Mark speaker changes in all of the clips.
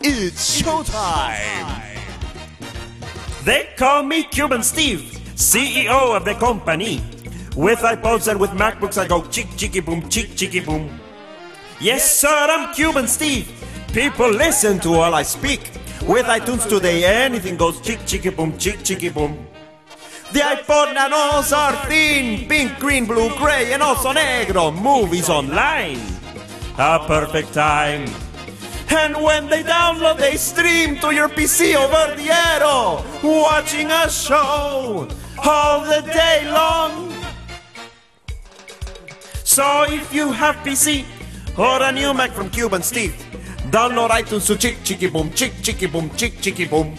Speaker 1: It's showtime!
Speaker 2: They call me Cuban Steve, CEO of the company. With iPods and with MacBooks, I go chick chicky boom, chick chicky boom. Yes, sir, I'm Cuban Steve. People listen to all I speak. With iTunes today, anything goes chick chicky boom, chick chicky boom. The iPod Nanos are thin, pink, green, blue, gray, and also negro. Movies online. A perfect time. And when they download, they stream to your PC over the air, oh, watching a show all the day long. So if you have PC or a new Mac from Cuban Steve, download iTunes to Chick Chicky Boom, Chick Chicky Boom, Chick Chicky Boom.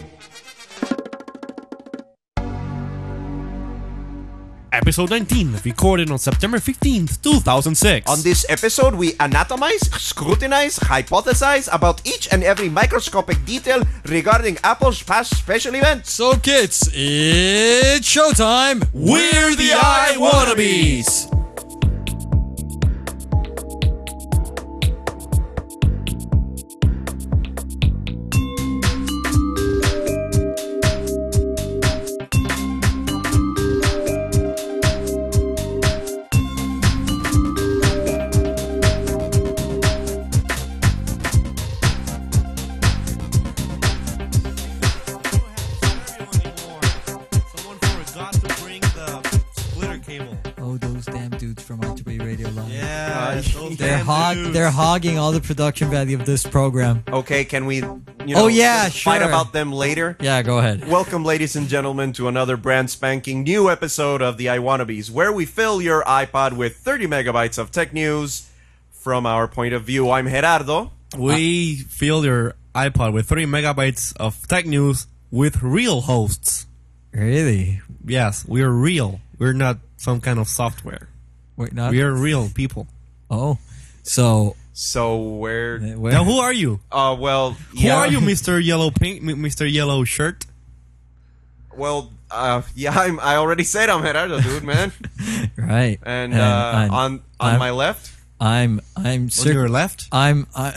Speaker 3: Episode 19, recorded on September 15th, 2006.
Speaker 1: On this episode, we anatomize, scrutinize, hypothesize about each and every microscopic detail regarding Apple's past special events.
Speaker 4: So, kids, it's showtime. We're the I Wannabes.
Speaker 5: Someone forgot to bring the splitter cable.
Speaker 6: Oh, those damn dudes from Entrepreneur Radio Live.
Speaker 5: Yeah,
Speaker 6: They're hog they're hogging all the production value of this program.
Speaker 1: Okay, can we, you know,
Speaker 6: Oh, yeah,
Speaker 1: fight
Speaker 6: sure.
Speaker 1: about them later?
Speaker 6: Yeah, go ahead.
Speaker 1: Welcome, ladies and gentlemen, to another brand spanking new episode of the iWannabes, where we fill your iPod with 30 megabytes of tech news from our point of view. I'm Gerardo.
Speaker 5: we fill your iPod with three megabytes of tech news with real hosts.
Speaker 6: Really?
Speaker 5: Yes, we're real. We're not some kind of software.
Speaker 6: Wait, not
Speaker 5: We are real people.
Speaker 6: Oh. So
Speaker 1: So where?
Speaker 6: uh, where,
Speaker 5: Now, who are you?
Speaker 1: Uh, well,
Speaker 5: Who
Speaker 1: yeah,
Speaker 5: are you, Mister Yellow Pink, M- Mister Yellow Shirt?
Speaker 1: well, uh, yeah, I'm, I already said I'm Gerardo, dude, man.
Speaker 6: right.
Speaker 1: And uh,
Speaker 6: I'm,
Speaker 1: on on
Speaker 6: I'm-
Speaker 1: my left,
Speaker 6: I'm I'm
Speaker 5: On your
Speaker 6: cir-
Speaker 5: left.
Speaker 6: I'm I,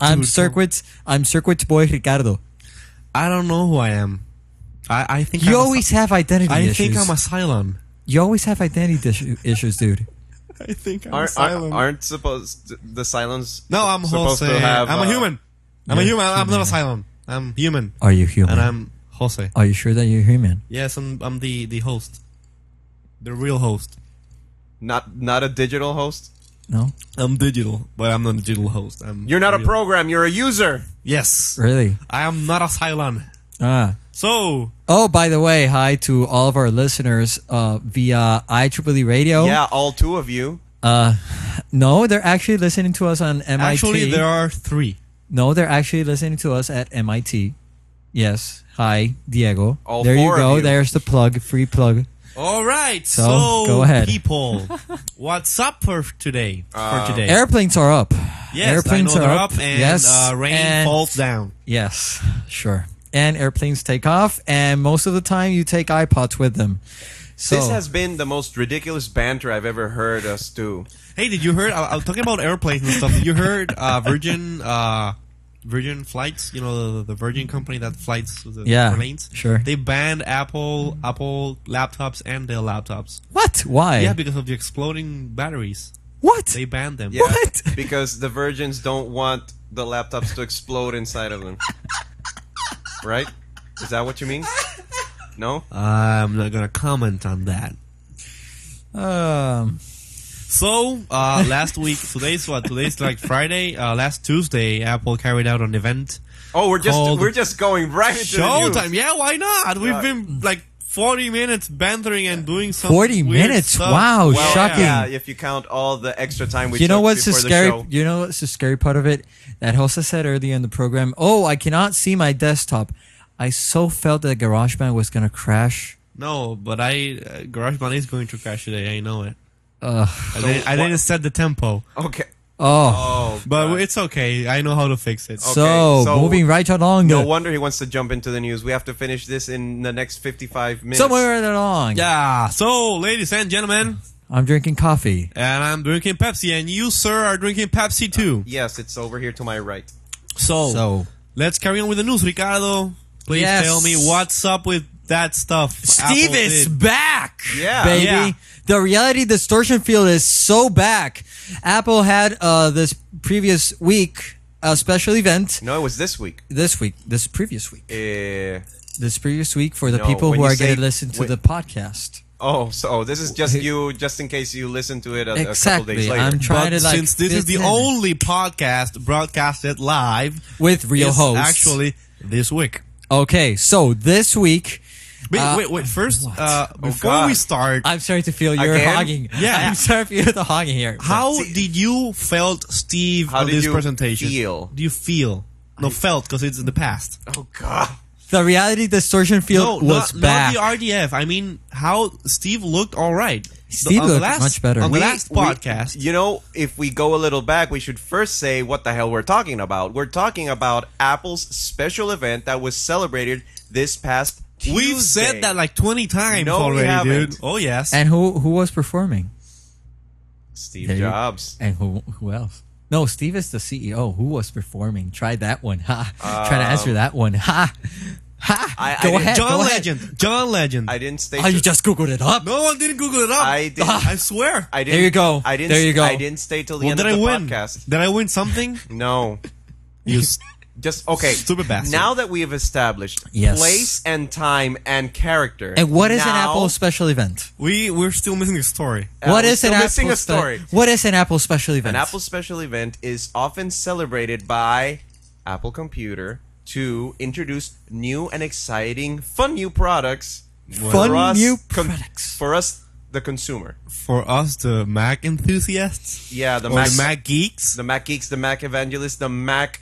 Speaker 6: I'm circuits I'm circuits boy Ricardo.
Speaker 5: I don't know who I am. I, I think
Speaker 6: You
Speaker 5: I'm a
Speaker 6: always have identity
Speaker 5: I
Speaker 6: issues.
Speaker 5: think I'm a Cylon.
Speaker 6: you always have identity dis- issues, dude.
Speaker 5: I think I'm
Speaker 1: aren't, aren't, aren't supposed the silence?
Speaker 5: No, I'm
Speaker 1: supposed
Speaker 5: Jose.
Speaker 1: to have.
Speaker 5: I'm a
Speaker 1: uh,
Speaker 5: human. I'm a
Speaker 6: Yeah,
Speaker 5: human. I'm not a Cylon. I'm human,
Speaker 6: Are you human?
Speaker 5: and I'm Jose.
Speaker 6: Are you sure that you're human?
Speaker 5: Yes, I'm. I'm the the host, the real host.
Speaker 1: Not not a digital host.
Speaker 6: No?
Speaker 5: I'm digital, but I'm not a digital host. I'm.
Speaker 1: You're not a
Speaker 5: real.
Speaker 1: program. You're a user.
Speaker 5: Yes,
Speaker 6: Really?
Speaker 5: I am not a Cylon.
Speaker 6: Ah.
Speaker 5: So
Speaker 6: Oh, by the way, hi to all of our listeners uh, via IEEE radio.
Speaker 1: Yeah, all two of you.
Speaker 6: No, they're actually listening to us on MIT.
Speaker 5: actually, there are three.
Speaker 6: no, they're actually listening to us at MIT. Yes. Hi, Diego.
Speaker 1: All
Speaker 6: there
Speaker 1: four
Speaker 6: you
Speaker 1: of
Speaker 6: go.
Speaker 1: you.
Speaker 6: There's the plug. Free plug.
Speaker 5: All right. So,
Speaker 6: go ahead.
Speaker 5: people. what's up for today?
Speaker 1: Uh,
Speaker 5: for today,
Speaker 6: Airplanes are up.
Speaker 5: yes,
Speaker 6: airplanes
Speaker 5: I know
Speaker 6: are
Speaker 5: they're
Speaker 6: up.
Speaker 5: up, and
Speaker 6: Yes,
Speaker 5: uh, rain
Speaker 6: and-
Speaker 5: falls down.
Speaker 6: Yes. Sure. And airplanes take off, and most of the time you take iPods with them. So
Speaker 1: This has been the most ridiculous banter I've ever heard us do.
Speaker 5: Hey, did you heard? I, I was talking about airplanes and stuff. Did you heard uh, Virgin uh, Virgin Flights? You know the, the Virgin company that flights the
Speaker 6: Yeah,
Speaker 5: planes.
Speaker 6: sure.
Speaker 5: They banned Apple Apple laptops and their laptops.
Speaker 6: what? Why?
Speaker 5: Yeah, because of the exploding batteries.
Speaker 6: what?
Speaker 5: They banned them.
Speaker 1: Yeah,
Speaker 6: What?
Speaker 1: Because the virgins don't want the laptops to explode inside of them. Right? Is that what you mean? No?
Speaker 6: Uh,
Speaker 5: I'm not gonna comment on that.
Speaker 6: um.
Speaker 5: So uh, last week, today's what? Today's like Friday. Uh, last Tuesday, Apple carried out an event.
Speaker 1: Oh, we're just
Speaker 5: Called
Speaker 1: we're just going right into the
Speaker 5: Showtime.
Speaker 1: news.
Speaker 5: Yeah, why not? We've
Speaker 1: Yeah.
Speaker 5: been like 40 minutes bantering and doing some
Speaker 6: 40
Speaker 5: weird
Speaker 6: minutes?
Speaker 5: stuff.
Speaker 6: Wow,
Speaker 5: Well,
Speaker 6: shocking.
Speaker 1: Yeah, if you count all the extra time we
Speaker 6: you know
Speaker 1: took
Speaker 6: what's the
Speaker 1: before
Speaker 6: scary?
Speaker 1: show.
Speaker 6: you know what's the scary part of it? That Jose said earlier in the program. Oh, I cannot see my desktop. I so felt that GarageBand was gonna crash.
Speaker 5: No, but I uh, GarageBand is going to crash today. I know it. I, didn't, I didn't set the tempo,
Speaker 1: Okay.
Speaker 6: Oh,
Speaker 1: Oh,
Speaker 5: but
Speaker 1: God.
Speaker 5: it's okay. I know how to fix it.
Speaker 6: so,
Speaker 1: so-
Speaker 6: moving right along.
Speaker 1: no
Speaker 6: the-
Speaker 1: wonder he wants to jump into the news. We have to finish this in the next 55 minutes.
Speaker 6: somewhere along.
Speaker 5: yeah. So, ladies and gentlemen,
Speaker 6: I'm drinking coffee.
Speaker 5: and I'm drinking Pepsi, and you, sir, are drinking Pepsi too.
Speaker 6: Oh.
Speaker 1: Yes, it's over here to my right.
Speaker 5: So,
Speaker 6: So
Speaker 5: Let's carry on with the news, Ricardo. Please
Speaker 6: Yes.
Speaker 5: tell me what's up with that stuff.
Speaker 6: Steve
Speaker 5: Apple
Speaker 6: is
Speaker 5: did.
Speaker 6: back,
Speaker 1: Yeah.
Speaker 6: baby.
Speaker 5: Yeah.
Speaker 6: The reality distortion field is so back. Apple had uh, this previous week a special event.
Speaker 1: No, it was this week.
Speaker 6: This week, this previous week,
Speaker 1: Uh,
Speaker 6: this previous week for the
Speaker 1: No,
Speaker 6: people
Speaker 1: when
Speaker 6: who
Speaker 1: you
Speaker 6: are going
Speaker 1: say-
Speaker 6: to listen to
Speaker 1: when-
Speaker 6: the podcast.
Speaker 1: oh, so this is just you, just in case you listen to it a, a couple days
Speaker 6: Exactly.
Speaker 1: later.
Speaker 6: I'm trying
Speaker 5: But
Speaker 6: to like
Speaker 5: since this is
Speaker 6: fit
Speaker 5: the
Speaker 6: in
Speaker 5: only podcast broadcasted live,
Speaker 6: with real
Speaker 5: it's
Speaker 6: hosts.
Speaker 5: actually this week.
Speaker 6: okay. So this week,
Speaker 5: Wait,
Speaker 6: Uh,
Speaker 5: wait, wait. First,
Speaker 6: what? Oh,
Speaker 5: uh, before
Speaker 1: God.
Speaker 5: we start,
Speaker 6: I'm sorry to feel you're
Speaker 1: Again?
Speaker 6: hogging.
Speaker 5: Yeah.
Speaker 6: I'm sorry to feel the hogging here. but-
Speaker 5: how did you felt, Steve,
Speaker 1: How
Speaker 5: on
Speaker 1: did
Speaker 5: this
Speaker 1: you
Speaker 5: presentation?
Speaker 1: feel?
Speaker 5: Do you feel? No, felt because it's in the past.
Speaker 1: oh God.
Speaker 6: the reality distortion
Speaker 5: No,
Speaker 6: field was
Speaker 5: not,
Speaker 6: back.
Speaker 5: not the RDF. I mean, how Steve looked all right.
Speaker 6: Steve
Speaker 5: on the
Speaker 6: looked
Speaker 5: last-
Speaker 6: much better.
Speaker 5: On the
Speaker 6: We-
Speaker 5: last
Speaker 1: we-
Speaker 5: podcast,
Speaker 1: you know, if we go a little back, we should first say what the hell we're talking about. We're talking about Apple's special event that was celebrated this past Tuesday.
Speaker 5: We've said that like 20 times
Speaker 1: No, we
Speaker 5: already,
Speaker 1: haven't.
Speaker 5: dude. Oh, yes.
Speaker 6: and who who was performing?
Speaker 1: Steve
Speaker 6: There you-
Speaker 1: Jobs.
Speaker 6: And who who else? No, Steve is the CEO. Who was performing? Try that one. Ha. Try to answer that one. Ha. Ha.
Speaker 1: Um, I- I
Speaker 6: go
Speaker 1: didn't-
Speaker 6: ahead.
Speaker 5: John
Speaker 6: go ahead.
Speaker 5: Legend. John Legend.
Speaker 1: I didn't stay.
Speaker 6: Oh, you just googled it up.
Speaker 5: no, I didn't Google it up.
Speaker 1: I did-
Speaker 5: I swear.
Speaker 1: I didn't.
Speaker 6: There you go.
Speaker 1: I didn't.
Speaker 6: There you go.
Speaker 1: I didn't stay till the end
Speaker 5: well, did
Speaker 1: of
Speaker 5: I
Speaker 1: the
Speaker 5: win?
Speaker 1: podcast.
Speaker 5: Did I win something?
Speaker 1: No.
Speaker 5: You s-
Speaker 1: Just okay.
Speaker 5: Stupid bastard.
Speaker 1: Now that we have established
Speaker 6: Yes.
Speaker 1: place and time and character,
Speaker 6: And what is an
Speaker 1: now-
Speaker 6: Apple special event?
Speaker 5: we, we're still missing a story.
Speaker 1: Uh,
Speaker 6: what
Speaker 1: we're
Speaker 6: is an
Speaker 1: still
Speaker 6: Apple
Speaker 1: missing a
Speaker 6: spe-
Speaker 1: story.
Speaker 6: What is an Apple special event?
Speaker 1: An Apple special event is often celebrated by Apple Computer to introduce new and exciting, fun new products
Speaker 6: Fun
Speaker 1: for us,
Speaker 6: new
Speaker 1: con-
Speaker 6: products.
Speaker 1: for us, the consumer.
Speaker 5: For us, the Mac enthusiasts.
Speaker 1: Yeah, the
Speaker 5: or
Speaker 1: Mac,
Speaker 5: the Mac geeks.
Speaker 1: the Mac geeks, the Mac evangelists, the Mac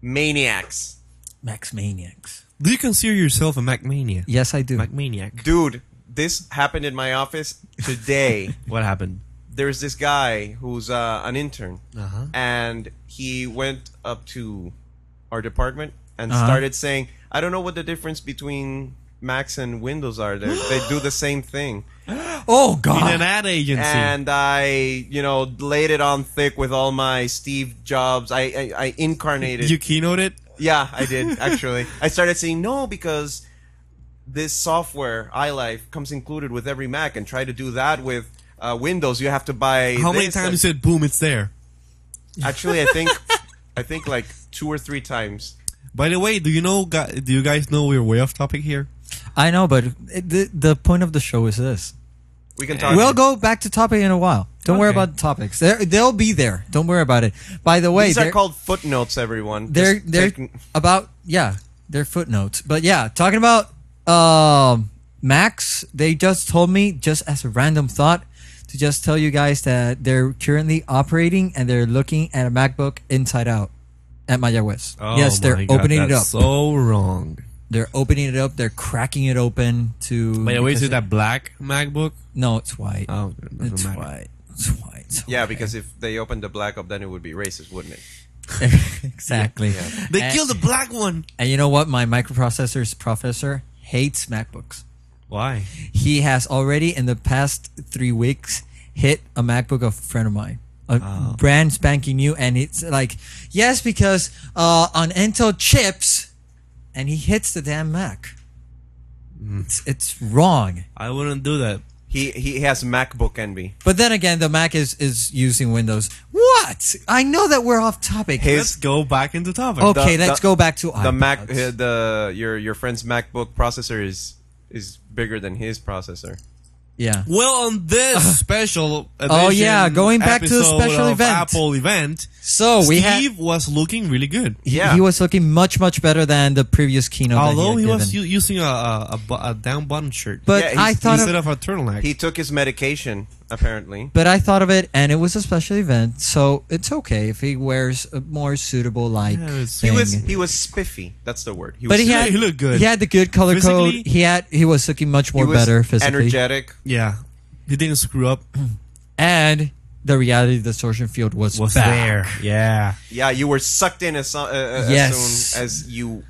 Speaker 1: maniacs.
Speaker 6: Max Maniacs.
Speaker 5: Do you consider yourself a Mac maniac?
Speaker 6: Yes, I do.
Speaker 5: Mac maniac.
Speaker 1: Dude, this happened in my office today.
Speaker 5: What happened?
Speaker 1: there's this guy who's uh, an intern,
Speaker 5: Uh-huh.
Speaker 1: and he went up to our department and
Speaker 6: Uh-huh.
Speaker 1: started saying, "I don't know what the difference between Macs and Windows are. They they do the same thing."
Speaker 6: oh
Speaker 5: In an
Speaker 6: God.
Speaker 5: ad agency.
Speaker 1: And I, you know, laid it on thick with all my Steve Jobs. I I, I incarnated.
Speaker 5: you keynote it?
Speaker 1: yeah, I did actually. I started saying no because this software iLife comes included with every Mac, and try to do that with. Uh, Windows, you have to buy.
Speaker 5: How many
Speaker 1: this
Speaker 5: times
Speaker 1: and-
Speaker 5: you said, boom, it's there?
Speaker 1: Actually, I think I think like two or three times.
Speaker 5: By the way, do you know? gu- Do you guys know we're way off topic here?
Speaker 6: I know, but it, the the point of the show is this.
Speaker 1: We can talk.
Speaker 6: We'll go back to topic in a while. Don't worry
Speaker 5: Okay.
Speaker 6: about the topics. They're, they'll be there. Don't worry about it. By the way,
Speaker 1: These
Speaker 6: they're,
Speaker 1: are called footnotes, everyone.
Speaker 6: they're,
Speaker 1: Just
Speaker 6: they're
Speaker 1: take-
Speaker 6: about yeah, they're footnotes. But yeah, talking about um Max, they just told me just as a random thought to just tell you guys that they're currently operating and they're looking at a MacBook inside out at Mayagüez.
Speaker 1: Oh
Speaker 6: yes, they're opening it up.
Speaker 5: So wrong.
Speaker 6: they're opening it up. They're cracking it open to.
Speaker 5: By the way, is
Speaker 6: because
Speaker 5: it that black MacBook?
Speaker 6: No, it's white.
Speaker 5: Oh,
Speaker 6: it's white. It's white. It's
Speaker 1: yeah, because if they opened the black up, then it would be racist, wouldn't it?
Speaker 6: exactly.
Speaker 5: They
Speaker 6: and,
Speaker 5: killed the black one.
Speaker 6: And you know what? My microprocessors professor hates MacBooks.
Speaker 5: Why?
Speaker 6: He has already in the past three weeks hit a MacBook of a friend of mine. A
Speaker 5: Oh.
Speaker 6: brand spanking new, and it's like, yes, because uh, on Intel chips, and he hits the damn Mac.
Speaker 5: Hmm.
Speaker 6: It's, it's wrong.
Speaker 5: I wouldn't do that.
Speaker 1: He he has MacBook envy.
Speaker 6: But then again, the Mac is, is using Windows. What? I know that we're off topic.
Speaker 5: Let's go back into topic.
Speaker 1: the-
Speaker 6: okay, let's
Speaker 1: the-
Speaker 6: go back to
Speaker 1: The Mac,
Speaker 6: iPods.
Speaker 1: uh, the your your friend's MacBook processor is is bigger than his processor.
Speaker 6: Yeah.
Speaker 5: Well, on this special edition
Speaker 6: Oh, yeah, going back to the
Speaker 5: episode
Speaker 6: special
Speaker 5: of
Speaker 6: event.
Speaker 5: Apple event,
Speaker 6: So we
Speaker 5: Steve
Speaker 6: have.
Speaker 5: was looking really good.
Speaker 1: Yeah.
Speaker 6: He was looking much much better than the previous keynote.
Speaker 5: Although
Speaker 6: that
Speaker 5: he
Speaker 6: he, had
Speaker 5: was
Speaker 6: given.
Speaker 5: u- using a, a, a bu- a down button shirt
Speaker 6: but
Speaker 1: Yeah, he's-
Speaker 6: I thought
Speaker 5: instead
Speaker 6: of,
Speaker 5: of, a turtleneck.
Speaker 1: He took his medication apparently.
Speaker 6: but I thought of it, and it was a special event, so it's okay if he wears a more suitable like
Speaker 5: Yeah, it's-
Speaker 1: He
Speaker 6: thing.
Speaker 1: was he was spiffy. That's the word. He was
Speaker 6: but he
Speaker 1: spiffy.
Speaker 6: had
Speaker 5: he looked good.
Speaker 6: He had the good color
Speaker 5: Physically-
Speaker 6: code. He had he was looking much
Speaker 1: He
Speaker 6: more
Speaker 1: was
Speaker 6: better physically,
Speaker 1: energetic.
Speaker 5: yeah, he didn't screw up.
Speaker 6: and the reality distortion field was,
Speaker 5: Was
Speaker 6: back.
Speaker 5: there? Yeah.
Speaker 1: Yeah, you were sucked in as, so- uh, uh,
Speaker 6: Yes.
Speaker 1: as soon as you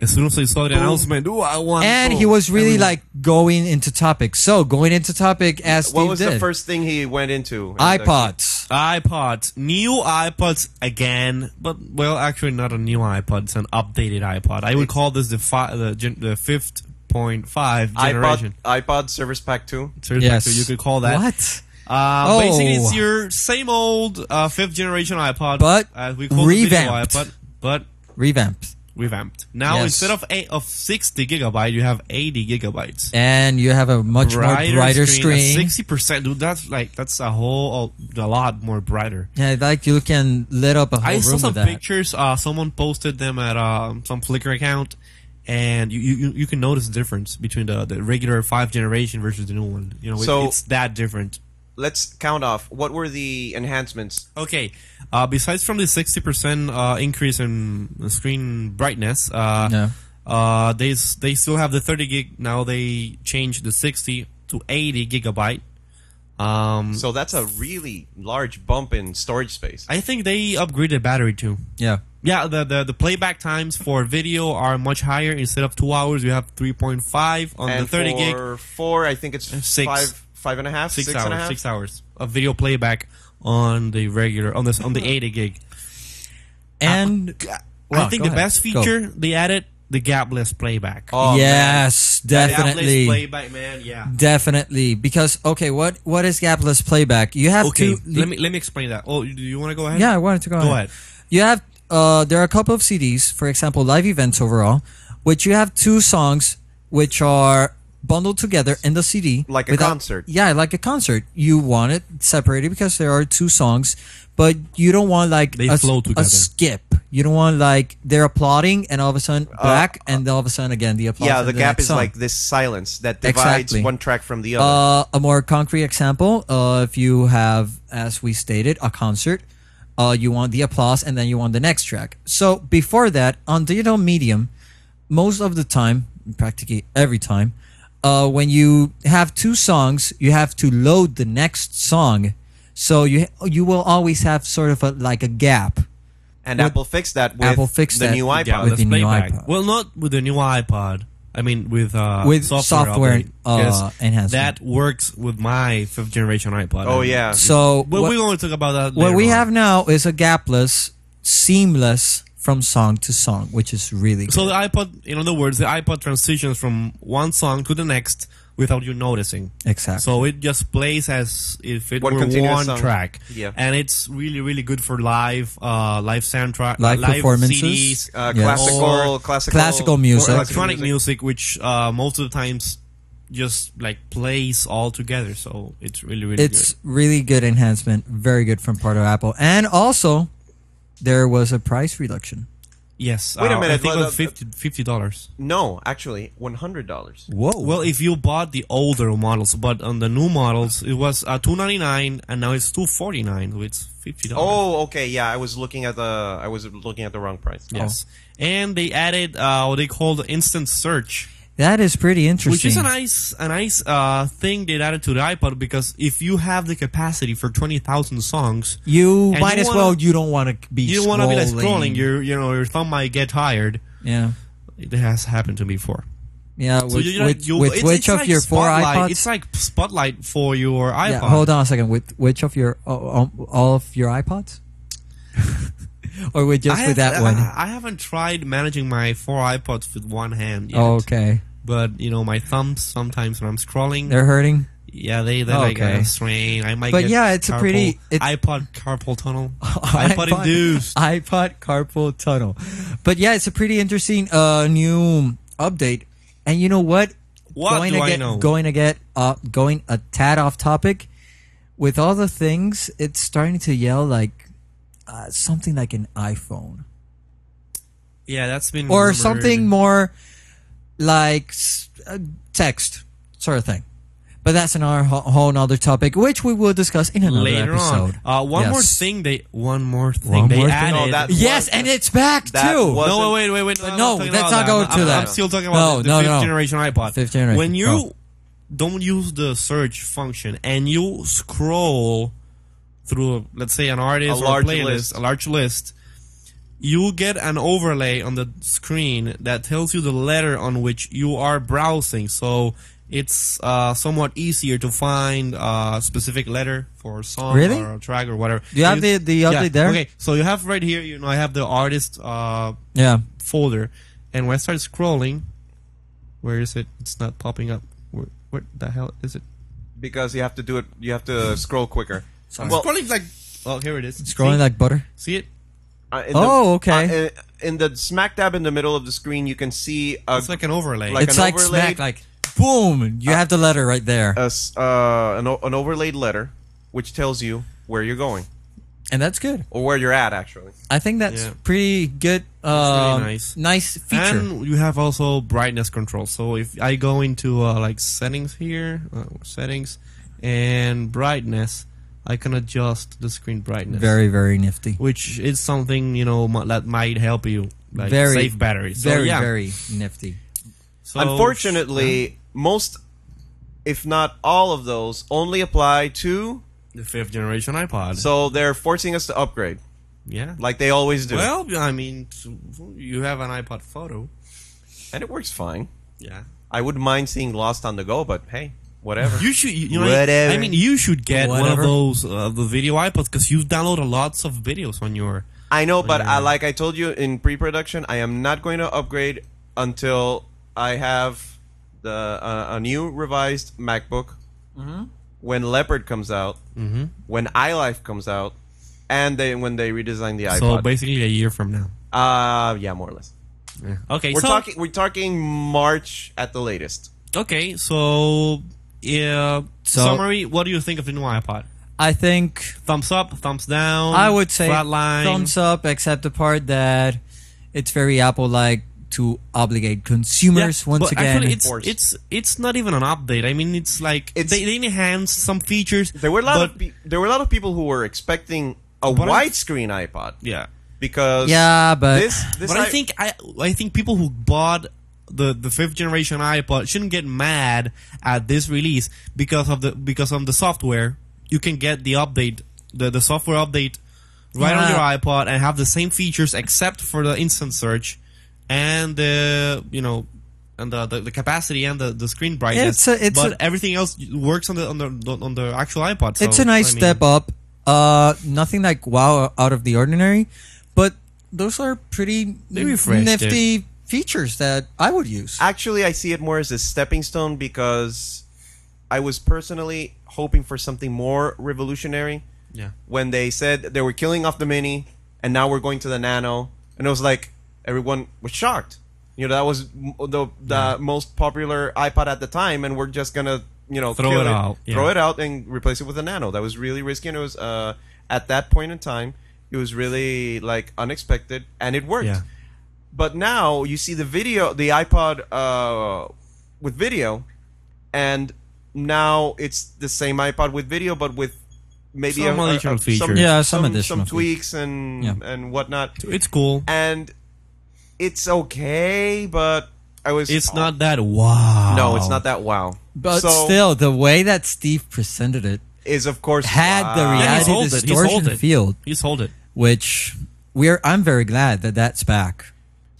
Speaker 5: As soon as I saw the announcement, ooh, I want.
Speaker 6: And he
Speaker 5: both."
Speaker 6: was really
Speaker 5: Everyone-
Speaker 6: like going into topic. So going into topic as Steve
Speaker 1: What was
Speaker 6: did.
Speaker 1: the first thing he went into?
Speaker 6: iPods.
Speaker 5: iPods, new iPods again, but well, actually not a new iPod, it's an updated iPod. I would call this the fi- the, gen- the fifth point five
Speaker 1: iPod,
Speaker 5: generation.
Speaker 1: iPod Service Pack 2.
Speaker 5: Seriously,
Speaker 6: Yes,
Speaker 5: you could call that.
Speaker 6: What?
Speaker 5: Uh,
Speaker 6: Oh.
Speaker 5: Basically, it's your same old uh, fifth generation iPod,
Speaker 6: But
Speaker 5: uh, we call it video
Speaker 6: revamped.
Speaker 5: iPod, but
Speaker 6: Revamped.
Speaker 5: revamped. Now
Speaker 6: Yes.
Speaker 5: instead of eight, of sixty gigabyte, you have eighty gigabytes.
Speaker 6: And you have a much more brighter screen.
Speaker 5: sixty percent. Dude, that's like that's a whole a lot more brighter.
Speaker 6: Yeah, like you can lit up a whole
Speaker 5: I
Speaker 6: room
Speaker 5: saw some
Speaker 6: with that.
Speaker 5: pictures. Uh, someone posted them at um some Flickr account, and you, you, you- you can notice the difference between the, the regular five generation versus the new one. You know, it-
Speaker 1: So-
Speaker 5: it's that different.
Speaker 1: Let's count off. What were the enhancements?
Speaker 5: Okay. Uh, besides from the sixty percent uh, increase in screen brightness, uh,
Speaker 6: Yeah.
Speaker 5: uh, they s- they still have the thirty gig. Now they changed the sixty to eighty gigabyte. Um,
Speaker 1: So that's a really large bump in storage space.
Speaker 5: I think they upgraded battery too.
Speaker 6: Yeah.
Speaker 5: Yeah, the, the the playback times for video are much higher. Instead of two hours, you have three point five on
Speaker 1: and
Speaker 5: the thirty gig,
Speaker 1: for four, I think it's
Speaker 5: Six.
Speaker 1: five, five and a half,
Speaker 5: six,
Speaker 1: six
Speaker 5: hours,
Speaker 1: and a half.
Speaker 5: six hours of video playback on the regular on this on the eighty gig.
Speaker 6: And
Speaker 5: I
Speaker 6: Wow,
Speaker 5: think
Speaker 6: go
Speaker 5: the
Speaker 6: ahead.
Speaker 5: best
Speaker 6: Go.
Speaker 5: feature they added the gapless playback.
Speaker 1: Oh, man.
Speaker 6: yes, definitely.
Speaker 5: gapless playback, man. Yeah.
Speaker 6: Definitely, because okay, what what is gapless playback? You have
Speaker 5: Okay,
Speaker 6: to.
Speaker 5: let me let me explain that. Oh, you- do you want to go ahead?
Speaker 6: yeah, I wanted to go,
Speaker 5: Go ahead.
Speaker 6: You have uh, there are a couple of CDs, for example, live events overall, which you have two songs which are bundled together in the CD,
Speaker 1: Like a concert.
Speaker 6: Yeah, like a concert. You want it separated because there are two songs, but you don't want like
Speaker 5: They
Speaker 6: a, s-
Speaker 5: flow
Speaker 6: a
Speaker 5: together.
Speaker 6: skip. You don't want like they're applauding and all of a sudden black, and all of a sudden again the applause.
Speaker 1: Uh, Yeah,
Speaker 6: in
Speaker 1: the gap
Speaker 6: next
Speaker 1: is
Speaker 6: song.
Speaker 1: like this silence that divides
Speaker 6: Exactly.
Speaker 1: one track from the other.
Speaker 6: Uh, a more concrete example, uh, if you have, as we stated, a concert, uh, you want the applause and then you want the next track. So before that, on digital medium, most of the time, practically every time, uh, when you have two songs, you have to load the next song. So you you will always have sort of a like a gap.
Speaker 1: and
Speaker 6: with-
Speaker 1: Apple fixed that with
Speaker 6: Apple fixed
Speaker 1: the
Speaker 6: that.
Speaker 1: new
Speaker 6: Yeah,
Speaker 1: iPod.
Speaker 6: with the new iPod.
Speaker 5: Well, not with the new iPod. I mean, with uh,
Speaker 6: With software,
Speaker 5: update.
Speaker 6: uh,
Speaker 5: Yes,
Speaker 6: enhancement.
Speaker 5: That works with my fifth generation iPod.
Speaker 1: oh, yeah.
Speaker 6: So
Speaker 5: Well,
Speaker 6: what-
Speaker 5: we're going to talk about that.
Speaker 6: what
Speaker 5: later
Speaker 6: we
Speaker 5: on.
Speaker 6: have now is a gapless, seamless from song to song, which is really good.
Speaker 5: So the iPod, in other words, the iPod transitions from one song to the next without you noticing.
Speaker 6: Exactly.
Speaker 5: So it just plays as if it
Speaker 1: One
Speaker 5: were
Speaker 1: continuous
Speaker 5: one
Speaker 1: song.
Speaker 5: track.
Speaker 1: Yeah.
Speaker 5: And it's really, really good for live, uh, live soundtrack,
Speaker 6: Live performances?
Speaker 5: CDs,
Speaker 1: uh,
Speaker 6: Yes.
Speaker 1: classical,
Speaker 5: Or-
Speaker 1: classical,
Speaker 6: Classical
Speaker 1: or
Speaker 6: music.
Speaker 5: or
Speaker 6: Exactly.
Speaker 5: electronic music, which uh, most of the times just like plays all together. So it's really, really
Speaker 6: it's really good enhancement. Very good from part of Apple. And also, there was a price reduction.
Speaker 5: good. Yes.
Speaker 1: Wait a
Speaker 5: uh, I
Speaker 1: minute,
Speaker 5: think it
Speaker 1: but,
Speaker 5: was
Speaker 1: uh,
Speaker 5: 50 50 dollars.
Speaker 1: No, actually, one hundred dollars.
Speaker 6: Whoa.
Speaker 5: Well, if you bought the older models, but on the new models, it was uh, two ninety nine, and now it's two forty nine, so it's fifty dollars.
Speaker 1: Oh, okay, yeah. I was looking at the I was looking at the wrong price.
Speaker 5: yes, and they added uh, what they called instant search,
Speaker 6: that is pretty interesting.
Speaker 5: which is a nice, a nice uh, thing they added to the iPod because if you have the capacity for twenty thousand songs,
Speaker 6: you
Speaker 5: and
Speaker 6: might
Speaker 5: you
Speaker 6: as
Speaker 5: wanna-
Speaker 6: well. You don't want to be.
Speaker 5: you don't
Speaker 6: want
Speaker 5: want to be like scrolling. Your you know your thumb might get tired.
Speaker 6: yeah.
Speaker 5: It has happened to me before.
Speaker 6: Yeah, with,
Speaker 5: you-
Speaker 6: with,
Speaker 5: you-
Speaker 6: with
Speaker 5: it's-
Speaker 6: which
Speaker 5: it's
Speaker 6: of
Speaker 5: like
Speaker 6: your four
Speaker 5: Spotlight.
Speaker 6: iPods?
Speaker 5: It's like spotlight for your iPod.
Speaker 6: yeah, hold on a second. With which of your all, all of your iPods, or with just
Speaker 5: I
Speaker 6: with
Speaker 5: have-
Speaker 6: that one?
Speaker 5: I, I haven't tried managing my four iPods with one hand yet.
Speaker 6: Oh, okay,
Speaker 5: But you know, my thumbs sometimes when I'm scrolling,
Speaker 6: they're hurting.
Speaker 5: yeah, they they like
Speaker 6: Okay.
Speaker 5: a strain. I might.
Speaker 6: But
Speaker 5: get
Speaker 6: yeah, it's a
Speaker 5: carpal-
Speaker 6: pretty- it's-
Speaker 5: iPod carpal tunnel. iPod, induced.
Speaker 6: iPod carpal tunnel. But yeah, it's a pretty interesting uh, new update. And you know what?
Speaker 5: What
Speaker 6: going
Speaker 5: do
Speaker 6: to
Speaker 5: I
Speaker 6: get,
Speaker 5: know?
Speaker 6: Going to get uh, going a tad off topic. With all the things, it's starting to yell like uh, something like an iPhone
Speaker 5: Yeah, that's been
Speaker 6: or
Speaker 5: rumored.
Speaker 6: something more like s- uh, text sort of thing. But that's another wh- whole other topic, which we will discuss in another
Speaker 5: later
Speaker 6: episode.
Speaker 5: on. Uh, one more
Speaker 6: Yes.
Speaker 5: thing they one more thing
Speaker 6: One
Speaker 5: they
Speaker 6: more thing.
Speaker 5: added.
Speaker 1: No, that-
Speaker 6: Yes, and it's back
Speaker 1: That
Speaker 6: too.
Speaker 1: was-
Speaker 5: no, wait, wait, wait, wait.
Speaker 6: no,
Speaker 5: I'm talking
Speaker 6: let's
Speaker 5: about
Speaker 6: not
Speaker 5: that.
Speaker 6: go
Speaker 5: I'm-
Speaker 6: to
Speaker 5: I'm,
Speaker 6: that.
Speaker 5: I'm still talking
Speaker 6: No,
Speaker 5: about the, the
Speaker 6: no,
Speaker 5: fifth
Speaker 6: no.
Speaker 5: generation iPod.
Speaker 6: Fifth generation,
Speaker 5: When you
Speaker 6: go.
Speaker 5: don't use the search function and you scroll through, let's say, an artist
Speaker 1: A
Speaker 5: or
Speaker 1: large
Speaker 5: playlist,
Speaker 1: list.
Speaker 5: a large list, you'll get an overlay on the screen that tells you the letter on which you are browsing. So it's uh, somewhat easier to find a specific letter for a song
Speaker 6: Really?
Speaker 5: or a track or whatever.
Speaker 6: Do you have the- the
Speaker 5: yeah,
Speaker 6: update there?
Speaker 5: Okay, so you have right here, you know, I have the artist uh,
Speaker 6: Yeah.
Speaker 5: folder. And when I start scrolling, where is it? It's not popping up. Where, where the hell is it?
Speaker 1: because you have to do it. You have to scroll quicker.
Speaker 5: I'm
Speaker 1: Well,
Speaker 5: scrolling like. Oh, here it is.
Speaker 6: Scrolling
Speaker 5: See?
Speaker 6: like butter.
Speaker 5: See it?
Speaker 1: uh, in
Speaker 6: Oh,
Speaker 1: the-
Speaker 6: okay.
Speaker 1: uh, in the smack dab in the middle of the screen, you can see a,
Speaker 5: It's like an overlay. Uh,
Speaker 1: Like
Speaker 6: it's
Speaker 1: an
Speaker 6: like
Speaker 1: overlay?
Speaker 6: smack, like boom. You have the letter right there,
Speaker 1: a s- uh, an, o- an overlaid letter, which tells you where you're going
Speaker 6: and that's good.
Speaker 1: or where you're at. Actually,
Speaker 6: I think that's
Speaker 5: Yeah.
Speaker 6: pretty good.
Speaker 5: really
Speaker 6: Um,
Speaker 5: nice.
Speaker 6: feature.
Speaker 5: And you have also brightness control. So if I go into uh, like settings here, uh, settings, and brightness, I can adjust the screen brightness.
Speaker 6: very, very nifty.
Speaker 5: Which is something you know m- that might help you like
Speaker 6: very
Speaker 5: save batteries. So,
Speaker 6: very,
Speaker 5: yeah.
Speaker 6: very nifty.
Speaker 5: So-
Speaker 1: unfortunately, most, if not all of those, only apply to.
Speaker 5: the fifth generation iPod.
Speaker 1: So they're forcing us to upgrade,
Speaker 5: yeah.
Speaker 1: like they always do,
Speaker 5: well, I mean, you have an iPod Photo.
Speaker 1: and it works fine.
Speaker 5: Yeah.
Speaker 1: I wouldn't mind seeing Lost on the Go, but hey, whatever.
Speaker 5: You should, you know,
Speaker 1: Whatever.
Speaker 5: I mean, you should get one
Speaker 6: Whatever.
Speaker 5: of those uh, the video iPods because you download lots of videos on your.
Speaker 1: I know, but I, like I told you in pre-production, I am not going to upgrade until I have the uh, a new revised MacBook.
Speaker 5: Mm-hmm.
Speaker 1: When Leopard comes out, mm-hmm. when iLife comes out, and they when they redesign the
Speaker 5: So
Speaker 1: iPod.
Speaker 5: basically, a year from now.
Speaker 1: uh yeah, more or less.
Speaker 5: Okay,
Speaker 1: We're
Speaker 5: so
Speaker 1: talking we're talking March at the latest.
Speaker 5: okay, so yeah.
Speaker 6: So-
Speaker 5: summary: What do you think of the new iPod?
Speaker 6: I think
Speaker 5: Thumbs up, thumbs down.
Speaker 6: I would say
Speaker 5: flat line.
Speaker 6: thumbs up, except the part that it's very Apple-like to obligate consumers once
Speaker 5: but
Speaker 6: again.
Speaker 5: actually, it's
Speaker 1: Force.
Speaker 5: it's it's not even an update. I mean, it's like
Speaker 1: It's-
Speaker 5: they, they enhanced some features.
Speaker 1: There were a lot
Speaker 5: but,
Speaker 1: of pe- there were a lot of people who were expecting a
Speaker 5: But I-
Speaker 1: widescreen iPod
Speaker 5: yeah.
Speaker 1: because
Speaker 6: yeah, but
Speaker 1: this this
Speaker 5: but I,
Speaker 1: i-
Speaker 5: think I I think people who bought the the fifth generation iPod shouldn't get mad at this release because of the because of the software. You can get the update the the software update right on
Speaker 6: Yeah.
Speaker 5: your iPod and have the same features except for the instant search and the you know and the, the, the capacity and the, the screen brightness.
Speaker 6: It's a- it's
Speaker 5: but
Speaker 6: a-
Speaker 5: everything else works on the on the on the actual iPod. So,
Speaker 6: it's a nice
Speaker 5: I mean,
Speaker 6: step up. Uh, nothing like wow out of the ordinary, but those are pretty
Speaker 5: refreshed
Speaker 6: nifty features that I would use.
Speaker 1: actually i see it more as a stepping stone because i was personally hoping for something more revolutionary
Speaker 5: Yeah.
Speaker 1: when they said they were killing off the mini and now we're going to the nano and it was like everyone was shocked you know that was m- the the most popular ipod at the time and we're just gonna you know
Speaker 5: Throw
Speaker 1: kill
Speaker 5: it out, yeah.
Speaker 1: throw it out and replace it with a nano that was really risky and it was uh at that point in time it was really like unexpected and it worked
Speaker 5: Yeah.
Speaker 1: but now you see the video the ipod uh, with video and now it's the same ipod with video but with maybe
Speaker 5: Some
Speaker 1: a- a- a-
Speaker 5: additional
Speaker 1: some,
Speaker 5: features.
Speaker 6: Yeah, some additional
Speaker 1: some tweaks and
Speaker 6: Yeah.
Speaker 1: and whatnot
Speaker 5: It's cool.
Speaker 1: and it's okay but i was
Speaker 5: It's not that wow.
Speaker 1: oh. no it's not that wow
Speaker 6: But
Speaker 1: so
Speaker 6: still, the way that Steve presented it
Speaker 1: is of course
Speaker 6: had the
Speaker 1: wow.
Speaker 5: Yeah, he's
Speaker 6: reality
Speaker 5: sold it. He sold
Speaker 6: distortion
Speaker 5: it.
Speaker 6: field,
Speaker 5: He's hold it.
Speaker 6: which we're I'm very glad that that's back.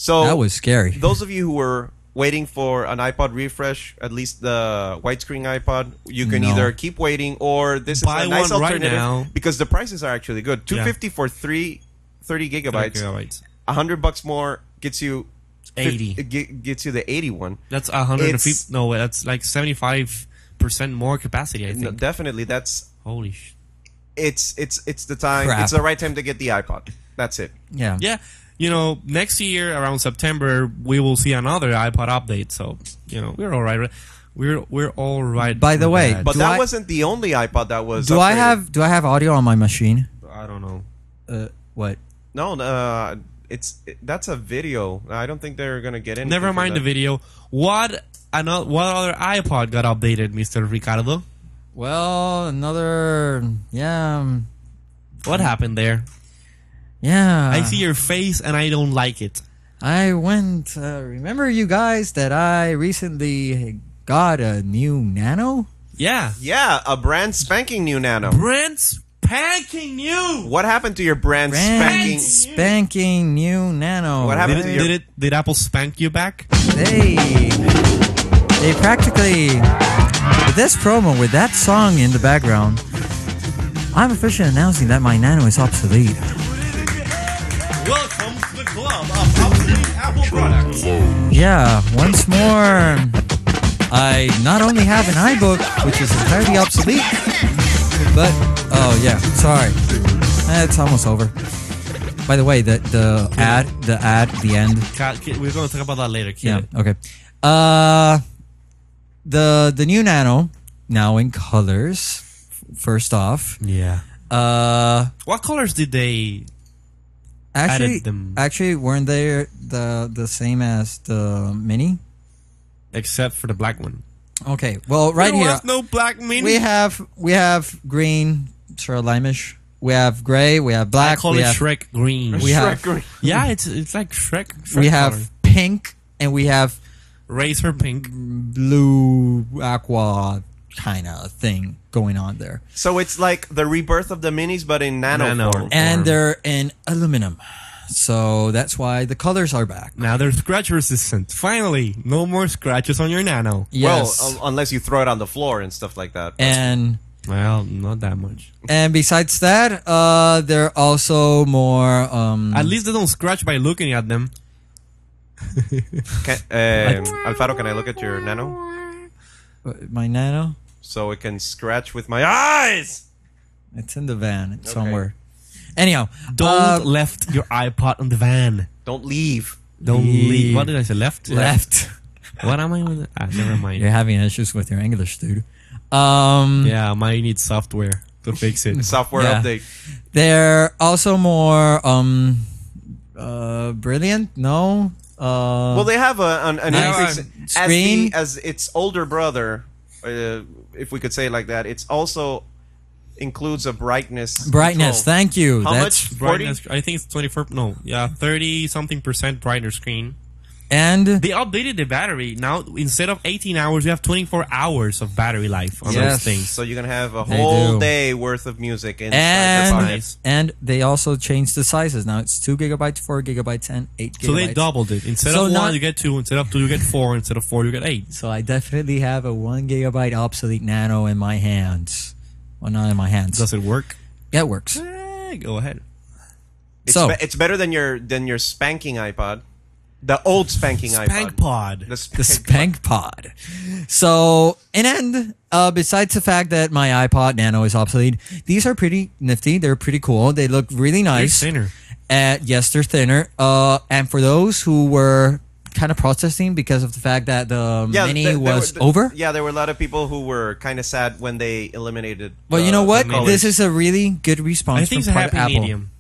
Speaker 1: so
Speaker 6: that was scary.
Speaker 1: those of you who were waiting for an iPod refresh, at least the widescreen iPod, you can
Speaker 6: No.
Speaker 1: either keep waiting or this is
Speaker 5: Buy
Speaker 1: a nice
Speaker 5: one right
Speaker 1: alternative
Speaker 5: now.
Speaker 1: because the prices are actually good. 250 for 3 30 gigabytes.
Speaker 5: Okay,
Speaker 1: a
Speaker 5: all right.
Speaker 1: 100 bucks more gets you fif-
Speaker 5: 80.
Speaker 1: it ge- gets you the 81.
Speaker 5: That's a hundred and
Speaker 1: It's-
Speaker 5: fifty. No, that's like seventy-five percent more capacity. I think.
Speaker 1: No, definitely that's
Speaker 5: Holy sh!
Speaker 1: it's it's it's the time.
Speaker 6: Crap.
Speaker 1: It's the right time to get the iPod. That's it.
Speaker 6: yeah.
Speaker 5: Yeah, you know, next year around September we will see another iPod update. So you know, we're all right. We're we're all right.
Speaker 6: By the
Speaker 5: with
Speaker 6: way,
Speaker 5: that.
Speaker 1: But
Speaker 6: Do
Speaker 1: that
Speaker 6: I-
Speaker 1: wasn't the only iPod that was
Speaker 6: Do I
Speaker 1: upgraded.
Speaker 6: have do I have audio on my machine?
Speaker 5: I don't know.
Speaker 6: Uh, what?
Speaker 1: No, uh it's it- that's a video. I don't think they're going to get in.
Speaker 5: Never mind the video. What another? What other iPod got updated, Mister Ricardo?
Speaker 6: Well, another yeah um,
Speaker 5: What happened there?
Speaker 6: yeah.
Speaker 5: I see your face and I don't like it.
Speaker 6: I went. Uh, remember you guys that I recently got a new Nano.
Speaker 5: Yeah,
Speaker 1: Yeah, a brand spanking new Nano.
Speaker 5: brand spanking new.
Speaker 1: What happened to your brand,
Speaker 6: Brand
Speaker 1: spanking?
Speaker 6: spanking new Nano.
Speaker 1: What
Speaker 5: Did
Speaker 1: happened
Speaker 5: it,
Speaker 1: to your
Speaker 5: did it? Did Apple spank you back?
Speaker 6: They they practically with this promo with that song in the background. I'm officially announcing that my Nano is obsolete.
Speaker 5: Welcome to the club of obsolete Apple products.
Speaker 6: Yeah, once more, I not only have an iBook, which is entirely obsolete, but oh yeah, sorry, Eh, it's almost over. By the way, the the ad, the ad, the end.
Speaker 5: We're going to talk about that later. Kid.
Speaker 6: Yeah. Okay. Uh, the the new Nano now in colors. f- First off,
Speaker 5: Yeah.
Speaker 6: uh,
Speaker 5: What colors did they?
Speaker 6: actually,
Speaker 5: Added them.
Speaker 6: actually, weren't they the the same as the Mini?
Speaker 5: Except for the black one.
Speaker 6: Okay. Well, right
Speaker 5: there
Speaker 6: here
Speaker 5: was no black mini.
Speaker 6: we have we have green, sort of limeish. We have gray. We have
Speaker 5: I
Speaker 6: black.
Speaker 5: call
Speaker 6: we
Speaker 5: it
Speaker 6: have,
Speaker 5: Shrek green.
Speaker 6: we have
Speaker 5: yeah, it's it's like Shrek. Shrek
Speaker 6: we have
Speaker 5: color.
Speaker 6: pink and we have
Speaker 5: razor pink.
Speaker 6: blue aqua kind of thing going on there.
Speaker 1: So it's like the rebirth of the minis, but in nano,
Speaker 5: Nano.
Speaker 1: form.
Speaker 6: and
Speaker 5: Or-
Speaker 6: they're in aluminum. So that's why the colors are back.
Speaker 5: Now they're scratch resistant. Finally, no more scratches on your nano.
Speaker 6: Yes. Eh.
Speaker 1: Well, un- unless you throw it on the floor and stuff like that.
Speaker 6: and
Speaker 5: Well, not that much.
Speaker 6: and besides that, uh they're also more um
Speaker 5: At least they don't scratch by looking at them.
Speaker 1: Can, um, Alfaro, can I look at your nano
Speaker 6: uh, my nano.
Speaker 1: so it can scratch with my eyes?
Speaker 6: It's in the van. It's
Speaker 1: Okay.
Speaker 6: somewhere. Anyhow,
Speaker 5: Don't
Speaker 6: uh,
Speaker 5: left your iPod on the van.
Speaker 1: Don't leave.
Speaker 5: Don't
Speaker 6: Yeah.
Speaker 5: leave. What did I say? Left.
Speaker 6: left.
Speaker 5: What am I? With? Ah, never mind.
Speaker 6: You're having issues with your English, dude. Um
Speaker 5: Yeah, mine needs software to fix it.
Speaker 1: Software
Speaker 6: Yeah.
Speaker 1: update.
Speaker 6: they're also more um uh brilliant? No. Uh
Speaker 1: Well, they have a, an, an
Speaker 6: Now,
Speaker 1: increase
Speaker 6: uh,
Speaker 1: as,
Speaker 6: screen-
Speaker 1: the, as its older brother, uh, if we could say it like that. It's also includes a brightness.
Speaker 6: brightness.
Speaker 1: control.
Speaker 6: Thank you.
Speaker 1: How
Speaker 6: that's
Speaker 1: much? Forty.
Speaker 5: brightness. I think it's twenty four. No, yeah, thirty something percent brighter screen.
Speaker 6: and
Speaker 5: They updated the battery. Now instead of eighteen hours, you have twenty four hours of battery life on
Speaker 6: Yes.
Speaker 5: those things.
Speaker 1: So you're gonna have a
Speaker 6: They
Speaker 1: whole
Speaker 6: do.
Speaker 1: day worth of music inside
Speaker 6: and
Speaker 1: your pocket.
Speaker 5: nice.
Speaker 6: and they also changed the sizes. Now it's two gigabytes, four gigabytes, and eight gigabytes.
Speaker 5: So they doubled it. Instead
Speaker 6: So
Speaker 5: of
Speaker 6: not-
Speaker 5: one, you get two. Instead of two, you get four. Instead of four, you get eight.
Speaker 6: So I definitely have a one gigabyte obsolete Nano in my hands. Well, not in my hands.
Speaker 5: Does it work?
Speaker 6: yeah, it works.
Speaker 5: Eh, go ahead.
Speaker 1: It's,
Speaker 6: So-
Speaker 1: be- it's better than your than your spanking iPod, the old spanking
Speaker 5: Spank
Speaker 1: iPod.
Speaker 5: pod.
Speaker 1: The
Speaker 6: The
Speaker 1: spank
Speaker 6: Spank Pod. So, in end, uh, besides the fact that my iPod Nano is obsolete, these are pretty nifty. They're pretty cool. They look really nice.
Speaker 5: thinner.
Speaker 6: Uh, yes, they're thinner. Uh, and for those who were kind of protesting because of the fact that the mini
Speaker 1: there- there were-
Speaker 6: was
Speaker 1: th-
Speaker 6: over.
Speaker 1: Yeah, there were a lot of people who were kind of sad when they eliminated.
Speaker 6: Well,
Speaker 1: the-
Speaker 6: you know what?
Speaker 1: the colors.
Speaker 6: This is a really good response
Speaker 5: I think it's a
Speaker 6: from Private
Speaker 5: happy
Speaker 6: Apple.
Speaker 5: medium.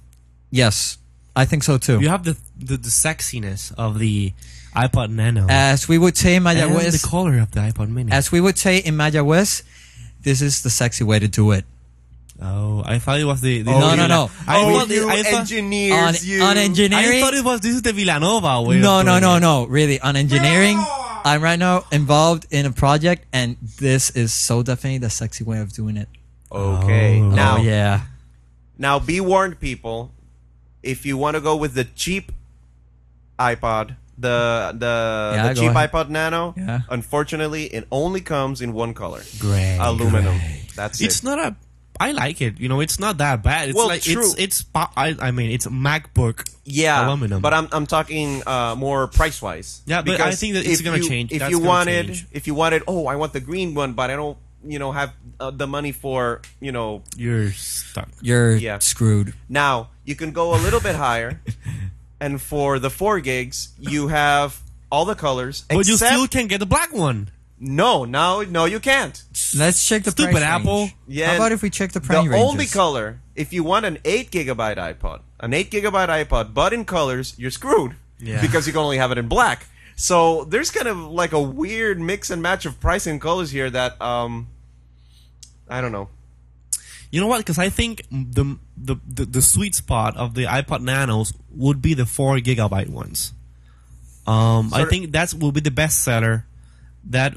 Speaker 6: Yes, I think so too.
Speaker 5: You have the, the the sexiness of the iPod Nano
Speaker 6: As we would say in
Speaker 5: and the
Speaker 6: Mayagüez,
Speaker 5: color of the iPod Mini.
Speaker 6: as we would say in Mayagüez, this is the sexy way to do it.
Speaker 5: oh, I thought it was the, the
Speaker 6: No, no, no.
Speaker 5: I
Speaker 1: oh,
Speaker 5: thought,
Speaker 1: you
Speaker 5: I thought,
Speaker 6: On,
Speaker 1: engineers, you.
Speaker 6: on
Speaker 5: I
Speaker 6: engineering,
Speaker 5: thought it was this is the Villanova way. of
Speaker 6: no, no,
Speaker 5: doing
Speaker 6: no,
Speaker 5: it.
Speaker 6: no. Really, on engineering, I'm right now involved in a project, and this is so definitely the sexy way of doing it.
Speaker 1: okay,
Speaker 5: Oh.
Speaker 1: now
Speaker 6: Oh yeah,
Speaker 1: now be warned, people. If you want to go with the cheap iPod, the the,
Speaker 6: Yeah,
Speaker 1: the
Speaker 6: go
Speaker 1: cheap
Speaker 6: ahead.
Speaker 1: iPod Nano,
Speaker 6: Yeah.
Speaker 1: unfortunately, it only comes in one color,
Speaker 5: Gray.
Speaker 1: aluminum. That's it.
Speaker 5: It's not a. I like it. You know, it's not that bad. It's
Speaker 1: Well,
Speaker 5: like
Speaker 1: true.
Speaker 5: it's it's. po- I, I mean, it's MacBook.
Speaker 1: Yeah,
Speaker 5: aluminum.
Speaker 1: But I'm I'm talking uh, more price wise.
Speaker 5: Yeah, but I think that it's gonna change.
Speaker 1: If
Speaker 5: That's
Speaker 1: you
Speaker 5: gonna
Speaker 1: wanted,
Speaker 5: change.
Speaker 1: if you wanted, oh, I want the green one, but I don't, you know, have uh, the money for, you know,
Speaker 5: You're stuck.
Speaker 6: you're
Speaker 1: Yeah.
Speaker 6: screwed.
Speaker 1: now you can go a little bit higher, and for the four gigs you have all the colors.
Speaker 5: But you
Speaker 1: except,
Speaker 5: still can get the black one.
Speaker 1: no, now no, you can't.
Speaker 6: Let's check the
Speaker 5: Stupid
Speaker 6: price
Speaker 5: Apple.
Speaker 6: range.
Speaker 1: Yeah,
Speaker 6: How about if we check the
Speaker 1: The
Speaker 6: price range?
Speaker 1: only color, if you want an eight gigabyte iPod, an eight gigabyte iPod, but in colors, you're screwed
Speaker 5: Yeah.
Speaker 1: because you can only have it in black. So there's kind of like a weird mix and match of price and colors here that um, I don't know.
Speaker 5: You know what? Because I think the, the the the sweet spot of the iPod Nanos would be the four gigabyte ones. Um, I
Speaker 1: Sort-
Speaker 5: think that's will be the best seller. That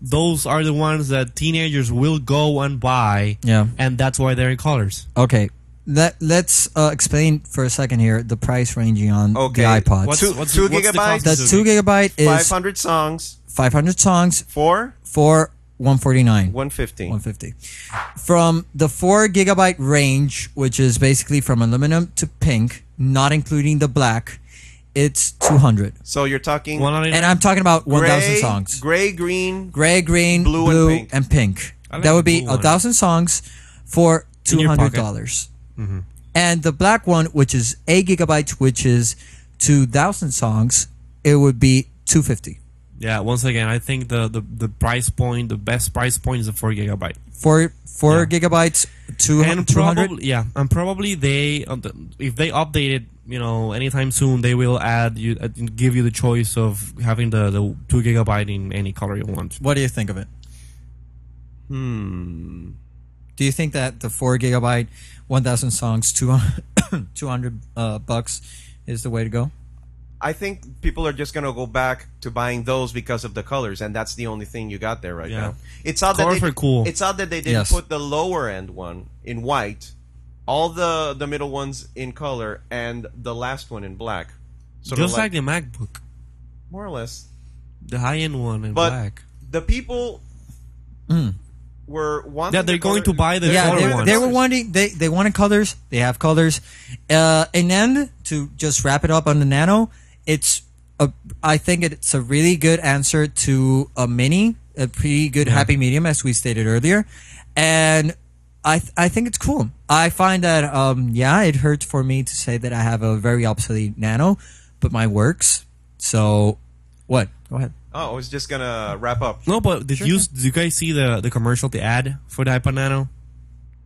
Speaker 5: those are the ones that teenagers will go and buy.
Speaker 6: Yeah.
Speaker 5: And that's why they're in colors.
Speaker 6: Okay. Let, let's uh, explain for a second here the price ranging on
Speaker 1: Okay.
Speaker 6: the iPods.
Speaker 1: What's-
Speaker 5: Two
Speaker 1: Two- two gigabytes?
Speaker 6: the two gigabyte
Speaker 1: Five
Speaker 6: is
Speaker 1: hundred songs
Speaker 6: 500 songs
Speaker 1: for
Speaker 6: for 149
Speaker 1: one fifty.
Speaker 6: 150 from the 4 gigabyte range which is basically from aluminum to pink not including the black it's 200
Speaker 1: So you're talking
Speaker 5: One ninety
Speaker 6: and
Speaker 5: nine.
Speaker 6: i'm talking about 1000
Speaker 1: gray,
Speaker 6: songs
Speaker 1: gray, green.
Speaker 6: gray green blue,
Speaker 1: Blue and pink.
Speaker 6: and pink,
Speaker 5: like
Speaker 6: that
Speaker 5: the
Speaker 6: would be
Speaker 5: blue one.
Speaker 6: 1000 songs for
Speaker 5: your
Speaker 6: $200
Speaker 5: pocket. Mm-hmm.
Speaker 6: dollars and the black one which is 8 gigabytes which is 2000 songs it would be 250
Speaker 5: Yeah. Once again, I think the, the the price point, the best price point is the four gigabyte.
Speaker 6: four four gigabytes, two
Speaker 5: and
Speaker 6: hundred.
Speaker 5: probably yeah, and probably they uh, the- if they update it, you know, anytime soon, they will add you uh, give you the choice of having the, the two gigabyte in any color you want.
Speaker 6: What do you think of it? Hmm.
Speaker 5: Hmm.
Speaker 6: Do you think that the four gigabyte, one thousand songs, 200, 200 uh, bucks is the way to go?
Speaker 1: I think people are just gonna go back to buying those because of the colors, and that's the only thing you got there right
Speaker 5: Yeah.
Speaker 1: now. It's odd
Speaker 5: Colors
Speaker 1: that they,
Speaker 5: are cool.
Speaker 1: It's odd that they didn't
Speaker 6: Yes.
Speaker 1: put the lower end one in white, all the the middle ones in color, and the last one in black. So
Speaker 5: Just like, the MacBook,
Speaker 1: more or less,
Speaker 5: the high end one in
Speaker 1: but
Speaker 5: black.
Speaker 1: the people
Speaker 6: Hmm.
Speaker 1: were wanting.
Speaker 5: Yeah, they're
Speaker 1: the
Speaker 5: going to
Speaker 1: color-
Speaker 5: buy the
Speaker 6: yeah,
Speaker 5: color
Speaker 6: they,
Speaker 5: ones.
Speaker 6: they were wanting they they wanted colors. They have colors. Uh, and then to just wrap it up on the Nano, it's a I think it's a really good answer to a mini, a pretty good happy medium as we stated earlier, and. I, th- I think it's cool. I find that um yeah, it hurts for me to say that I have a very obsolete nano, but my works. So what? Go ahead.
Speaker 1: Oh, I was just gonna wrap up.
Speaker 5: No, but did you did you guys see the the commercial, the ad for the iPad Nano?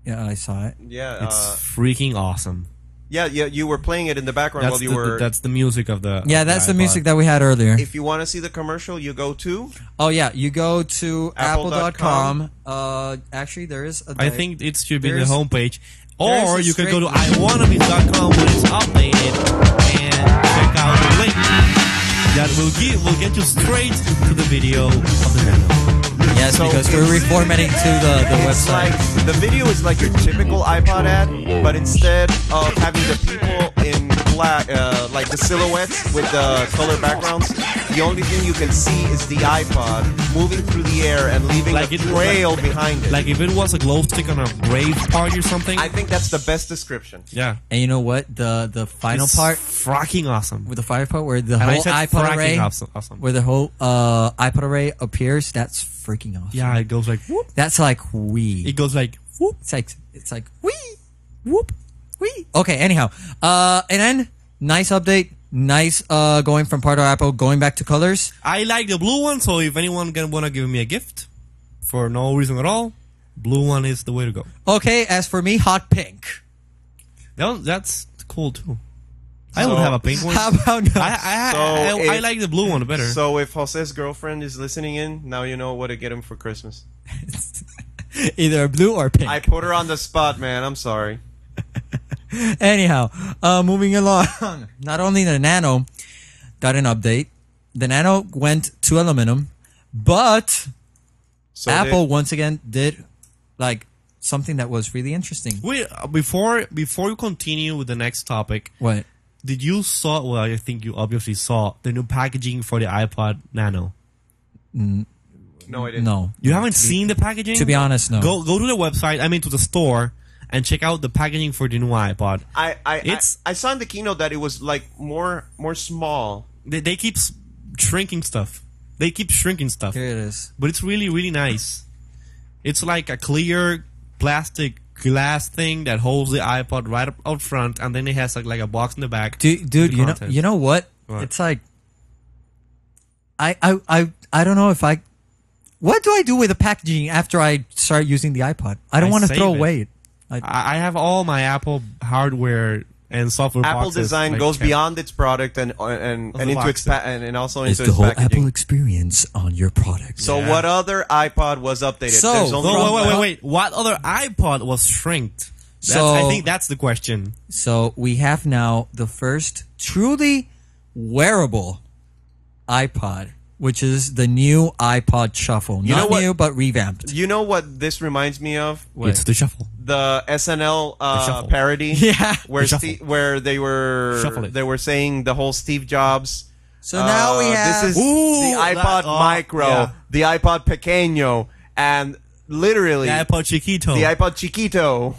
Speaker 6: Yeah, I saw it.
Speaker 1: Yeah,
Speaker 5: It's
Speaker 1: uh,
Speaker 5: freaking awesome.
Speaker 1: yeah, yeah. You were playing it in the background
Speaker 5: That's
Speaker 1: while you
Speaker 5: the,
Speaker 1: were.
Speaker 5: that's the music of the
Speaker 6: Yeah,
Speaker 5: of
Speaker 6: that's the
Speaker 5: iPod.
Speaker 6: music that we had earlier.
Speaker 1: if you want to see the commercial, you go to.
Speaker 6: Oh yeah, you go to
Speaker 1: Apple dot com.
Speaker 6: apple.com. Uh actually there is a
Speaker 5: I think it should be the
Speaker 6: There's-
Speaker 5: homepage.
Speaker 6: there's
Speaker 5: Or
Speaker 6: a
Speaker 5: you can go to
Speaker 6: straight-
Speaker 5: iwannabes.com when it's updated and check out the link that will give will get you straight to the video of the nano.
Speaker 6: yes
Speaker 1: So
Speaker 6: because we're
Speaker 1: it's-
Speaker 6: reformatting to the, the
Speaker 1: It's
Speaker 6: website.
Speaker 1: like the video is like your typical iPod ad, but instead of having the people in black, uh, like the silhouettes with the color backgrounds, the only thing you can see is the iPod moving through the air and leaving
Speaker 5: Like
Speaker 1: a
Speaker 5: it-
Speaker 1: trail behind it.
Speaker 5: Like if it was a glow stick on a brave party or something.
Speaker 1: I think that's the best description.
Speaker 5: yeah.
Speaker 6: and you know what? The the final
Speaker 5: It's
Speaker 6: part
Speaker 5: Fracking awesome.
Speaker 6: with the fire part where the
Speaker 5: And I
Speaker 6: whole
Speaker 5: said
Speaker 6: iPod
Speaker 5: fracking
Speaker 6: array
Speaker 5: awesome- awesome.
Speaker 6: where the whole uh iPod array appears, that's freaking awesome.
Speaker 5: Yeah, it goes like whoop.
Speaker 6: That's like we.
Speaker 5: It goes like whoop.
Speaker 6: It's like it's like wee whoop wee. Okay, anyhow. Uh and then nice update. Nice uh going from part of Apple going back to colors.
Speaker 5: I like the blue one, so if anyone gonna wanna give me a gift for no reason at all, blue one is the way to go.
Speaker 6: Okay, as for me, hot pink.
Speaker 5: That one, that's cool too. I would
Speaker 1: So-
Speaker 5: have a pink one.
Speaker 6: How about
Speaker 5: I I,
Speaker 1: So
Speaker 5: I, I, I
Speaker 1: if-
Speaker 5: like the blue one better.
Speaker 1: So if Jose's girlfriend is listening in, now you know what to get him for Christmas.
Speaker 6: either blue or pink?
Speaker 1: I put her on the spot, man. I'm sorry.
Speaker 6: Anyhow, uh, moving along. Not only the Nano got an update, the Nano went to aluminum, but
Speaker 1: So
Speaker 6: Apple
Speaker 1: did-
Speaker 6: once again did like something that was really interesting.
Speaker 5: Wait, uh, before before you continue with the next topic,
Speaker 6: What?
Speaker 5: did you saw? Well, I think you obviously saw the new packaging for the iPod Nano.
Speaker 1: no, I didn't.
Speaker 6: No,
Speaker 5: You haven't seen the packaging?
Speaker 6: to Mm, be honest, no.
Speaker 5: Go go to the website. I mean, to the store and check out the packaging for the new iPod.
Speaker 1: I, I,
Speaker 5: It's-
Speaker 1: I, I saw in the keynote that it was like more, more small.
Speaker 5: They, they keep s- shrinking stuff. They keep shrinking stuff.
Speaker 6: Here it is.
Speaker 5: but it's really really nice. It's like a clear plastic glass thing that holds the iPod right up out front, and then it has like, like a box in the back.
Speaker 6: dude, dude
Speaker 5: the
Speaker 6: you know
Speaker 5: content.
Speaker 6: you know what?
Speaker 5: What?
Speaker 6: it's like I, I i i don't know if i what do i do with the packaging after i start using the ipod i don't
Speaker 5: I
Speaker 6: want to
Speaker 5: save
Speaker 6: throw
Speaker 5: it.
Speaker 6: away it
Speaker 5: I, I have all my Apple hardware and software.
Speaker 1: Apple
Speaker 5: boxes,
Speaker 1: design
Speaker 5: like,
Speaker 1: goes
Speaker 5: kept.
Speaker 1: beyond its product and uh, and,
Speaker 5: the
Speaker 1: and into its
Speaker 5: boxes.
Speaker 1: pa- and, and also into
Speaker 6: it's
Speaker 1: its
Speaker 6: the whole
Speaker 1: packaging.
Speaker 6: apple experience on your product
Speaker 1: so
Speaker 5: Yeah.
Speaker 1: what other iPod was updated?
Speaker 6: So,
Speaker 1: There's only
Speaker 5: No,
Speaker 1: one
Speaker 5: wait, wait,
Speaker 1: left.
Speaker 5: wait, wait. What other iPod was shrinked? That's,
Speaker 6: So-
Speaker 5: I think that's the question.
Speaker 6: so we have now the first truly wearable ipod which is the new iPod Shuffle.
Speaker 1: You know
Speaker 6: Not
Speaker 1: what-
Speaker 6: new, but revamped.
Speaker 1: You know what this reminds me of?
Speaker 5: It's the shuffle.
Speaker 1: The SNL uh,
Speaker 5: shuffle.
Speaker 1: parody,
Speaker 6: Yeah.
Speaker 1: where
Speaker 5: The shuffle.
Speaker 1: Ste- where they were
Speaker 5: Shuffle it.
Speaker 1: they were saying the whole Steve Jobs. uh,
Speaker 6: So now
Speaker 5: Uh,
Speaker 6: we have
Speaker 1: this is the iPod
Speaker 5: that- oh,
Speaker 1: Micro,
Speaker 5: yeah.
Speaker 1: the iPod Pequeño, and literally
Speaker 5: The iPod Chiquito.
Speaker 1: the iPod Chiquito.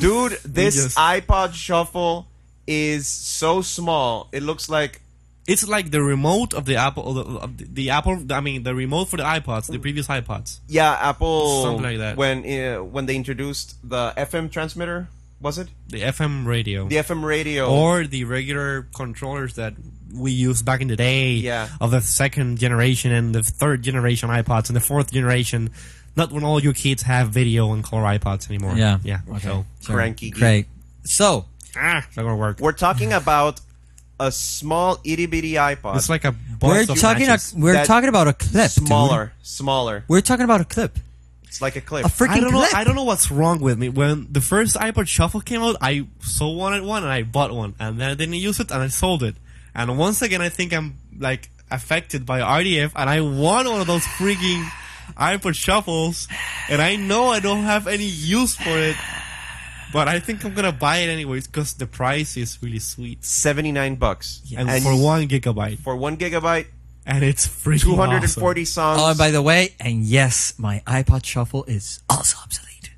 Speaker 1: Dude, this
Speaker 5: just-
Speaker 1: iPod Shuffle is so small. It looks like
Speaker 5: it's like the remote of the Apple. Of the, the Apple. I mean, the remote for the iPods, the previous iPods.
Speaker 1: yeah, Apple
Speaker 5: Something like that.
Speaker 1: when uh, when they introduced the FM transmitter, was it?
Speaker 5: The FM radio.
Speaker 1: The FM radio.
Speaker 5: or the regular controllers that we used back in the day
Speaker 1: Yeah.
Speaker 5: of the second generation and the third generation iPods and the fourth generation. Not when all your kids have video and color iPods anymore.
Speaker 6: Yeah.
Speaker 5: Yeah. So,
Speaker 1: cranky.
Speaker 6: Great. So
Speaker 5: ah, it's not going to work.
Speaker 1: We're talking about a small itty bitty iPod.
Speaker 5: It's like a
Speaker 6: we're
Speaker 5: box of
Speaker 6: talking. A,
Speaker 5: matches.
Speaker 6: we're
Speaker 1: That-
Speaker 6: talking about a clip. dude.
Speaker 1: smaller, smaller.
Speaker 6: We're talking about a clip.
Speaker 1: It's like a clip.
Speaker 6: A freaking
Speaker 5: I don't know.
Speaker 6: clip.
Speaker 5: I don't know what's wrong with me. When the first iPod Shuffle came out, I so wanted one and I bought one, and then I didn't use it and I sold it. And once again, I think I'm like affected by RDF, and I want one of those freaking iPod Shuffles, and I know I don't have any use for it, but I think I'm gonna buy it anyways because the price is really sweet.
Speaker 1: Seventy nine bucks.
Speaker 5: And, for one gigabyte,
Speaker 1: for one gigabyte,
Speaker 5: and it's freaking
Speaker 1: two hundred and forty songs.
Speaker 6: Oh, and by the way, and yes, my iPod Shuffle is also obsolete.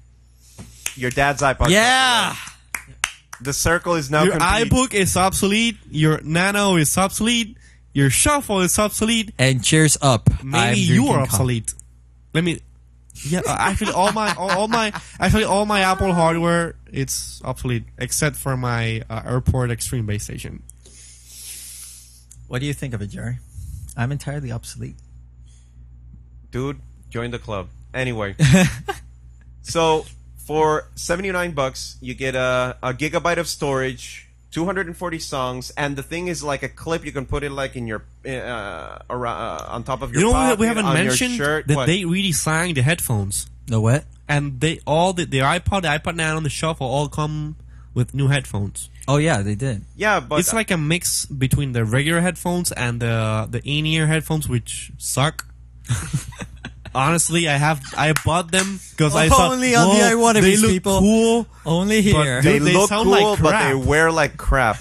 Speaker 1: your dad's iPod.
Speaker 6: Yeah.
Speaker 1: The circle is now
Speaker 5: Awesome. Your
Speaker 1: complete.
Speaker 5: iBook is obsolete. Your Nano is obsolete. Your Shuffle is obsolete.
Speaker 6: And cheers up. I'm
Speaker 5: Maybe you
Speaker 6: drinking
Speaker 5: are
Speaker 6: coffee.
Speaker 5: obsolete. Let me. Yeah, uh, actually, all my all, all my actually all my Apple hardware it's obsolete except for my uh, Airport Extreme base station.
Speaker 6: What do you think of it, Jerry? I'm entirely obsolete.
Speaker 1: Dude, join the club. Anyway, so for seventy nine bucks, you get a, a gigabyte of storage. 240 songs, and the thing is like a clip you can put it like in your uh, around, uh, on top of your.
Speaker 5: You know
Speaker 1: pocket,
Speaker 5: what we haven't
Speaker 1: on your
Speaker 5: mentioned
Speaker 1: shirt.
Speaker 5: that
Speaker 1: What?
Speaker 5: they redesigned the headphones
Speaker 6: The what?
Speaker 5: and they all the, the iPod, the iPod Nano, and the Shuffle all come with new headphones.
Speaker 6: Oh yeah, they did.
Speaker 1: yeah, but
Speaker 5: it's like a mix between the regular headphones and the the in ear headphones, which suck. Honestly, I have I bought them because I thought
Speaker 6: Only on the
Speaker 5: "Whoa,
Speaker 6: I wanna
Speaker 5: they
Speaker 6: be's
Speaker 5: look
Speaker 6: people."
Speaker 5: cool.
Speaker 6: Only here.
Speaker 5: dude-
Speaker 1: they,
Speaker 5: they
Speaker 1: look
Speaker 5: sound
Speaker 1: cool,
Speaker 5: like
Speaker 1: but
Speaker 5: crap.
Speaker 1: they wear like crap.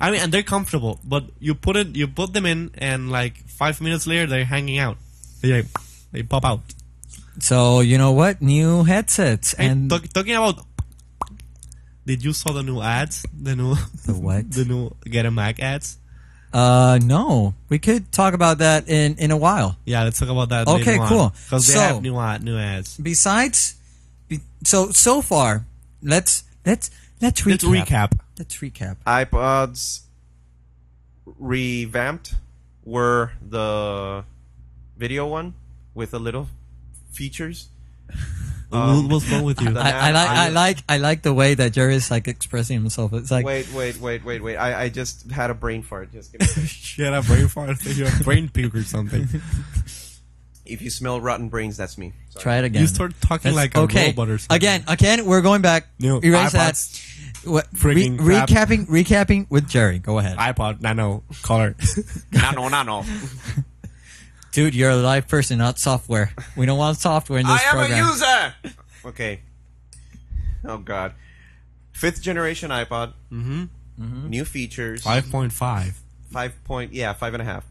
Speaker 5: I mean, and they're comfortable, but you put it, you put them in, and like five minutes later, they're hanging out. They they pop out.
Speaker 6: so you know what? New headsets
Speaker 5: And
Speaker 6: and
Speaker 5: talking about, did you saw the new ads? The new
Speaker 6: the what?
Speaker 5: the new Get a Mac ads?
Speaker 6: Uh, no. We could talk about that in in a while.
Speaker 5: Yeah, let's talk about that.
Speaker 6: Okay, cool.
Speaker 5: Because they
Speaker 6: So-
Speaker 5: have new ad, new ads.
Speaker 6: Besides, be, so so far, let's let's let's
Speaker 5: Let's
Speaker 6: recap.
Speaker 5: recap.
Speaker 6: Let's recap.
Speaker 1: iPods revamped were the video one with a little features.
Speaker 5: What- What's wrong with you?
Speaker 1: the-
Speaker 6: I, I like
Speaker 1: I-
Speaker 6: I like I like the way that Jerry is like expressing himself. It's like
Speaker 1: Wait, wait, wait, wait, wait. I, I just had a brain fart. Just give me a second.
Speaker 5: Shut up, brain fart. You're a brain puke or something.
Speaker 1: if you smell rotten brains, that's me. Sorry.
Speaker 6: try it again.
Speaker 5: You start talking
Speaker 6: That's-
Speaker 5: like a robot or something.
Speaker 6: Again, again, we're going back.
Speaker 5: No, iPods.
Speaker 6: Erase that. What, re-
Speaker 5: Freaking crap.
Speaker 6: recapping, recapping with Jerry. Go ahead,
Speaker 5: iPod Nano color.
Speaker 1: Nano, nano.
Speaker 6: dude. You're a live person, not software. We don't want software in this program.
Speaker 1: user. Okay. Oh God. Fifth generation iPod. Mm-hmm. New features.
Speaker 5: Five point five.
Speaker 1: five point yeah five and a half.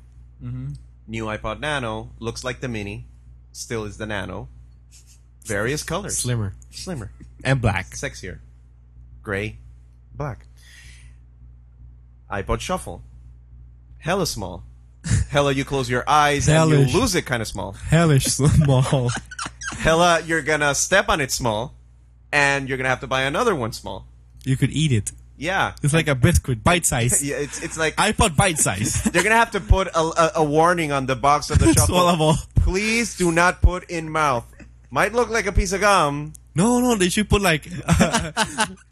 Speaker 1: new ipod nano looks like the mini still is the nano various colors
Speaker 5: Slimmer
Speaker 1: slimmer
Speaker 5: and black.
Speaker 1: sexier gray black ipod shuffle hella small hella you close your eyes and you
Speaker 5: Hellish.
Speaker 1: lose it kind of small
Speaker 5: hellish small.
Speaker 1: hella you're gonna step on it small and you're gonna have to buy another one small
Speaker 5: you could eat it.
Speaker 1: yeah
Speaker 5: It's like a biscuit, bite size.
Speaker 1: yeah, it's, it's like
Speaker 5: iPod bite size.
Speaker 1: they're gonna have to put a, a, a warning on the box of the shuffle.
Speaker 5: Swallowable.
Speaker 1: Please do not put in mouth. Might look like a piece of gum.
Speaker 5: No, no, they should put like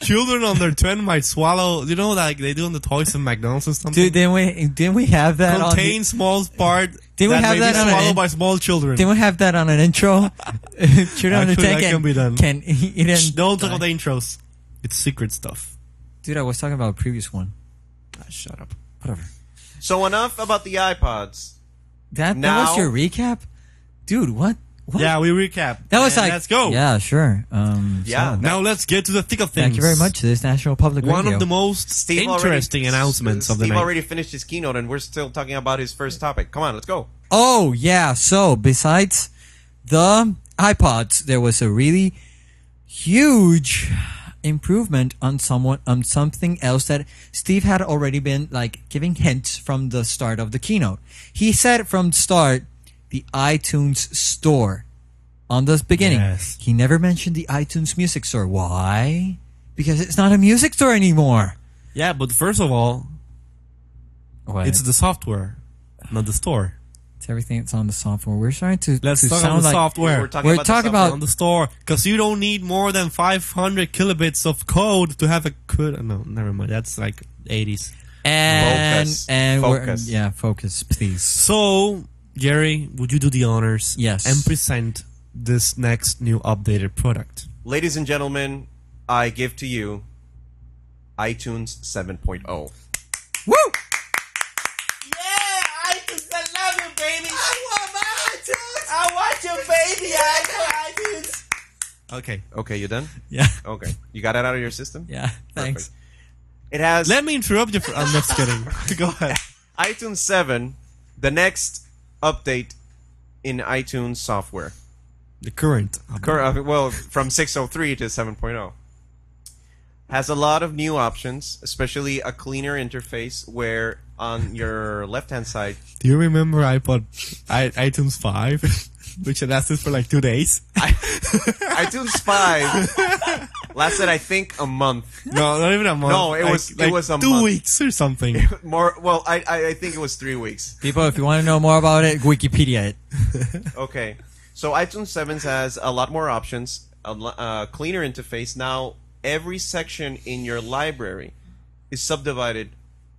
Speaker 5: children on their twin might swallow. You know, like they do on the toys in McDonald's or something.
Speaker 6: Dude, didn't we didn't we have that on?
Speaker 5: Contain
Speaker 6: the-
Speaker 5: small part
Speaker 6: Didn't we
Speaker 5: that
Speaker 6: have
Speaker 5: may
Speaker 6: that
Speaker 5: be
Speaker 6: on an
Speaker 5: swallowed
Speaker 6: in-
Speaker 5: by small children.
Speaker 6: Didn't we have that on an intro? Shoot on
Speaker 5: Actually,
Speaker 6: the
Speaker 5: that
Speaker 6: tank
Speaker 5: can
Speaker 6: and
Speaker 5: be done.
Speaker 6: Can eat
Speaker 5: Shh,
Speaker 6: and
Speaker 5: don't talk about the intros. It's secret stuff.
Speaker 6: Dude, I was talking about a previous one.
Speaker 5: Ah, shut up.
Speaker 1: So enough about the iPods.
Speaker 6: That, that
Speaker 1: Now-
Speaker 6: was your recap, dude. What? what?
Speaker 5: Yeah, we recap.
Speaker 6: that was
Speaker 5: And
Speaker 6: like
Speaker 5: let's go.
Speaker 6: Yeah, sure. Um,
Speaker 1: Yeah.
Speaker 6: so,
Speaker 5: Now let's get to the thick of things.
Speaker 6: thank you very much. This is National Public
Speaker 5: One
Speaker 6: Radio.
Speaker 5: of the most
Speaker 1: Steve already-
Speaker 5: interesting announcements of the
Speaker 1: Steve
Speaker 5: night.
Speaker 1: already finished his keynote, and we're still talking about his first topic. Come on, let's go.
Speaker 6: Oh yeah. So besides the iPods, there was a really huge improvement on someone on something else that Steve had already been like giving hints from the start of the keynote. He said from the start the iTunes store on the beginning.
Speaker 5: Yes.
Speaker 6: He never mentioned the iTunes music store. Why? Because it's not a music store anymore.
Speaker 5: yeah, but first of all,
Speaker 6: What?
Speaker 5: it's the software, not the store.
Speaker 6: It's everything that's on the software. We're starting to,
Speaker 5: Let's
Speaker 6: to
Speaker 5: talk
Speaker 6: sound
Speaker 5: on the
Speaker 6: like
Speaker 5: software.
Speaker 1: We're talking
Speaker 6: We're
Speaker 1: about the
Speaker 6: talking
Speaker 1: software.
Speaker 5: on the store because you don't need more than 500 kilobits of code to have a code. No, never mind. That's like 80s.
Speaker 6: and
Speaker 1: Focus.
Speaker 6: and we're-
Speaker 1: Focus.
Speaker 6: yeah, focus, please.
Speaker 5: So, Jerry, would you do the honors?
Speaker 6: Yes.
Speaker 5: And present this next new updated product.
Speaker 1: Ladies and gentlemen, I give to you iTunes oh. 7.0.
Speaker 6: Woo!
Speaker 5: Okay.
Speaker 1: Okay, you done?
Speaker 6: Yeah,
Speaker 5: Oh,
Speaker 1: Okay, you got it out of your system.
Speaker 6: yeah. Thanks.
Speaker 1: It has
Speaker 5: Let me interrupt you. For, I'm just kidding. Go ahead.
Speaker 1: iTunes 7, the next update in iTunes software.
Speaker 5: The current.
Speaker 1: Cur- uh, Well, from 603 to 7.0. Has a lot of new options, especially a cleaner interface where on your left hand side,
Speaker 5: Do you remember iPod I, iTunes 5? Which had lasted for like two days.
Speaker 1: iTunes 5 lasted, I think, a month.
Speaker 5: No, not even a month.
Speaker 1: No, it
Speaker 5: Like-
Speaker 1: was- it
Speaker 5: like
Speaker 1: was a
Speaker 5: two
Speaker 1: month.
Speaker 5: weeks or something.
Speaker 1: More, well, I, I, I think it was three weeks.
Speaker 6: People, if you want to know more about it, Wikipedia it.
Speaker 1: Okay. So iTunes 7 has a lot more options, a lo- uh, cleaner interface. Now, every section in your library is subdivided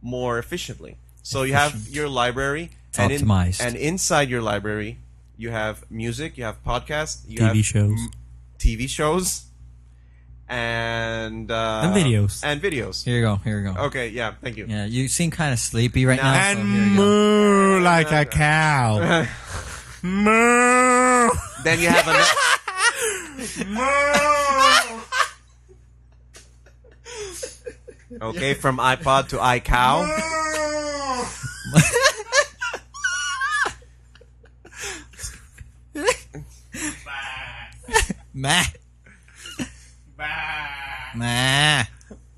Speaker 1: more efficiently. So you have your library and, in-
Speaker 6: optimized.
Speaker 1: and inside your library, you have music, you have podcasts, you
Speaker 5: TV
Speaker 1: have
Speaker 5: shows.
Speaker 1: TV shows, and uh,
Speaker 5: And videos.
Speaker 1: and videos.
Speaker 6: Here you go. Here you go.
Speaker 1: Okay, yeah, thank you.
Speaker 6: Yeah, you seem kind of sleepy right
Speaker 1: Oh,
Speaker 6: now. so here
Speaker 5: and
Speaker 6: you go.
Speaker 5: moo like a cow. moo.
Speaker 1: Then you have a okay from iPod to iCow.
Speaker 6: Meh. Meh.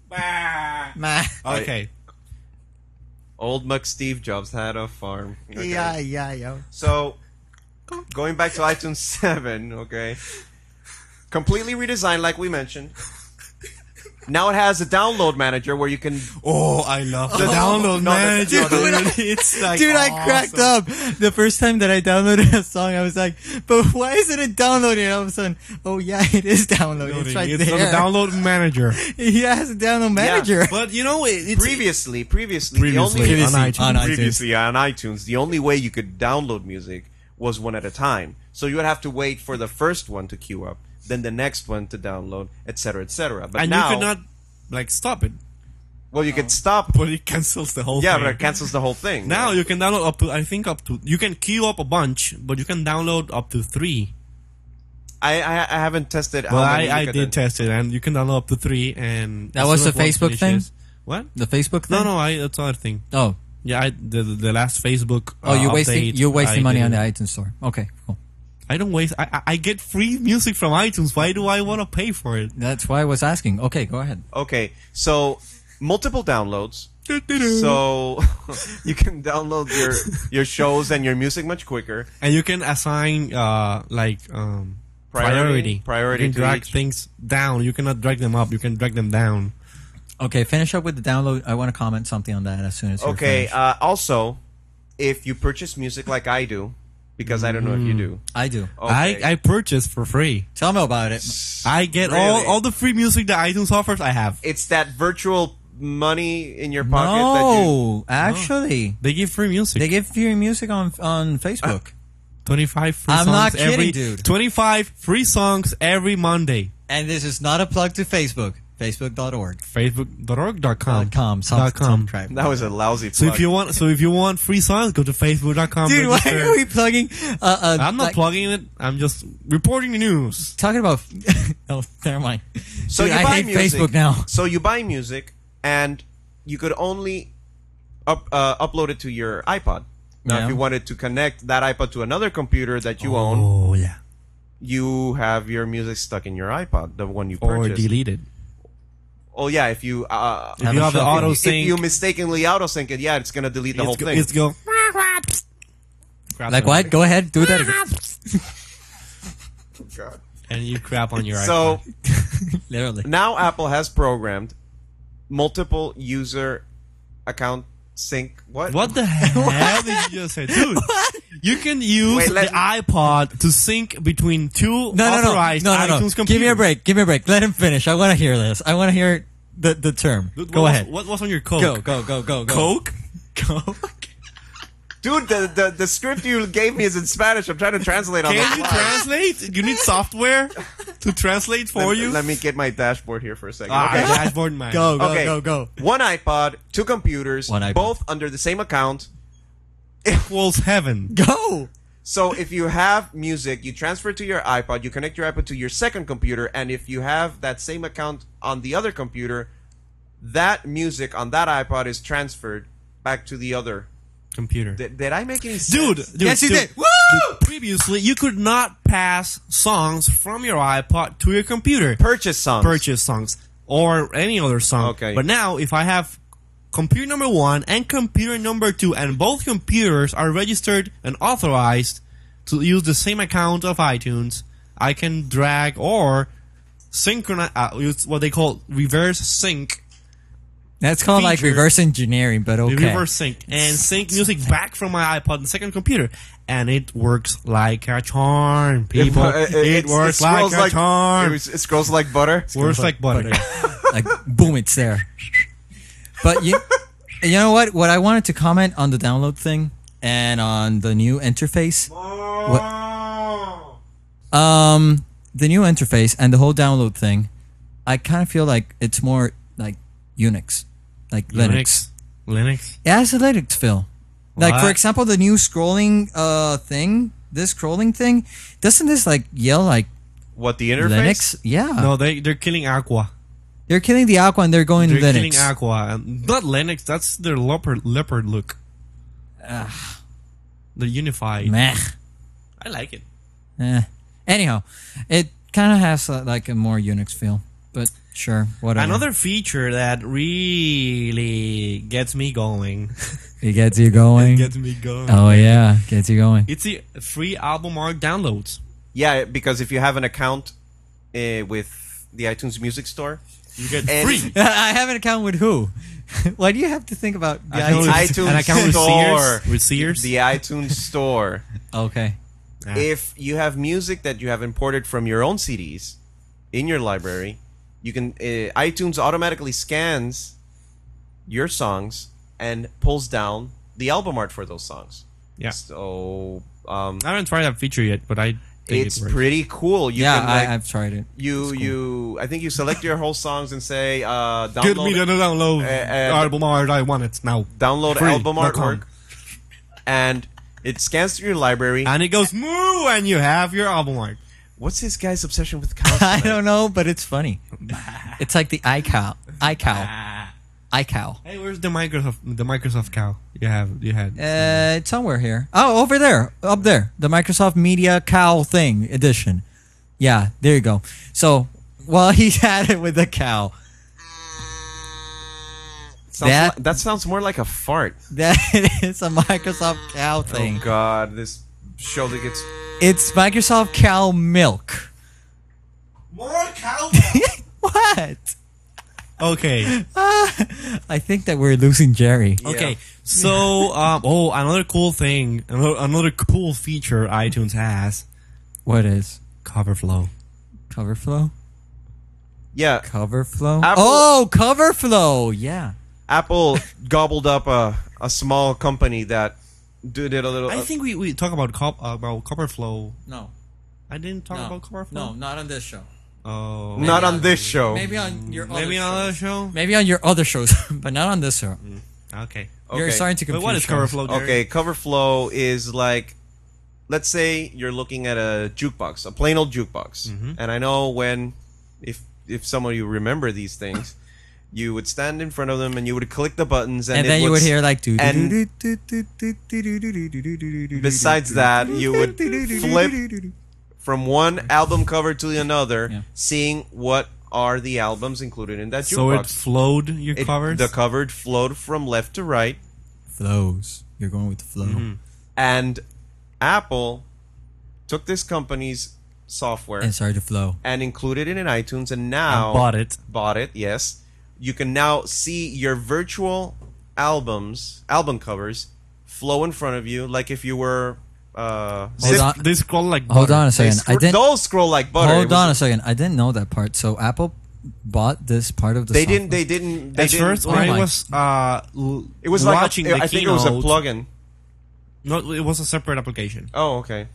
Speaker 6: Meh.
Speaker 5: Okay.
Speaker 1: Old Muck Steve Jobs had a farm. Yeah, yeah, yo. So, going back to iTunes 7, okay. Completely redesigned, like we mentioned. Now it has a download manager where you can.
Speaker 5: Oh, I love the download
Speaker 1: no, the-
Speaker 5: manager.
Speaker 1: no, the-
Speaker 5: dude. it's like
Speaker 6: Dude, I cracked up the first time that I downloaded a song. I was like, "But why isn't it downloading?" And all of a sudden, oh yeah, it is downloading. It's right
Speaker 5: It's
Speaker 6: there.
Speaker 5: on the download manager.
Speaker 6: he has a download manager.
Speaker 5: But you know, it, it's
Speaker 1: Previously, previously,
Speaker 5: Previously
Speaker 1: the only
Speaker 5: on iTunes.
Speaker 6: on iTunes.
Speaker 1: previously on iTunes, the only way you could download music was one at a time. So you would have to wait for the first one to queue up, then the next one to download, etc., etc. But
Speaker 5: and
Speaker 1: now,
Speaker 5: you could not like stop it,
Speaker 1: well, you could stop.
Speaker 5: but it cancels the whole
Speaker 1: Yeah,
Speaker 5: thing.
Speaker 1: but it cancels the whole thing.
Speaker 5: now you can download up to I think up to you can queue up a bunch, but you can download up to three.
Speaker 1: I I, I haven't tested.
Speaker 5: Well,
Speaker 1: how many you
Speaker 5: I, I
Speaker 1: could
Speaker 5: did
Speaker 1: then-
Speaker 5: test it, and you can download up to three. And
Speaker 6: That
Speaker 5: as
Speaker 6: was
Speaker 5: soon
Speaker 6: the
Speaker 5: as one
Speaker 6: Facebook thing?
Speaker 5: finishes- What?
Speaker 6: The Facebook
Speaker 5: No, no, I that's another thing.
Speaker 6: Oh,
Speaker 5: Yeah, I, the the last Facebook.
Speaker 6: oh,
Speaker 5: uh,
Speaker 6: you're wasting
Speaker 5: update,
Speaker 6: you're wasting
Speaker 5: I
Speaker 6: money on the
Speaker 5: didn't-
Speaker 6: iTunes store. Okay, cool.
Speaker 5: I don't waste. I I- I get free music from iTunes. Why do I want to pay for it?
Speaker 6: That's why I was asking. Okay, go ahead.
Speaker 1: Okay, so multiple downloads. so you can download your your shows and your music much quicker.
Speaker 5: And you can assign uh like um
Speaker 1: Priority.
Speaker 5: priority
Speaker 1: Priority
Speaker 5: You
Speaker 1: to
Speaker 5: can drag
Speaker 1: each.
Speaker 5: things down. You cannot drag them up. You can drag them down.
Speaker 6: Okay, finish up with the download. I want to comment something on that as soon as. you're
Speaker 1: Okay.
Speaker 6: finished.
Speaker 1: Uh, also, if you purchase music like I do, because I don't know if
Speaker 5: Mm.
Speaker 1: you do.
Speaker 6: I do.
Speaker 5: oh.
Speaker 1: Okay.
Speaker 5: I I purchase for free.
Speaker 6: Tell me about it.
Speaker 5: I get
Speaker 1: Really?
Speaker 5: all all the free music that iTunes offers. I have.
Speaker 1: it's that virtual money in your pocket.
Speaker 6: No, actually,
Speaker 5: They give free music.
Speaker 6: they give you music on on Facebook.
Speaker 5: Twenty five free
Speaker 6: I'm
Speaker 5: songs
Speaker 6: not kidding,
Speaker 5: every
Speaker 6: dude.
Speaker 5: twenty five free songs every Monday.
Speaker 6: and this is not a plug to Facebook. Facebook.org.
Speaker 5: Facebook.org.com.
Speaker 6: Dot com. Some,
Speaker 5: Oh. Dot com.
Speaker 6: some crap.
Speaker 1: That was a lousy.
Speaker 5: So
Speaker 1: plug.
Speaker 5: if you want, so if you want free songs, go to facebook.com.
Speaker 6: Dude, why
Speaker 5: register.
Speaker 6: are we plugging? Uh, uh,
Speaker 5: I'm not
Speaker 6: like-
Speaker 5: plugging it. I'm just reporting the news.
Speaker 6: talking about. oh, never mind.
Speaker 1: so
Speaker 6: Dude,
Speaker 1: you
Speaker 6: I
Speaker 1: buy
Speaker 6: hate
Speaker 1: music,
Speaker 6: Facebook now.
Speaker 1: So you buy music, and you could only up, uh, upload it to your iPod. Now,
Speaker 6: Yeah.
Speaker 1: if you wanted to connect that iPod to another computer that you own,
Speaker 5: Oh yeah,
Speaker 1: you have your music stuck in your iPod, the one you
Speaker 5: or
Speaker 1: purchased.
Speaker 5: delete it.
Speaker 1: Oh yeah, if you uh,
Speaker 5: If you have the auto sync,
Speaker 1: if you mistakenly auto sync it, yeah, it's gonna delete the whole
Speaker 5: it's,
Speaker 1: thing.
Speaker 5: go, it's go.
Speaker 6: Like what? Go ahead, do that again.
Speaker 5: And you crap on your iPhone.
Speaker 1: so
Speaker 6: Literally.
Speaker 1: now Apple has programmed multiple user account sync. What?
Speaker 5: What the hell did you just say, dude? You can use
Speaker 1: Wait, let-
Speaker 5: the iPod to sync between two
Speaker 6: No, no, no,
Speaker 5: authorized
Speaker 6: no, no, no.
Speaker 5: iTunes computers.
Speaker 6: Give me a break. Give me a break. Let him finish. I want to hear this. I want to hear the the term.
Speaker 5: Dude,
Speaker 6: go
Speaker 5: what
Speaker 6: ahead.
Speaker 5: Was, what was on your Coke?
Speaker 6: Go, go, go, go, go.
Speaker 5: Coke?
Speaker 6: Coke.
Speaker 1: Dude, the, the the script you gave me is in Spanish. I'm trying to translate on the
Speaker 5: Can you
Speaker 1: fly.
Speaker 5: translate? You need software to translate for
Speaker 1: Let-
Speaker 5: you.
Speaker 1: Let me get my dashboard here for a second.
Speaker 5: Ah,
Speaker 1: okay.
Speaker 5: dashboard man.
Speaker 6: Go, go,
Speaker 1: Okay.
Speaker 6: go, go.
Speaker 1: One iPod, two computers,
Speaker 6: One iPod.
Speaker 1: both under the same account.
Speaker 5: Equals heaven.
Speaker 6: Go.
Speaker 1: So if you have music, you transfer it to your iPod, you connect your iPod to your second computer, and if you have that same account on the other computer, that music on that iPod is transferred back to the other.
Speaker 5: Computer.
Speaker 1: Did, did I make any sense?
Speaker 5: dude, dude,
Speaker 6: Yes, you
Speaker 5: dude.
Speaker 6: did. Woo!
Speaker 5: Dude, Previously, you could not pass songs from your iPod to your computer.
Speaker 1: Purchase songs.
Speaker 5: Purchase songs or any other song.
Speaker 1: Okay.
Speaker 5: But now, if I have computer number one and computer number two, and both computers are registered and authorized to use the same account of iTunes, I can drag or synchronize uh, use what they call reverse sync.
Speaker 6: That's called like
Speaker 5: Feature.
Speaker 6: reverse engineering, but okay.
Speaker 5: reverse sync and sync music back from my iPod and second computer, and it works like a charm, people.
Speaker 1: Uh,
Speaker 5: It, works like
Speaker 1: scrolls
Speaker 5: a charm.
Speaker 1: it, was- it scrolls like butter.
Speaker 5: works like butter.
Speaker 6: uh, like boom, it's there. But you, you know what? What I wanted to comment on the download thing and on the new interface. What- um, the new interface and the whole download thing. I kind of feel like it's more like Unix, like Linux.
Speaker 5: Linux.
Speaker 6: It has a Linux feel. Like for
Speaker 5: What?
Speaker 6: example, the new scrolling uh thing, this scrolling thing, doesn't this like yell like
Speaker 1: What the interface?
Speaker 6: Linux? Yeah,
Speaker 5: No, they they're killing Aqua.
Speaker 6: they're killing the Aqua and they're going
Speaker 5: They're
Speaker 6: Linux.
Speaker 5: killing Aqua. And Not Linux. That's their leopard leopard look.
Speaker 6: Ah.
Speaker 5: They're unified.
Speaker 6: Meh.
Speaker 5: I like it.
Speaker 6: Eh. Anyhow, it kind of has uh, like a more Unix feel, but sure, whatever.
Speaker 5: Another feature that really gets me going.
Speaker 6: it gets you going.
Speaker 5: gets me going.
Speaker 6: oh yeah, gets you going.
Speaker 5: It's the free album art downloads.
Speaker 1: Yeah, because if you have an account uh, with the iTunes Music Store,
Speaker 5: You get
Speaker 1: And-
Speaker 5: free.
Speaker 6: I have an account with who? Why do you have to think about the
Speaker 5: An account
Speaker 6: iTunes?
Speaker 5: with- an account with
Speaker 1: Store.
Speaker 5: Sears. With Sears.
Speaker 1: the iTunes Store.
Speaker 6: Okay.
Speaker 5: Ah.
Speaker 1: if you have music that you have imported from your own CDs in your library, you can uh, iTunes automatically scans your songs and pulls down the album art for those songs.
Speaker 5: Yeah.
Speaker 1: So um,
Speaker 5: I haven't tried that feature yet, but I think
Speaker 1: it's
Speaker 5: it works.
Speaker 1: pretty cool. You
Speaker 6: yeah,
Speaker 1: can,
Speaker 6: I,
Speaker 1: like,
Speaker 6: I've tried it.
Speaker 1: you you I think you select your whole songs and say uh, download
Speaker 5: Get me the download
Speaker 1: Uh, uh,
Speaker 5: album art. I want it now.
Speaker 1: download
Speaker 5: Free,
Speaker 1: album
Speaker 5: dot com.
Speaker 1: artwork, and it scans through your library.
Speaker 5: And it goes moo, and you have your album art.
Speaker 1: What's this guy's obsession with cows?
Speaker 6: I
Speaker 1: tonight?
Speaker 6: don't know, but it's funny. it's like the iCow, iCow,
Speaker 1: Ah.
Speaker 6: iCow.
Speaker 5: Hey, where's the Microsoft the Microsoft cow you have you had?
Speaker 6: Uh, it's somewhere here. Oh, over there, up there, the Microsoft Media Cow Thing Edition. Yeah, there you go. So, well, he had it with the cow.
Speaker 1: Sounds
Speaker 6: That-
Speaker 1: li- that Oh, sounds more like a fart.
Speaker 6: That is a Microsoft cow thing.
Speaker 1: Oh God, this show that gets
Speaker 6: It's Microsoft cow milk. More cow. what?
Speaker 1: Uh,
Speaker 6: Ah,
Speaker 5: Okay,
Speaker 6: I think that we're losing Jerry.
Speaker 5: okay. So, um, oh, another cool thing, another, another cool feature iTunes has
Speaker 6: What is
Speaker 5: cover
Speaker 1: Uh,
Speaker 5: flow.
Speaker 6: cover flow?
Speaker 1: yeah.
Speaker 6: Cover flow.
Speaker 1: Apple-
Speaker 6: Oh, cover flow. Yeah.
Speaker 1: Apple gobbled up a a small company that do- did a little. uh,
Speaker 5: I think we, we talk about cop, about cover flow.
Speaker 6: No.
Speaker 5: I didn't talk about cover flow.
Speaker 6: not on this show.
Speaker 5: Oh,
Speaker 1: Not on this show.
Speaker 6: Maybe on your other
Speaker 5: maybe
Speaker 6: show.
Speaker 5: another show.
Speaker 6: maybe on your other shows, but not on this show.
Speaker 5: Okay.
Speaker 6: You're
Speaker 1: Okay.
Speaker 6: starting to confuse.
Speaker 5: But what is
Speaker 6: shows.
Speaker 5: cover flow? Jerry?
Speaker 1: Okay, cover flow is like, let's say you're looking at a jukebox, a plain old jukebox,
Speaker 6: Mm-hmm.
Speaker 1: and I know when, if if some of you remember these things, you would stand in front of them and you would click the buttons, and,
Speaker 6: And
Speaker 1: it
Speaker 6: then you would hear like do
Speaker 1: and-
Speaker 6: do
Speaker 1: Besides that, you would flip from one album cover to another,
Speaker 6: Yeah.
Speaker 1: seeing what are the albums included in that jukebox.
Speaker 5: So it flowed your
Speaker 1: It-
Speaker 5: covers.
Speaker 1: The covered flowed from left to right,
Speaker 6: flows. You're going with the flow.
Speaker 1: Mm-hmm. and Apple took this company's software
Speaker 6: And sorry to flow.
Speaker 1: and included it in iTunes, and now
Speaker 5: And bought it.
Speaker 1: Bought it, yes. You can now see your virtual albums, album covers, flow in front of you, like if you were. Uh,
Speaker 6: Hold
Speaker 1: zip-
Speaker 6: on.
Speaker 5: they scroll like
Speaker 6: Hold
Speaker 5: butter.
Speaker 6: on a
Speaker 1: they
Speaker 6: second. I
Speaker 1: scro-
Speaker 6: didn't.
Speaker 1: don't scroll like butter. It
Speaker 6: Hold
Speaker 1: was-
Speaker 6: on a second. I didn't know that part. So Apple bought this part of the.
Speaker 1: They didn't.
Speaker 6: software.
Speaker 1: They didn't. They
Speaker 5: At
Speaker 1: didn't-
Speaker 5: first,
Speaker 6: oh
Speaker 5: when I
Speaker 6: my.
Speaker 5: was uh, l-
Speaker 1: it was like
Speaker 5: watching
Speaker 1: a,
Speaker 5: the
Speaker 1: I think it was a
Speaker 5: keynote-
Speaker 1: plugin.
Speaker 5: No, it was a separate application
Speaker 1: Oh, okay.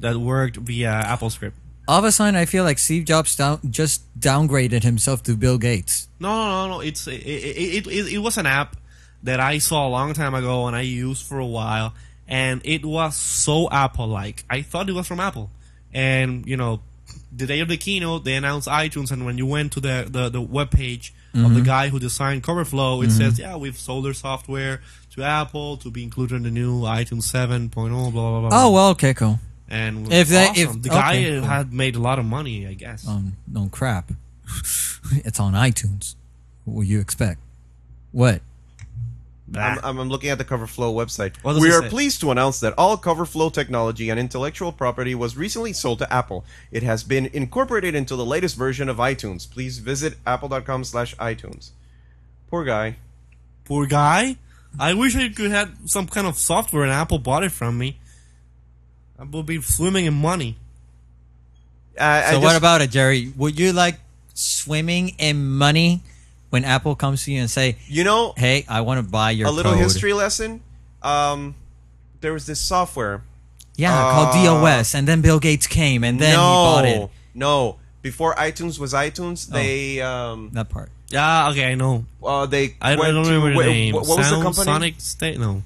Speaker 5: that worked via Apple Script.
Speaker 6: All of a sudden, I feel like Steve Jobs down, just downgraded himself to Bill Gates.
Speaker 5: No, no, no, no. It's it, it, it, it was an app that I saw a long time ago and I used for a while, and it was so Apple-like. I thought it was from Apple, and you know, the day of the keynote, they announced iTunes, and when you went to the the, the web page
Speaker 6: Mm-hmm.
Speaker 5: of the guy who designed CoverFlow, it says, "Yeah, we've sold their software to Apple to be included in the new iTunes 7.0." Blah blah blah.
Speaker 6: Oh well, okay, cool.
Speaker 5: and
Speaker 6: If they-
Speaker 5: awesome.
Speaker 6: if-
Speaker 5: the guy
Speaker 6: okay, cool.
Speaker 5: had made a lot of money, I guess.
Speaker 6: Um, no crap. it's on iTunes. What would you expect? What?
Speaker 1: I'm, I'm, I'm looking at the CoverFlow website.
Speaker 5: Ah. What does
Speaker 1: We
Speaker 5: it
Speaker 1: are
Speaker 5: say?
Speaker 1: pleased to announce that all CoverFlow technology and intellectual property was recently sold to Apple. It has been incorporated into the latest version of iTunes. Please visit apple.com/iTunes. Poor guy.
Speaker 5: poor guy. I wish I could have some kind of software and Apple bought it from me. I would be swimming in money.
Speaker 1: I, I
Speaker 6: So
Speaker 1: just-
Speaker 6: what about it, Jerry? Would you like swimming in money when Apple comes to you and say,
Speaker 1: you know
Speaker 6: "Hey, I want to buy your
Speaker 1: a little
Speaker 6: code."
Speaker 1: history lesson? Um, there was this software.
Speaker 6: Yeah,
Speaker 1: Uh,
Speaker 6: called DOS, and then Bill Gates came, and then
Speaker 1: no,
Speaker 6: he bought it.
Speaker 1: no. Before iTunes was iTunes,
Speaker 5: Oh.
Speaker 1: they um
Speaker 6: That part.
Speaker 5: Yeah, Ah, okay, I know.
Speaker 1: uh, they
Speaker 5: I, I
Speaker 1: went
Speaker 5: don't
Speaker 1: to-
Speaker 5: remember
Speaker 1: wh-
Speaker 5: the name.
Speaker 1: What, what was the
Speaker 5: Sound-
Speaker 1: company?
Speaker 5: Sonic State? No,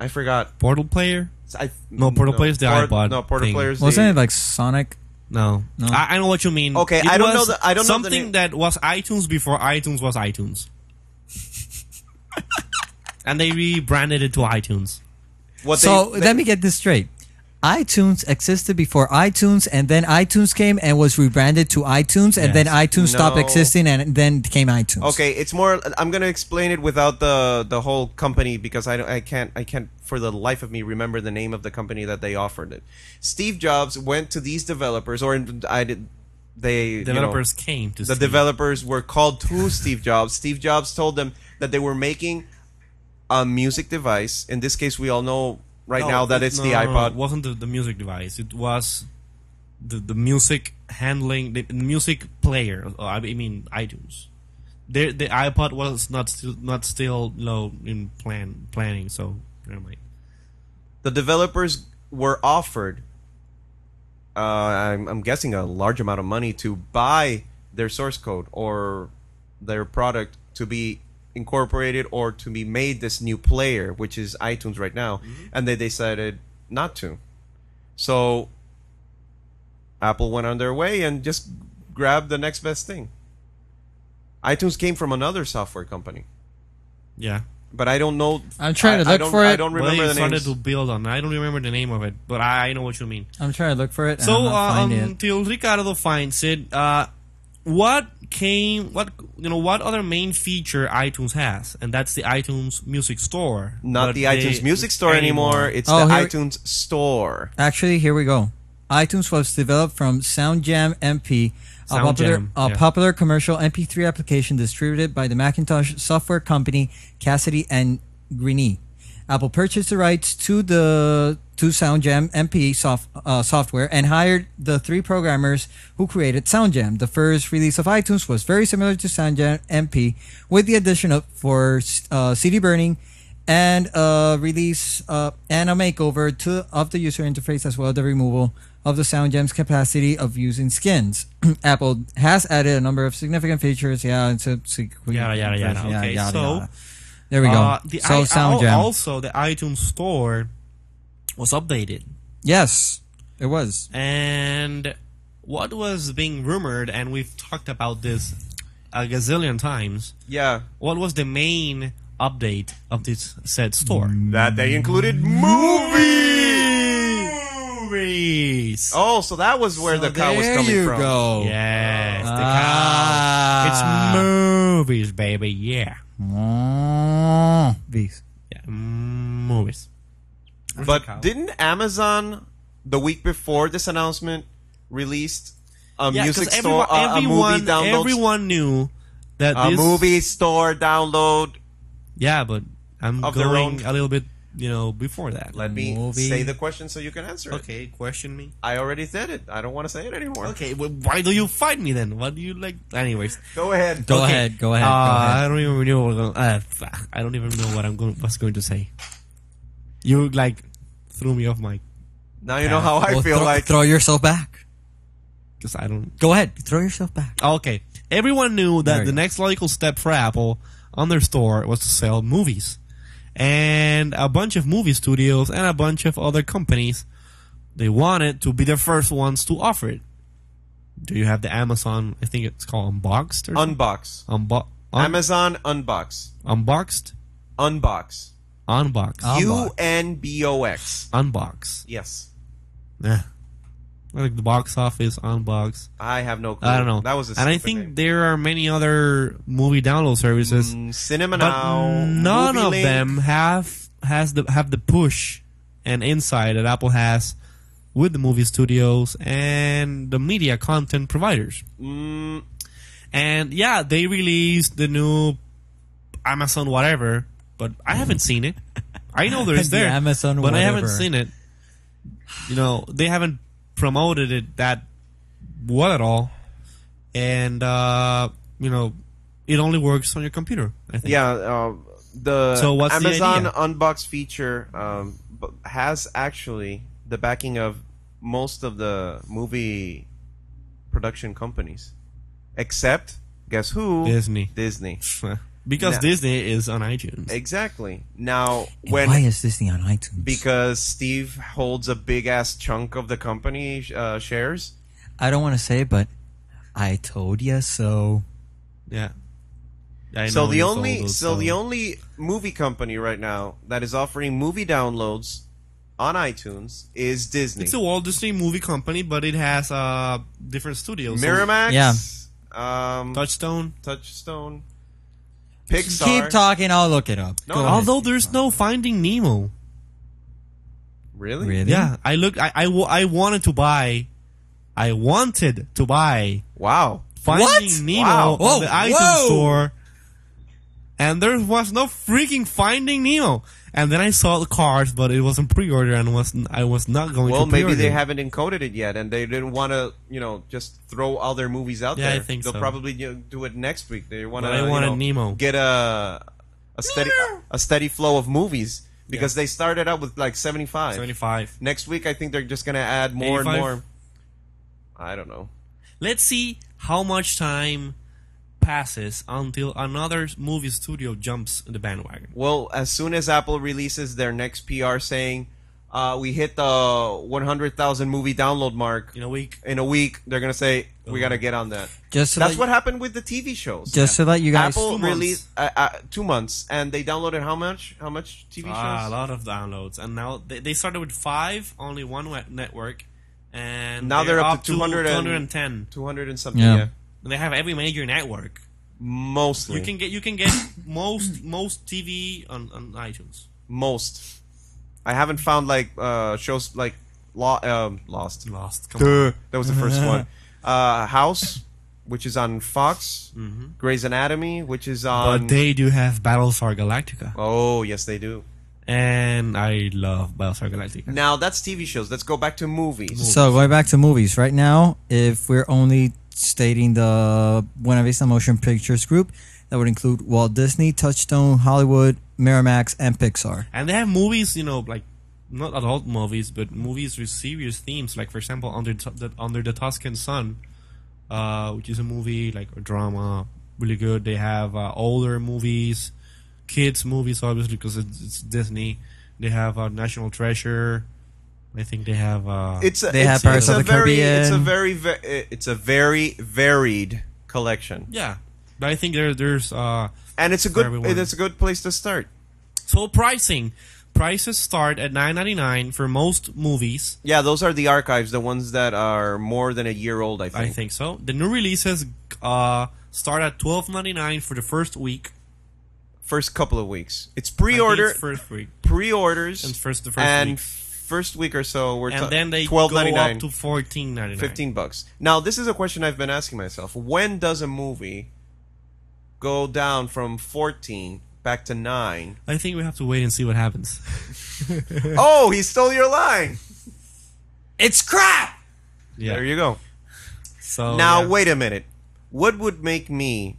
Speaker 1: I forgot.
Speaker 5: Portal Player?
Speaker 1: I,
Speaker 5: No, Portal Player's the iPod
Speaker 1: No, Portal
Speaker 5: thing.
Speaker 1: Player's
Speaker 6: Wasn't
Speaker 1: the-
Speaker 6: it like Sonic?
Speaker 5: No,
Speaker 6: No.
Speaker 5: I, I know what you mean.
Speaker 1: Okay, I don't know the- I don't know the
Speaker 5: something
Speaker 1: name.
Speaker 5: that was iTunes before iTunes was iTunes, and they rebranded it to iTunes.
Speaker 1: what
Speaker 6: so
Speaker 1: they, they-
Speaker 6: let me get this straight. iTunes existed before iTunes, and then iTunes came and was rebranded to iTunes, and then iTunes stopped
Speaker 1: No.
Speaker 6: existing, and then came iTunes.
Speaker 1: Okay, it's more. I'm gonna explain it without the the whole company because I don't, I can't I can't for the life of me remember the name of the company that they offered it. Steve Jobs went to these developers, or in- I did. They you know,
Speaker 5: Developers came to
Speaker 1: the
Speaker 5: see.
Speaker 1: developers were called to Steve Jobs. Steve Jobs told them that they were making a music device. In this case, we all know right
Speaker 5: No,
Speaker 1: now that
Speaker 5: it-
Speaker 1: it's
Speaker 5: no,
Speaker 1: the
Speaker 5: no, no,
Speaker 1: iPod.
Speaker 5: It wasn't the, the music device. It was the the music handling the music player. or I mean iTunes. The the iPod was not still not still low in plan planning. So never mind.
Speaker 1: the developers were offered uh, I'm, I'm guessing a large amount of money to buy their source code or their product to be incorporated or to be made this new player which is itunes right now and they decided not to so apple went on their way and just grabbed the next best thing itunes came from another software company
Speaker 5: Yeah.
Speaker 1: but i don't know
Speaker 6: I'm trying
Speaker 1: I-
Speaker 6: to
Speaker 1: I
Speaker 6: look
Speaker 1: don't-
Speaker 6: for
Speaker 1: i
Speaker 6: it.
Speaker 1: don't
Speaker 5: Remember
Speaker 1: remember
Speaker 5: they
Speaker 1: the names.
Speaker 5: started to build on. I don't remember the name of it, but I, I know what you mean.
Speaker 6: I'm trying to look for it.
Speaker 5: So
Speaker 6: and
Speaker 5: uh,
Speaker 6: I'm not finding it.
Speaker 5: until Ricardo finds it, uh, what came? What you know? What other main feature iTunes has, and that's the iTunes Music Store.
Speaker 1: Not
Speaker 5: But
Speaker 1: the
Speaker 5: they-
Speaker 1: iTunes Music Store anymore. It's
Speaker 6: Oh,
Speaker 1: the
Speaker 6: here-
Speaker 1: iTunes Store.
Speaker 6: Actually, here we go. iTunes was developed from SoundJam MP, a
Speaker 5: Sound
Speaker 6: popular,
Speaker 5: Jam,
Speaker 6: a
Speaker 5: yeah.
Speaker 6: popular commercial MP3 application distributed by the Macintosh software company Cassidy and Greenee. Apple purchased the rights to the to SoundJam MP soft, uh, software and hired the three programmers who created SoundJam. The first release of iTunes was very similar to SoundJam MP, with the addition of for uh, CD burning and uh, release uh, and a makeover to of the user interface as well as the removal of the sound gem's capacity of using skins. Apple has added a number of significant features. Yeah, and so, so
Speaker 5: Yada, yada, yada. Okay, so,
Speaker 6: there we go.
Speaker 5: Uh, the
Speaker 6: so
Speaker 5: i-
Speaker 6: sound
Speaker 5: al-
Speaker 6: gem.
Speaker 5: Also, the iTunes Store was updated,
Speaker 6: yes, it was.
Speaker 5: and what was being rumored, and we've talked about this a gazillion times.
Speaker 1: Yeah.
Speaker 5: What was the main update of this said store?
Speaker 1: That they included movies.
Speaker 5: Movies.
Speaker 1: Oh, so that was where the cow was
Speaker 4: there
Speaker 1: coming
Speaker 4: you
Speaker 1: from.
Speaker 4: go.
Speaker 5: Yes, the
Speaker 6: Ah.
Speaker 5: cow. It's movies, baby. Yeah,
Speaker 6: Beast.
Speaker 5: yeah, movies.
Speaker 1: But didn't Amazon the week before this announcement released a
Speaker 5: Yeah,
Speaker 1: music
Speaker 5: because
Speaker 1: store, uh,
Speaker 5: everyone,
Speaker 1: a- a movie
Speaker 5: everyone,
Speaker 1: download,
Speaker 5: everyone knew that
Speaker 1: a
Speaker 5: this
Speaker 1: movie store download?
Speaker 5: Yeah, but I'm
Speaker 1: Of their
Speaker 5: going
Speaker 1: own-
Speaker 5: a little bit, you know, before that.
Speaker 1: Let me
Speaker 6: Movie.
Speaker 1: say the question so you can answer it.
Speaker 5: Okay, question me.
Speaker 1: I already said it. I don't want to say it anymore.
Speaker 5: Okay, well, why do you fight me then? What do you like? Anyways,
Speaker 1: Go ahead.
Speaker 6: Go
Speaker 5: Okay.
Speaker 6: ahead. Go ahead.
Speaker 5: Uh,
Speaker 6: go ahead.
Speaker 5: I don't even know. What I'm gonna- uh, fuck. I don't even know what I'm going. What's going to say? You like threw me off my
Speaker 1: Now you know
Speaker 5: Oh,
Speaker 1: how I
Speaker 6: Well,
Speaker 1: feel
Speaker 6: throw,
Speaker 1: like.
Speaker 6: throw yourself back.
Speaker 5: because I don't.
Speaker 6: Go ahead. Throw yourself back.
Speaker 5: Okay, everyone knew
Speaker 6: There
Speaker 5: that
Speaker 6: you
Speaker 5: the
Speaker 6: go.
Speaker 5: next logical step for Apple on their store was to sell movies, and a bunch of movie studios and a bunch of other companies they wanted to be the first ones to offer it. Do you have the Amazon? I think it's called Unboxed or something?
Speaker 1: Unbox.
Speaker 5: Unbo- un-
Speaker 1: Amazon Unbox.
Speaker 5: Unboxed,
Speaker 1: Unbox.
Speaker 5: Unboxed,
Speaker 6: Unbox.
Speaker 1: U N B O X.
Speaker 5: Unboxed.
Speaker 1: Yes.
Speaker 5: Yeah. Like the box office, Unboxed.
Speaker 1: I have no clue.
Speaker 5: I don't know.
Speaker 1: That was a
Speaker 5: and I
Speaker 1: stupid
Speaker 5: think
Speaker 1: name.
Speaker 5: there are many other movie download services.
Speaker 1: Mm, Cinema
Speaker 5: but
Speaker 1: Now.
Speaker 5: none
Speaker 1: Movie
Speaker 5: of
Speaker 1: Link.
Speaker 5: them have has the have the push and insight that Apple has with the movie studios and the media content providers.
Speaker 1: Mm,
Speaker 5: And yeah, they released the new Amazon whatever, but I haven't seen it. I know there's
Speaker 6: The
Speaker 5: there
Speaker 6: Amazon
Speaker 5: but I haven't
Speaker 6: whatever.
Speaker 5: seen it. You know, they haven't promoted it that well at all, and uh, you know, it only works on your computer. I think.
Speaker 1: yeah. Uh, the
Speaker 5: So what's the
Speaker 1: Amazon
Speaker 5: idea?
Speaker 1: Unbox feature um, b- has actually the backing of most of the movie production companies, except guess who?
Speaker 5: Disney.
Speaker 1: Disney.
Speaker 5: because
Speaker 1: No.
Speaker 5: Disney is on iTunes.
Speaker 1: Exactly. Now,
Speaker 6: And
Speaker 1: when
Speaker 6: why is Disney on iTunes?
Speaker 1: because Steve holds a big ass chunk of the company uh, shares.
Speaker 6: I don't want to say it, but I told you so.
Speaker 5: Yeah. I
Speaker 1: So
Speaker 5: know
Speaker 1: the
Speaker 5: you
Speaker 1: only
Speaker 5: sold those,
Speaker 1: so the only movie company right now that is offering movie downloads on iTunes is Disney.
Speaker 5: it's a Walt Disney movie company, but it has uh different studios. So
Speaker 1: Miramax,
Speaker 6: Yeah.
Speaker 1: um,
Speaker 5: Touchstone.
Speaker 1: Touchstone, Pixar.
Speaker 6: Keep talking. I'll look it up.
Speaker 1: No,
Speaker 6: Go
Speaker 1: no.
Speaker 6: ahead.
Speaker 5: Although there's no Finding Nemo.
Speaker 1: Really?
Speaker 6: really,
Speaker 5: Yeah, I looked. I, I, w- I wanted to buy. I wanted to buy
Speaker 1: Wow.
Speaker 5: Finding
Speaker 6: What?
Speaker 5: Nemo
Speaker 1: Wow.
Speaker 5: on
Speaker 6: Whoa,
Speaker 5: the iTunes
Speaker 6: whoa.
Speaker 5: store, and there was no freaking Finding Nemo. And then I saw the cards, but it wasn't pre-order, and was I was not going
Speaker 1: Well,
Speaker 5: to
Speaker 1: maybe
Speaker 5: pre-order.
Speaker 1: they haven't encoded it yet, and they didn't want to, you know, just throw all their movies out
Speaker 5: Yeah, I
Speaker 1: there.
Speaker 5: think
Speaker 1: They'll
Speaker 5: so.
Speaker 1: probably you know, do it next week. They want to.
Speaker 5: But I wanted Nemo.
Speaker 1: Get a a steady a steady flow of movies because they started out with like seventy five.
Speaker 5: seventy-five.
Speaker 1: Next week, I think they're just gonna add more
Speaker 5: 85?
Speaker 1: and more. I don't know.
Speaker 5: Let's see how much time passes until another movie studio jumps the bandwagon.
Speaker 1: Well, as soon as Apple releases their next PR saying uh, we hit the one hundred thousand movie download mark
Speaker 5: In a week,
Speaker 1: in a week, they're gonna say we
Speaker 5: Uh-huh.
Speaker 1: gotta get on that.
Speaker 6: Just so
Speaker 1: That's
Speaker 6: that,
Speaker 1: what happened with the TV shows.
Speaker 6: Just so that you guys.
Speaker 1: Apple
Speaker 5: two months.
Speaker 1: released uh, uh, two months, and they downloaded how much? How much TV shows?
Speaker 5: ah, a lot of downloads, and now they, they started with five, only one wet network, and
Speaker 1: Now they're up to 200 and-
Speaker 5: 210.
Speaker 1: Two hundred and something. Yeah,
Speaker 6: Yeah.
Speaker 5: And they have every major network.
Speaker 1: mostly.
Speaker 5: You can get you can get most most TV on, on iTunes.
Speaker 1: most. I haven't found like uh, shows like Lo- um, Lost.
Speaker 5: Lost. Come
Speaker 1: Duh. That was the first one. Uh, House, which is on Fox. Grey's Anatomy, which is on.
Speaker 5: Mm-hmm. But they do have Battlestar Galactica,
Speaker 1: oh yes, they do.
Speaker 5: and I love Battlestar Galactica.
Speaker 1: Now that's TV shows. Let's go back to movies.
Speaker 6: So going back to movies right now, if we're only stating the Buena Vista Motion Pictures group, That would include Walt Disney, Touchstone, Hollywood, Miramax, and Pixar.
Speaker 5: And they have movies, you know, like not adult movies, but movies with serious themes. Like for example, under Tu- the, under the Tuscan Sun, uh, which is a movie like a drama, really good. They have uh, older movies, kids movies, obviously because it's, it's Disney. They have uh, National Treasure. I think they have. Uh,
Speaker 1: It's a,
Speaker 6: They
Speaker 1: it's,
Speaker 6: have Pirates
Speaker 1: it's
Speaker 6: of
Speaker 1: a
Speaker 6: the
Speaker 1: very, it's a
Speaker 6: Caribbean.
Speaker 1: very, ve- it's a very varied collection,
Speaker 5: yeah, but I think there there's. Uh,
Speaker 1: and it's a good,
Speaker 5: everyone.
Speaker 1: it's a good place to start.
Speaker 5: So pricing, prices start at nine ninety nine for most movies.
Speaker 1: Yeah, those are the archives, the ones that are more than a year old. I think.
Speaker 5: I think so. The new releases uh, start at twelve ninety nine for the first week.
Speaker 1: First couple of weeks, it's
Speaker 5: I think
Speaker 1: pre-order,
Speaker 5: it's first week,
Speaker 1: pre-orders,
Speaker 5: And first- the first
Speaker 1: and
Speaker 5: week.
Speaker 1: first week or so. We're
Speaker 5: and then they
Speaker 1: twelve
Speaker 5: go
Speaker 1: ninety
Speaker 5: up
Speaker 1: nine.
Speaker 5: to fourteen ninety nine.
Speaker 1: 15 bucks. Now, this is a question I've been asking myself. When does a movie go down from 14 back to 9?
Speaker 5: I think we have to wait and see what happens.
Speaker 1: oh, he stole your line.
Speaker 6: It's crap.
Speaker 5: Yeah.
Speaker 1: There you go.
Speaker 6: Oh,
Speaker 5: so
Speaker 1: now,
Speaker 5: yeah.
Speaker 1: wait a minute. What would make me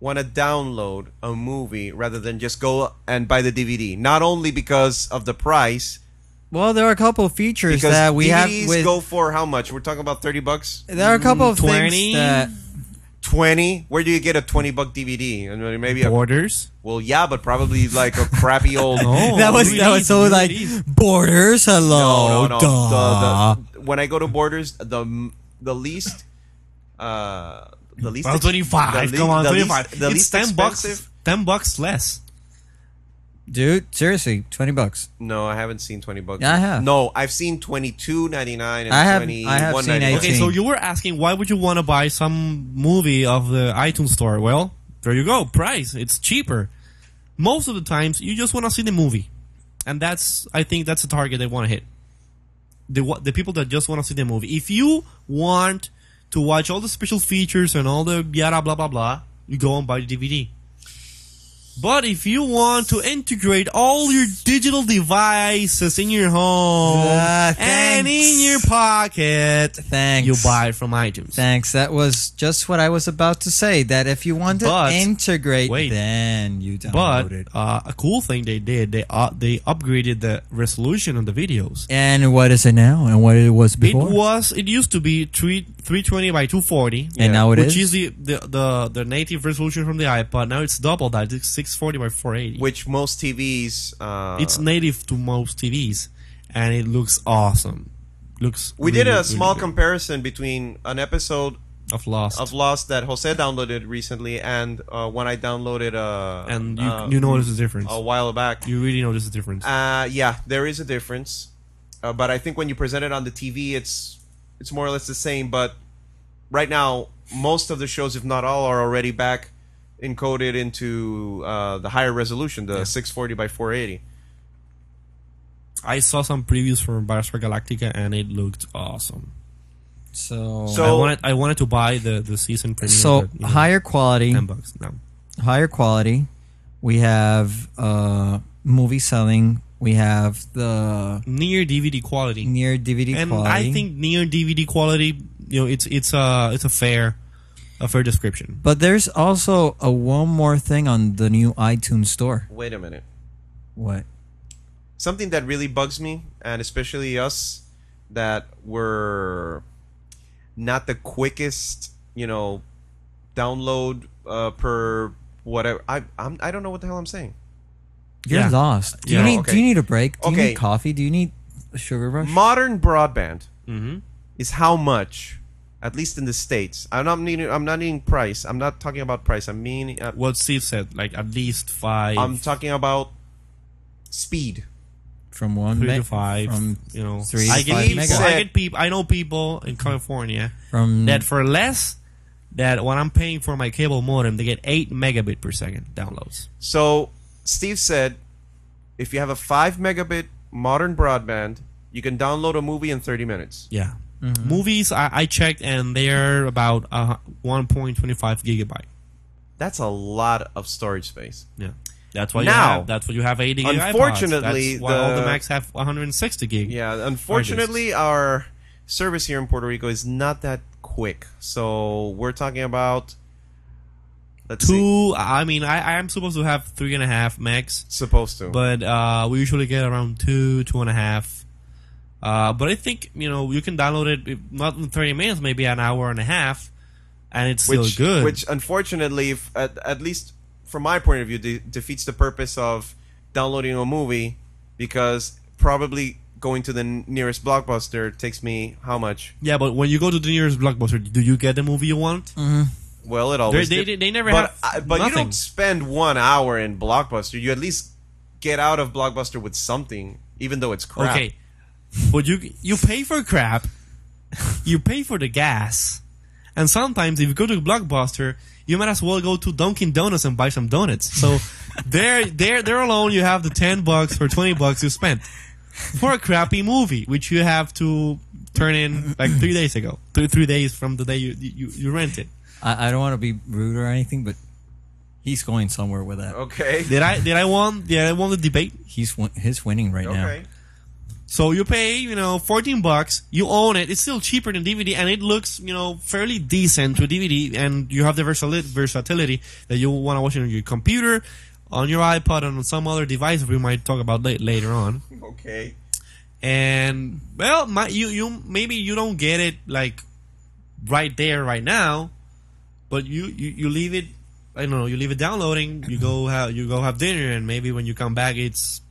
Speaker 1: want to download a movie rather than just go and buy the DVD? Not only because of the price,
Speaker 6: Well, there are a couple of features
Speaker 1: because
Speaker 6: that we have
Speaker 1: DVDs
Speaker 6: with.
Speaker 1: go for how much? We're talking about 30 bucks?
Speaker 6: there are a couple of
Speaker 5: 20?
Speaker 6: things that
Speaker 1: 20? Where do you get a 20 buck DVD? And maybe a,
Speaker 5: borders.
Speaker 1: well, yeah, but probably like a crappy old
Speaker 6: that was that was so
Speaker 5: DVDs.
Speaker 6: like borders. Hello,
Speaker 1: no, no,
Speaker 6: duh.
Speaker 1: no. The, the, when I go to Borders, the the least, uh, the least.
Speaker 5: Well,
Speaker 1: ex-
Speaker 5: twenty five.
Speaker 1: the
Speaker 5: Come
Speaker 1: le-
Speaker 5: on,
Speaker 1: the
Speaker 5: twenty
Speaker 1: least-
Speaker 5: five.
Speaker 1: the
Speaker 5: It's
Speaker 1: least
Speaker 5: ten bucks.
Speaker 1: expensive-
Speaker 5: Ten bucks less.
Speaker 6: dude. Seriously, twenty bucks.
Speaker 1: No, I haven't seen twenty bucks.
Speaker 6: Yeah, I have.
Speaker 1: No, I've seen twenty two ninety nine.
Speaker 6: I have- I have seen
Speaker 5: Okay, so you were asking why would you want to buy some movie of the iTunes store? Well, there you go, price. It's cheaper. Most of the times, you just want to see the movie, and that's I think that's the target they want to hit. The wa- the people that just want to see the movie. If you want to watch all the special features and all the yada blah blah blah, you go and buy the DVD. But if you want to integrate all your digital devices in your home
Speaker 6: Ah,
Speaker 5: and in
Speaker 6: thanks.
Speaker 5: your pocket,
Speaker 6: Thanks.
Speaker 5: you buy from iTunes.
Speaker 6: Thanks. That was just what I was about to say. That if you want to
Speaker 5: But-
Speaker 6: integrate,
Speaker 5: wait.
Speaker 6: then you download
Speaker 5: But
Speaker 6: it.
Speaker 5: uh, a cool thing they did, they uh, they upgraded the resolution on the videos.
Speaker 6: And what is it now? And what it was before?
Speaker 5: It was it used to be three 320 by 240,
Speaker 6: and now it is.
Speaker 5: which is the, the the the native resolution from the iPod. Now it's double that, it's 640 by 480.
Speaker 1: which most TVs, uh,
Speaker 5: it's native to most TVs, and it looks awesome. Looks
Speaker 1: We did
Speaker 5: really,
Speaker 1: a
Speaker 5: really
Speaker 1: small
Speaker 5: good.
Speaker 1: comparison between an episode
Speaker 5: of Lost.
Speaker 1: of Lost that Jose downloaded recently and uh, when I downloaded uh,
Speaker 5: and you,
Speaker 1: uh,
Speaker 5: you notice the difference.
Speaker 1: a while back.
Speaker 5: You really notice the difference.
Speaker 1: Uh, yeah, there is a difference, uh, but I think when you present it on the TV, it's it's more or less the same. But right now, most of the shows, if not all, are already back encoded into uh, the higher resolution, the 640 by 480.
Speaker 5: I saw some previews from Battlestar Galactica, and it looked awesome.
Speaker 6: so
Speaker 1: So-
Speaker 5: Oh, I wanted I wanted to buy the the season premiere.
Speaker 6: so
Speaker 5: but, you know,
Speaker 6: higher quality,
Speaker 5: ten bucks. No,
Speaker 6: higher quality. We have uh, movie selling. We have the
Speaker 5: near DVD quality,
Speaker 6: near DVD
Speaker 5: and
Speaker 6: quality.
Speaker 5: I think near DVD quality. You know, it's it's a it's a fair a fair description.
Speaker 6: But there's also a one more thing on the new iTunes store.
Speaker 1: Wait a minute.
Speaker 6: What?
Speaker 1: something that really bugs me, and especially us that were not the quickest, you know, download uh, per whatever. I I'm, I don't know what the hell I'm saying.
Speaker 6: You're
Speaker 5: Yeah.
Speaker 6: lost. Do
Speaker 5: Yeah,
Speaker 6: you need
Speaker 1: okay.
Speaker 6: Do you need a break? Do you
Speaker 1: Okay.
Speaker 6: need coffee? Do you need a sugar rush?
Speaker 1: Modern broadband
Speaker 5: Mhm.
Speaker 1: is how much, at least in the states. I'm not meaning I'm not meaning price. I'm not talking about price. I mean uh,
Speaker 5: What Steve said, like at least five,
Speaker 1: I'm talking about speed.
Speaker 6: from one
Speaker 5: three
Speaker 6: meg-
Speaker 5: to five.
Speaker 6: from
Speaker 5: you know,
Speaker 6: three to
Speaker 5: I get
Speaker 6: five
Speaker 5: people.
Speaker 6: megabytes. Mm-hmm.
Speaker 5: I get people. I know people in California
Speaker 6: from
Speaker 5: that for less. That when I'm paying for my cable modem, they get eight megabit per second downloads.
Speaker 1: So Steve said, if you have a five megabit modern broadband, you can download a movie in 30 minutes.
Speaker 5: Yeah.
Speaker 6: Mm-hmm.
Speaker 5: Movies I, I checked and they're about uh, 1.25 gigabyte.
Speaker 1: That's a lot of storage space.
Speaker 5: Yeah. That's why
Speaker 1: Now-
Speaker 5: you have that's why you have 80 gig iPods.
Speaker 1: Unfortunately,
Speaker 5: That's why all the
Speaker 1: the-
Speaker 5: Macs have 160 gig.
Speaker 1: Yeah, unfortunately, our service here in Puerto Rico is not that quick. So we're talking about Let's see.
Speaker 5: two. I mean, I I'm supposed to have three and a half max,
Speaker 1: Supposed to.
Speaker 5: but uh, we usually get around two, two and a half. Uh, but I think you know you can download it if not in 30 minutes, maybe an hour and a half, and it's
Speaker 1: which,
Speaker 5: still good.
Speaker 1: Which, unfortunately, f- at, at least from my point of view, de- defeats the purpose of downloading a movie because probably going to the n- nearest blockbuster takes me how much?
Speaker 5: yeah, but when you go to the nearest blockbuster, do you get the movie you want?
Speaker 1: Well, it always
Speaker 5: They- they-
Speaker 1: did-
Speaker 5: they never
Speaker 1: but
Speaker 5: have
Speaker 1: I, but you
Speaker 5: nothing.
Speaker 1: don't spend one hour in blockbuster. You at least get out of blockbuster with something, even though it's crap.
Speaker 5: Okay, but you you pay for crap, you pay for the gas, and sometimes if you go to Blockbuster, you might as well go to Dunkin' Donuts and buy some donuts. So there, there, there alone, you have the ten bucks or twenty bucks you spent for a crappy movie, which you have to turn in like three days ago, three three days from the day you you, you rent it.
Speaker 6: I, I don't want to be rude or anything, but he's going somewhere with that.
Speaker 1: Okay.
Speaker 5: Did I did I won? Did I won the debate?
Speaker 6: He's win- he's winning right now.
Speaker 1: Okay.
Speaker 5: So you pay, you know, 14 bucks, you own it, it's still cheaper than DVD, and it looks, you know, fairly decent to DVD, and you have the versali- versatility that you want to watch it on your computer, on your iPod, and on some other device we might talk about late, later on.
Speaker 1: Okay.
Speaker 5: And, well, my, you, you, maybe you don't get it, like, right there, right now, but you, you, you leave it, I don't know, you leave it downloading, you go have, you go have dinner, and maybe when you come back, it's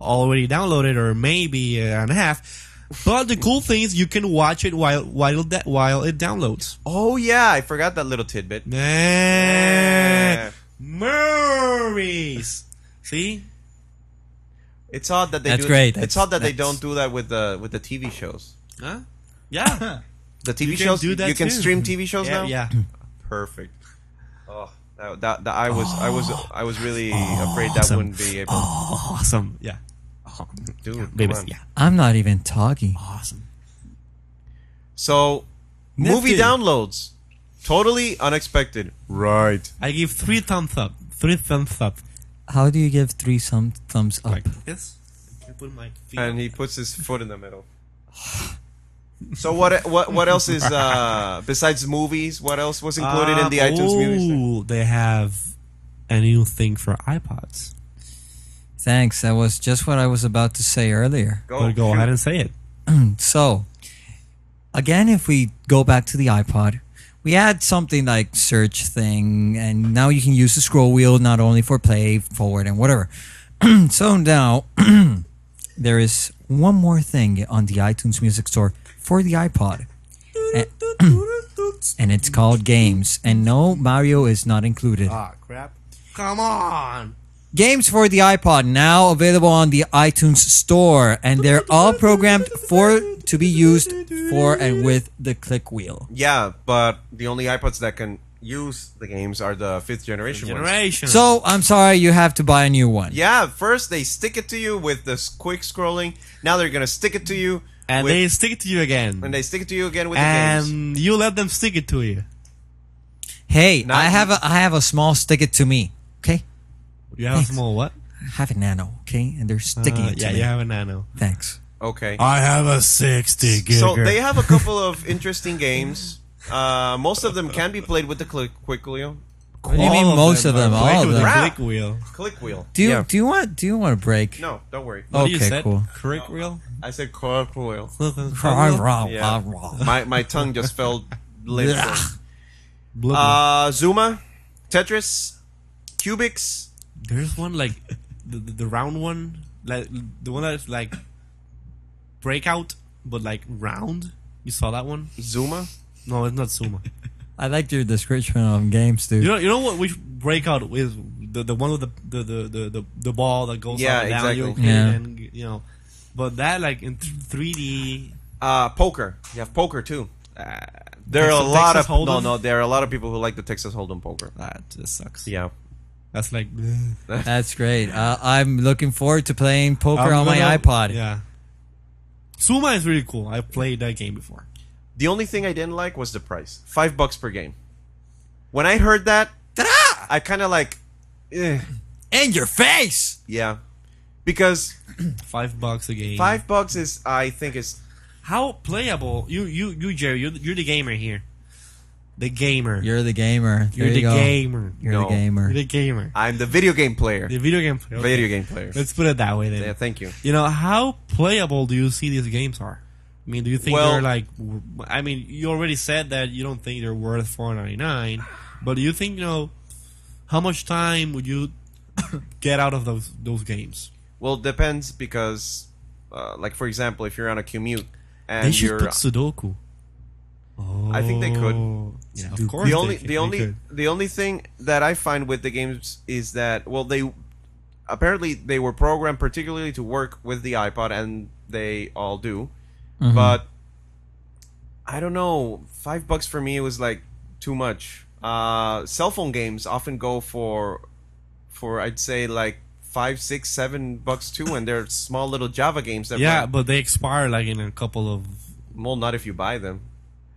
Speaker 5: already downloaded or maybe uh, and a half. But the cool thing is you can watch it while while that while it downloads.
Speaker 1: Oh yeah, I forgot that little tidbit.
Speaker 5: Eh, Movies. See?
Speaker 1: It's odd that they
Speaker 6: That's
Speaker 1: do
Speaker 6: great.
Speaker 1: it's
Speaker 6: That's-
Speaker 1: odd that they don't
Speaker 6: that's-
Speaker 1: do that with the with the TV shows.
Speaker 5: Huh? Yeah.
Speaker 1: The TV
Speaker 5: You can
Speaker 1: shows
Speaker 5: do that
Speaker 1: you can
Speaker 5: too.
Speaker 1: stream TV shows
Speaker 5: yeah,
Speaker 1: now.
Speaker 5: yeah.
Speaker 1: perfect. Oh, that, that, that I was I was
Speaker 5: Oh.
Speaker 1: I was really afraid that wouldn't be able.
Speaker 5: Awesome. Yeah.
Speaker 1: Dude, come
Speaker 5: Babies.
Speaker 1: on.
Speaker 5: oh, Yeah.
Speaker 6: I'm not even talking.
Speaker 5: Awesome.
Speaker 1: So movie
Speaker 6: Nifty.
Speaker 1: downloads, totally unexpected. Right.
Speaker 5: I give three thumbs up. Three thumbs up.
Speaker 6: How do you give three some thumbs up?
Speaker 5: Like this. I put my feet
Speaker 1: And
Speaker 5: up.
Speaker 1: he puts his foot in the middle. So what what what else is uh besides movies? What else was included in the
Speaker 5: Um,
Speaker 1: iTunes music? thing?
Speaker 5: ooh, they have a new thing for iPods.
Speaker 6: Thanks. That was just what I was about to say earlier.
Speaker 5: but go
Speaker 1: Oh, shoot.
Speaker 5: ahead and say it.
Speaker 6: So, again, if we go back to the iPod, we had something like search thing, and now you can use the scroll wheel not only for play, forward, and whatever. so now there is one more thing on the iTunes Music Store for the iPod. A- and it's called games. And no, Mario is not included.
Speaker 5: Ah, crap. Come on.
Speaker 6: Games for the iPod now available on the iTunes Store, and they're all programmed for to be used for and with the click wheel.
Speaker 1: Yeah, but the only iPods that can use the games are the fifth generation, ones.
Speaker 5: Generation.
Speaker 6: Hmm. So I'm sorry, you have to buy a new one.
Speaker 1: Yeah, first they stick it to you with this quick scrolling. Now they're gonna stick it to you
Speaker 5: and
Speaker 1: with,
Speaker 5: they stick it to you again.
Speaker 1: and they stick it to you again with the games.
Speaker 5: and you let them stick it to you.
Speaker 6: Hey,
Speaker 1: Not
Speaker 6: I have a I have a small stick it to me. Okay,
Speaker 5: You have a small what?
Speaker 6: I have a nano. Okay, and they're sticking
Speaker 5: Uh,
Speaker 6: it to
Speaker 5: yeah,
Speaker 6: me.
Speaker 5: you have a nano.
Speaker 6: Thanks.
Speaker 1: Okay.
Speaker 4: I have a 60 gig.
Speaker 1: So they have a couple of interesting games. Uh, most of them can be played with the click quick wheel.
Speaker 6: What do you mean most of them?
Speaker 5: are
Speaker 6: All
Speaker 5: played
Speaker 6: of
Speaker 5: with
Speaker 6: them.
Speaker 5: a
Speaker 1: Crap.
Speaker 5: click wheel.
Speaker 1: Click wheel.
Speaker 6: Do you
Speaker 1: Yeah.
Speaker 6: do you want do you want a break?
Speaker 1: No, don't worry.
Speaker 5: What do you
Speaker 6: Okay,
Speaker 5: said?
Speaker 6: cool.
Speaker 5: Click wheel.
Speaker 1: I said click wheel.
Speaker 6: Rah, rah,
Speaker 1: Yeah.
Speaker 6: rah, rah.
Speaker 1: My my tongue just fell limp.
Speaker 6: Ugh.
Speaker 1: Uh, Zuma, Tetris, Cubics.
Speaker 5: There's one like the, the, the round one, like the one that's like breakout, but like round. You saw that one?
Speaker 1: Zuma.
Speaker 5: No, it's not Suma.
Speaker 6: I liked your description of games, dude.
Speaker 5: You know, you know what? Which breakout is the the one with the the the the, the, the ball that goes
Speaker 1: Yeah,
Speaker 5: up and down. You,
Speaker 1: exactly.
Speaker 6: Yeah.
Speaker 5: and, you know, but that like in three D.
Speaker 1: Uh, poker. You have poker too. Uh, There are a lot
Speaker 5: Texas
Speaker 1: of no,
Speaker 5: Hold'em?
Speaker 1: no. There are a lot of people who like the Texas Hold'em poker.
Speaker 5: That just sucks.
Speaker 1: Yeah,
Speaker 5: that's like
Speaker 6: That's great. Uh, I'm looking forward to playing poker on my iPod.
Speaker 5: Yeah, Suma is really cool. I played that game before.
Speaker 1: the only thing I didn't like was the price, five bucks per game. When I heard that, I kind of like, eh,
Speaker 6: In your face.
Speaker 1: yeah, because
Speaker 5: Five bucks a game.
Speaker 1: five bucks is I think is
Speaker 5: How playable? You you you Jerry, you're, you're the gamer here. The gamer.
Speaker 6: You're the gamer.
Speaker 5: You're
Speaker 6: There you
Speaker 5: the
Speaker 6: go.
Speaker 5: gamer.
Speaker 6: You're
Speaker 1: No.
Speaker 6: the gamer.
Speaker 5: You're the gamer.
Speaker 1: I'm the video game player.
Speaker 5: The video game player. Okay.
Speaker 1: Video game player.
Speaker 5: Let's put it that way then.
Speaker 1: Yeah, thank you.
Speaker 5: You know, how playable do you see these games are? I mean, do you think
Speaker 1: Well-
Speaker 5: they're like? w- I mean, you already said that you don't think they're worth four ninety nine, but do you think you know how much time would you get out of those those games?
Speaker 1: Well, depends because, uh, like for example, if you're on a commute and
Speaker 5: They should
Speaker 1: you're,
Speaker 5: put Sudoku. Oh,
Speaker 1: I think they could.
Speaker 5: Yeah, of course.
Speaker 1: the only
Speaker 5: they could-
Speaker 1: the
Speaker 5: they
Speaker 1: only
Speaker 5: could.
Speaker 1: the only thing that I find with the games is that well they apparently they were programmed particularly to work with the iPod and they all do,
Speaker 5: Mm-hmm.
Speaker 1: but I don't know. Five bucks for me was like too much. Uh, cell phone games often go for for I'd say like five, six, seven bucks too, and they're small little Java games that
Speaker 5: yeah,
Speaker 1: run-
Speaker 5: but they expire like in a couple of.
Speaker 1: well, not if you buy them,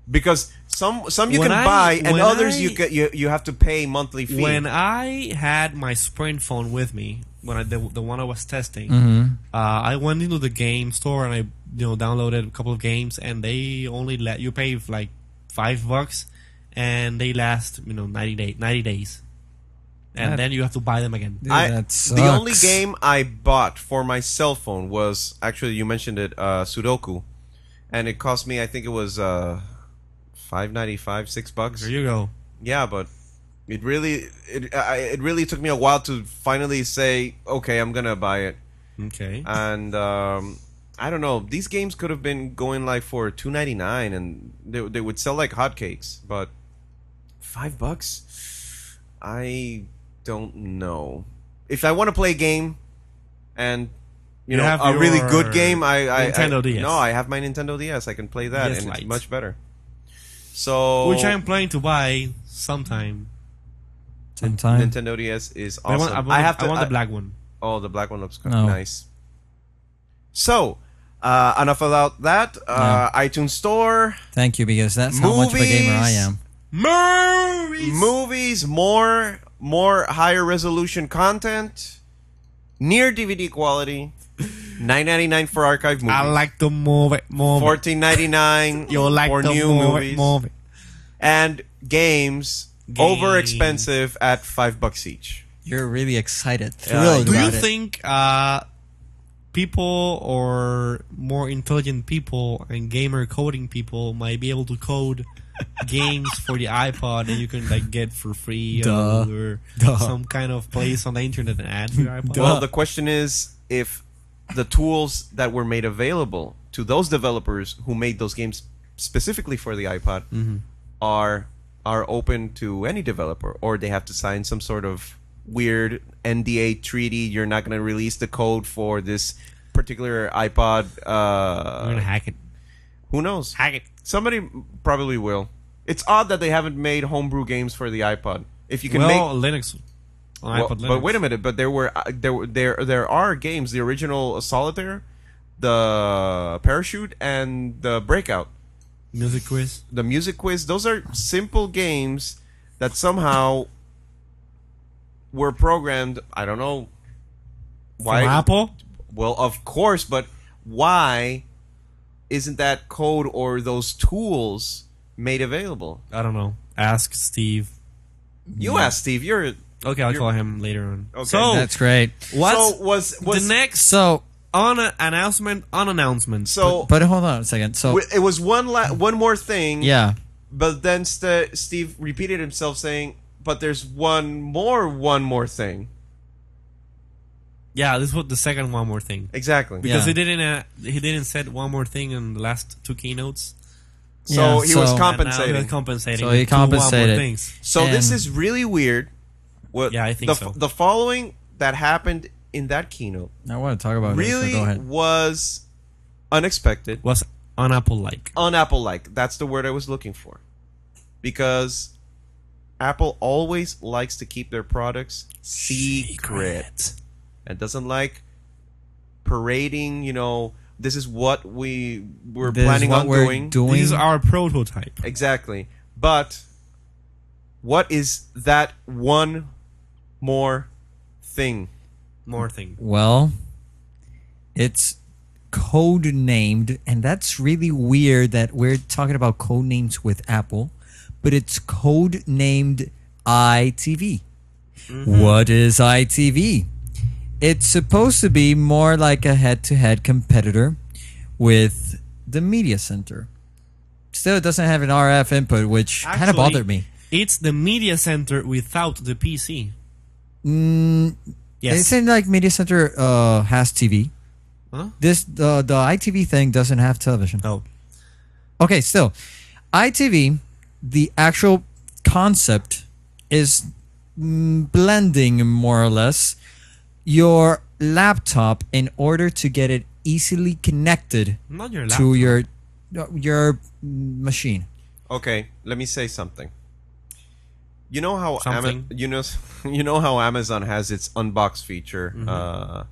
Speaker 1: because some some you
Speaker 5: When
Speaker 1: can
Speaker 5: I-
Speaker 1: buy and
Speaker 5: when
Speaker 1: others
Speaker 5: I-
Speaker 1: you ca you you have to pay monthly fee.
Speaker 5: When I had my Sprint phone with me, when I the, the one I was testing, uh, I went into the game store and I you know downloaded a couple of games, and they only let you pay like five bucks, and they last you know ninety day ninety days, and then you have to buy them again.
Speaker 6: Dude,
Speaker 1: I,
Speaker 6: that sucks.
Speaker 1: the only game I bought for my cell phone was actually you mentioned it uh, Sudoku, and it cost me I think it was uh, five ninety five six bucks.
Speaker 5: There you go.
Speaker 1: Yeah, but it really it I, it really took me a while to finally say okay I'm gonna buy it.
Speaker 5: Okay.
Speaker 1: and um, I don't know. These games could have been going like for two ninety nine, and they they would sell like hotcakes. But five bucks, I don't know. If I want to play a game, and you,
Speaker 5: You
Speaker 1: know
Speaker 5: have
Speaker 1: a really
Speaker 5: your
Speaker 1: good game, I, I
Speaker 5: Nintendo
Speaker 1: I-
Speaker 5: DS.
Speaker 1: No, I have my Nintendo DS. I can play that,
Speaker 5: Yes,
Speaker 1: and
Speaker 5: Lite.
Speaker 1: it's much better. So
Speaker 5: Which I'm planning to buy sometime.
Speaker 6: Sometimes.
Speaker 1: Nintendo DS is awesome.
Speaker 5: I
Speaker 1: I,
Speaker 5: want- I want,
Speaker 1: have to.
Speaker 5: I want
Speaker 1: I-
Speaker 5: the black one.
Speaker 1: Oh, the black one looks kind
Speaker 6: No.
Speaker 1: nice. So, uh, enough about that. Uh, iTunes Store,
Speaker 6: Thank you, because that's how much of a gamer I
Speaker 1: Movies.
Speaker 6: am.
Speaker 1: movies, more, more higher resolution content, near DVD quality, nine ninety nine for archive movies,
Speaker 5: I like to move it, move it.
Speaker 1: fourteen ninety nine
Speaker 5: You like
Speaker 1: for
Speaker 5: to
Speaker 1: new
Speaker 5: move
Speaker 1: movies,
Speaker 5: it, move it.
Speaker 1: and games,
Speaker 5: Games.
Speaker 1: over expensive at five bucks each.
Speaker 6: You're really excited,
Speaker 1: Yeah,
Speaker 6: thrilled
Speaker 5: Do you
Speaker 6: about it.
Speaker 5: think uh, people or more intelligent people and gamer coding people might be able to code games for the iPod and you can like get for free
Speaker 6: Duh.
Speaker 5: or
Speaker 6: Duh.
Speaker 5: some kind of place on the internet and add to your iPod?
Speaker 1: Well, the question is if the tools that were made available to those developers who made those games specifically for the iPod are are open to any developer, or they have to sign some sort of weird NDA treaty. You're not going to release the code for this particular iPod.
Speaker 5: I'm gonna
Speaker 1: Uh,
Speaker 5: hack it.
Speaker 1: who knows?
Speaker 5: Hack it.
Speaker 1: Somebody probably will. It's odd that they haven't made homebrew games for the iPod. If you can make
Speaker 5: Well, Linux. On
Speaker 1: well,
Speaker 5: iPod Linux.
Speaker 1: but wait a minute. But there were uh, there were- there there are games. The original Solitaire, the Parachute, and the Breakout,
Speaker 5: Music quiz.
Speaker 1: the Music Quiz. Those are simple games that somehow were programmed. I don't know why.
Speaker 5: From Apple?
Speaker 1: Well, of course, but why isn't that code or those tools made available?
Speaker 5: I don't know. Ask Steve.
Speaker 1: You asked Steve. You're
Speaker 5: Okay, I'll
Speaker 1: You're-
Speaker 5: call him later on.
Speaker 1: Okay.
Speaker 5: so,
Speaker 6: That's great.
Speaker 5: what's
Speaker 1: so was was
Speaker 5: the next
Speaker 6: So,
Speaker 5: on announcement on announcement?
Speaker 1: so.
Speaker 6: but hold on a second. So,
Speaker 1: w- it was one la- one more thing.
Speaker 6: yeah,
Speaker 1: But then St- Steve repeated himself saying, "But there's one more, one more thing."
Speaker 5: Yeah, this was the second one more thing
Speaker 1: Exactly.
Speaker 5: because
Speaker 6: Yeah.
Speaker 5: he didn't uh, he didn't said one more thing in the last two keynotes.
Speaker 1: So he was
Speaker 6: Yeah, so-
Speaker 5: And now he was
Speaker 1: compensating.
Speaker 5: compensating.
Speaker 6: So he
Speaker 5: with two one more
Speaker 6: compensated.
Speaker 5: things.
Speaker 1: So this
Speaker 6: And-
Speaker 1: is really weird. What?
Speaker 5: Yeah, I think
Speaker 1: the,
Speaker 5: so.
Speaker 1: The following that happened in that keynote
Speaker 6: I want to talk about it. So go
Speaker 1: really
Speaker 6: ahead.
Speaker 1: was unexpected,
Speaker 5: Was on Apple like
Speaker 1: on Apple like. That's the word I was looking for, because Apple always likes to keep their products secret. and doesn't like parading. You know, this is what we were
Speaker 6: This is
Speaker 1: planning
Speaker 6: what
Speaker 1: on
Speaker 6: we're
Speaker 1: doing.
Speaker 5: This is our prototype.
Speaker 1: exactly. But what is that one more thing?
Speaker 5: More thing.
Speaker 6: Well, it's codenamed, and that's really weird that we're talking about codenames with Apple. but it's code named ITV. What is ITV? It's supposed to be more like a head to head competitor with the media center. Still, it doesn't have an RF input, which kind of
Speaker 5: Actually,
Speaker 6: bothered me.
Speaker 5: It's the media center without the PC.
Speaker 6: It
Speaker 1: Mm,
Speaker 5: yes.
Speaker 6: seems like Media Center uh, has TV. This the the ITV thing doesn't have television.
Speaker 5: Oh.
Speaker 6: Okay, still, ITV, the actual concept is mm, blending more or less your laptop in order to get it easily connected
Speaker 5: Not your
Speaker 6: to
Speaker 5: Hmm, laptop.
Speaker 6: your your machine.
Speaker 1: Okay, let me say something. You know how Ama-
Speaker 5: Something.
Speaker 1: you know you know how Amazon has its unbox feature,
Speaker 6: Mm-hmm.
Speaker 1: uh,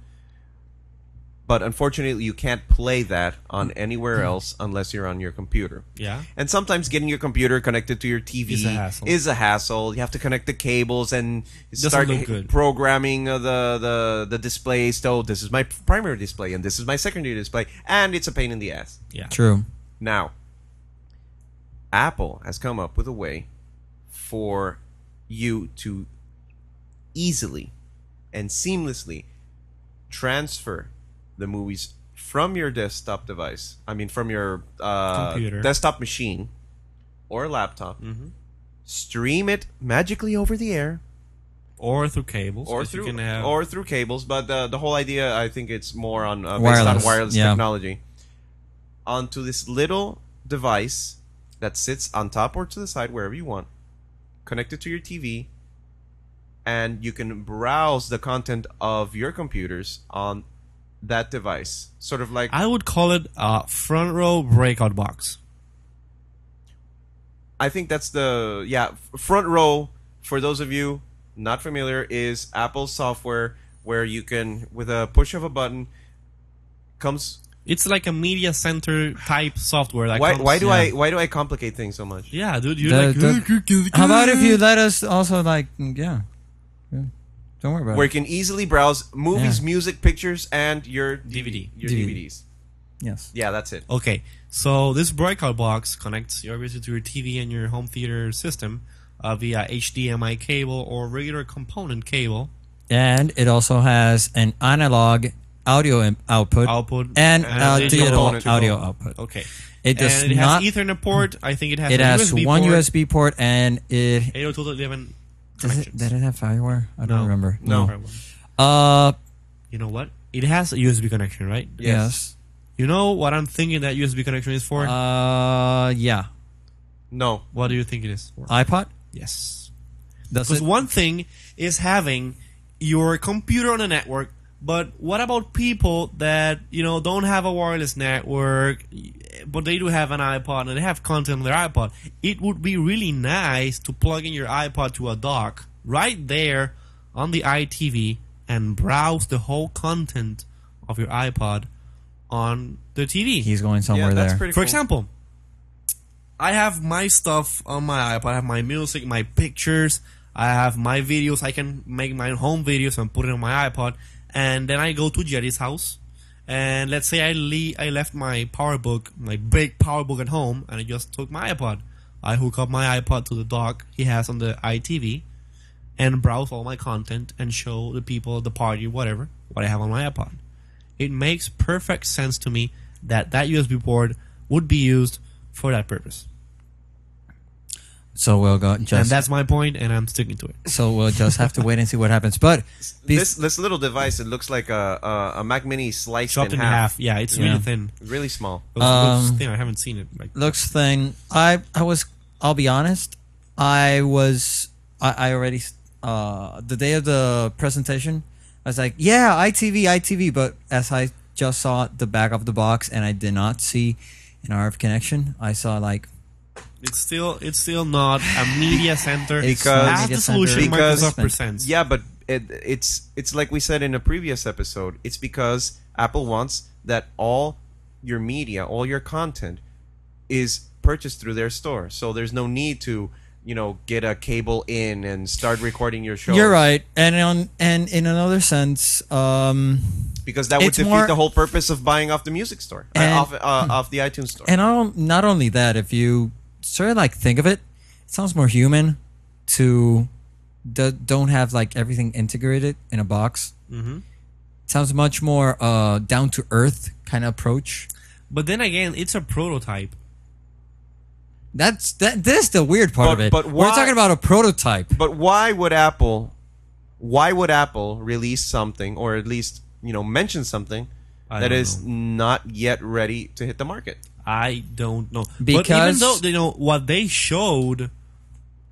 Speaker 1: but unfortunately you can't play that on anywhere
Speaker 6: Mm-hmm.
Speaker 1: else unless you're on your computer.
Speaker 5: Yeah.
Speaker 1: And sometimes getting your computer connected to your TV
Speaker 5: Is a hassle.
Speaker 1: is a hassle. You have to connect the cables and start
Speaker 5: look good.
Speaker 1: programming uh, the the the display. So this is my primary display and this is my secondary display, and it's a pain in the ass.
Speaker 5: Yeah.
Speaker 6: True.
Speaker 1: Now, Apple has come up with a way for you to easily and seamlessly transfer the movies from your desktop device, I mean, from your uh,
Speaker 5: Computer.
Speaker 1: desktop machine or laptop, stream it magically over the air
Speaker 5: Or through cables.
Speaker 1: or
Speaker 5: if you
Speaker 1: through
Speaker 5: can have-
Speaker 1: or through cables. But the the whole idea, I think, it's more on uh, based on
Speaker 6: Wireless,
Speaker 1: wireless
Speaker 6: yeah.
Speaker 1: technology onto this little device that sits on top or to the side, wherever you want, connected to your TV, and you can browse the content of your computers on that device. Sort of like I,
Speaker 5: I would call it a front row breakout box.
Speaker 1: think that's the yeah f- front row for those of you not familiar is Apple software where you can with a push of a button comes
Speaker 5: It's like a media center type software. That
Speaker 1: why,
Speaker 5: comes-
Speaker 1: why do
Speaker 5: yeah.
Speaker 1: I why do I complicate things so much?
Speaker 5: Yeah, dude, you're
Speaker 6: The-
Speaker 5: like.
Speaker 6: the- how about if you let us also like mm, yeah, Yeah. don't worry about
Speaker 1: Where
Speaker 6: it.
Speaker 1: you can easily browse movies,
Speaker 6: Yeah.
Speaker 1: music, pictures, and your DVD,
Speaker 5: DVD.
Speaker 1: your
Speaker 6: DVD.
Speaker 1: DVDs.
Speaker 6: Yes.
Speaker 1: Yeah, that's it.
Speaker 5: Okay, so this breakout box connects your obviously to your TV and your home theater system uh, via HDMI cable or regular component cable
Speaker 6: and it also has an analog audio in- output
Speaker 5: output. and
Speaker 6: and uh,
Speaker 5: digital
Speaker 6: digital
Speaker 1: component.
Speaker 6: audio output.
Speaker 5: okay,
Speaker 6: It does
Speaker 5: and it
Speaker 6: not.
Speaker 5: has Ethernet port. I think it has.
Speaker 6: it
Speaker 5: a
Speaker 6: has
Speaker 5: USB
Speaker 6: one
Speaker 5: port,
Speaker 6: USB port, and it
Speaker 5: 802.11
Speaker 6: does it,
Speaker 5: connections.
Speaker 6: did it have firewire? I don't remember.
Speaker 5: No.
Speaker 6: Uh,
Speaker 5: You know what? It has a USB connection, right?
Speaker 6: yes.
Speaker 5: You know what I'm thinking that USB connection is for?
Speaker 6: Uh, yeah.
Speaker 1: No,
Speaker 5: what do you think it is for?
Speaker 6: iPod.
Speaker 5: yes.
Speaker 6: Does
Speaker 5: Because
Speaker 6: it?
Speaker 5: one thing is having your computer on a network, but what about people that you know don't have a wireless network, but they do have an iPod and they have content on their iPod? It would be really nice to plug in your iPod to a dock right there on the ITV and browse the whole content of your iPod on the TV.
Speaker 6: He's going
Speaker 1: yeah,
Speaker 6: somewhere
Speaker 1: that's
Speaker 6: there.
Speaker 1: pretty.
Speaker 5: For
Speaker 1: cool.
Speaker 5: example, I have my stuff on my iPod. I have my music, my pictures. I have my videos. I can make my home videos and put it on my iPod. And then I go to Jerry's house. And let's say I le- I left my power book, my big power book at home, and I just took my iPod. I hook up my iPod to the dock he has on the ITV, and browse all my content and show the people, the party, whatever, what I have on my iPod it makes perfect sense to me that that USB port would be used for that purpose.
Speaker 6: So we'll go.
Speaker 5: And
Speaker 6: Just,
Speaker 5: that's my point, and I'm sticking to it.
Speaker 6: so we'll just have to wait and see what happens. But be-
Speaker 1: This this little device, it looks like a a, a Mac Mini sliced
Speaker 5: Chopped in half. Yeah, it's
Speaker 6: Yeah.
Speaker 5: really thin.
Speaker 1: really small.
Speaker 5: Looks, looks
Speaker 6: Um,
Speaker 5: thin. I haven't seen it. Like,
Speaker 6: looks thing. I I was. I'll be honest. I was. I, I already. Uh, the day of the presentation, I was like, "Yeah, ITV, ITV." But as I just saw the back of the box, and I did not see an RF connection. I saw like
Speaker 5: it's still it's still not a media center.
Speaker 6: It's
Speaker 1: not a
Speaker 5: that's
Speaker 6: media
Speaker 5: the
Speaker 6: center
Speaker 5: solution
Speaker 1: because-
Speaker 5: Microsoft presents.
Speaker 1: Yeah, but it, it's it's like we said in a previous episode. It's because Apple wants that all your media, all your content, is purchased through their store. So there's no need to you know get a cable in and start recording your show.
Speaker 6: you're right, and on and in another sense, um,
Speaker 1: because that would
Speaker 6: It's
Speaker 1: defeat
Speaker 6: more-
Speaker 1: the whole purpose of buying off the music store, uh,
Speaker 6: And-
Speaker 1: off uh, off the iTunes store.
Speaker 6: and I don't, not only that, if you sort of like think of it, it sounds more human to do, don't have like everything integrated in a box. Mm-hmm. Sounds much more uh, down to earth kind of approach.
Speaker 5: But then again, it's a prototype.
Speaker 6: That's that. This is the weird part
Speaker 1: But-
Speaker 6: of it.
Speaker 1: but
Speaker 6: We're
Speaker 1: why-
Speaker 6: talking about a prototype.
Speaker 1: But why would Apple? Why would Apple release something, or at least you know mention something
Speaker 5: I
Speaker 1: that
Speaker 5: don't
Speaker 1: is not yet ready to hit the market?
Speaker 5: I don't know. but even
Speaker 6: Because-
Speaker 5: though you know what they showed,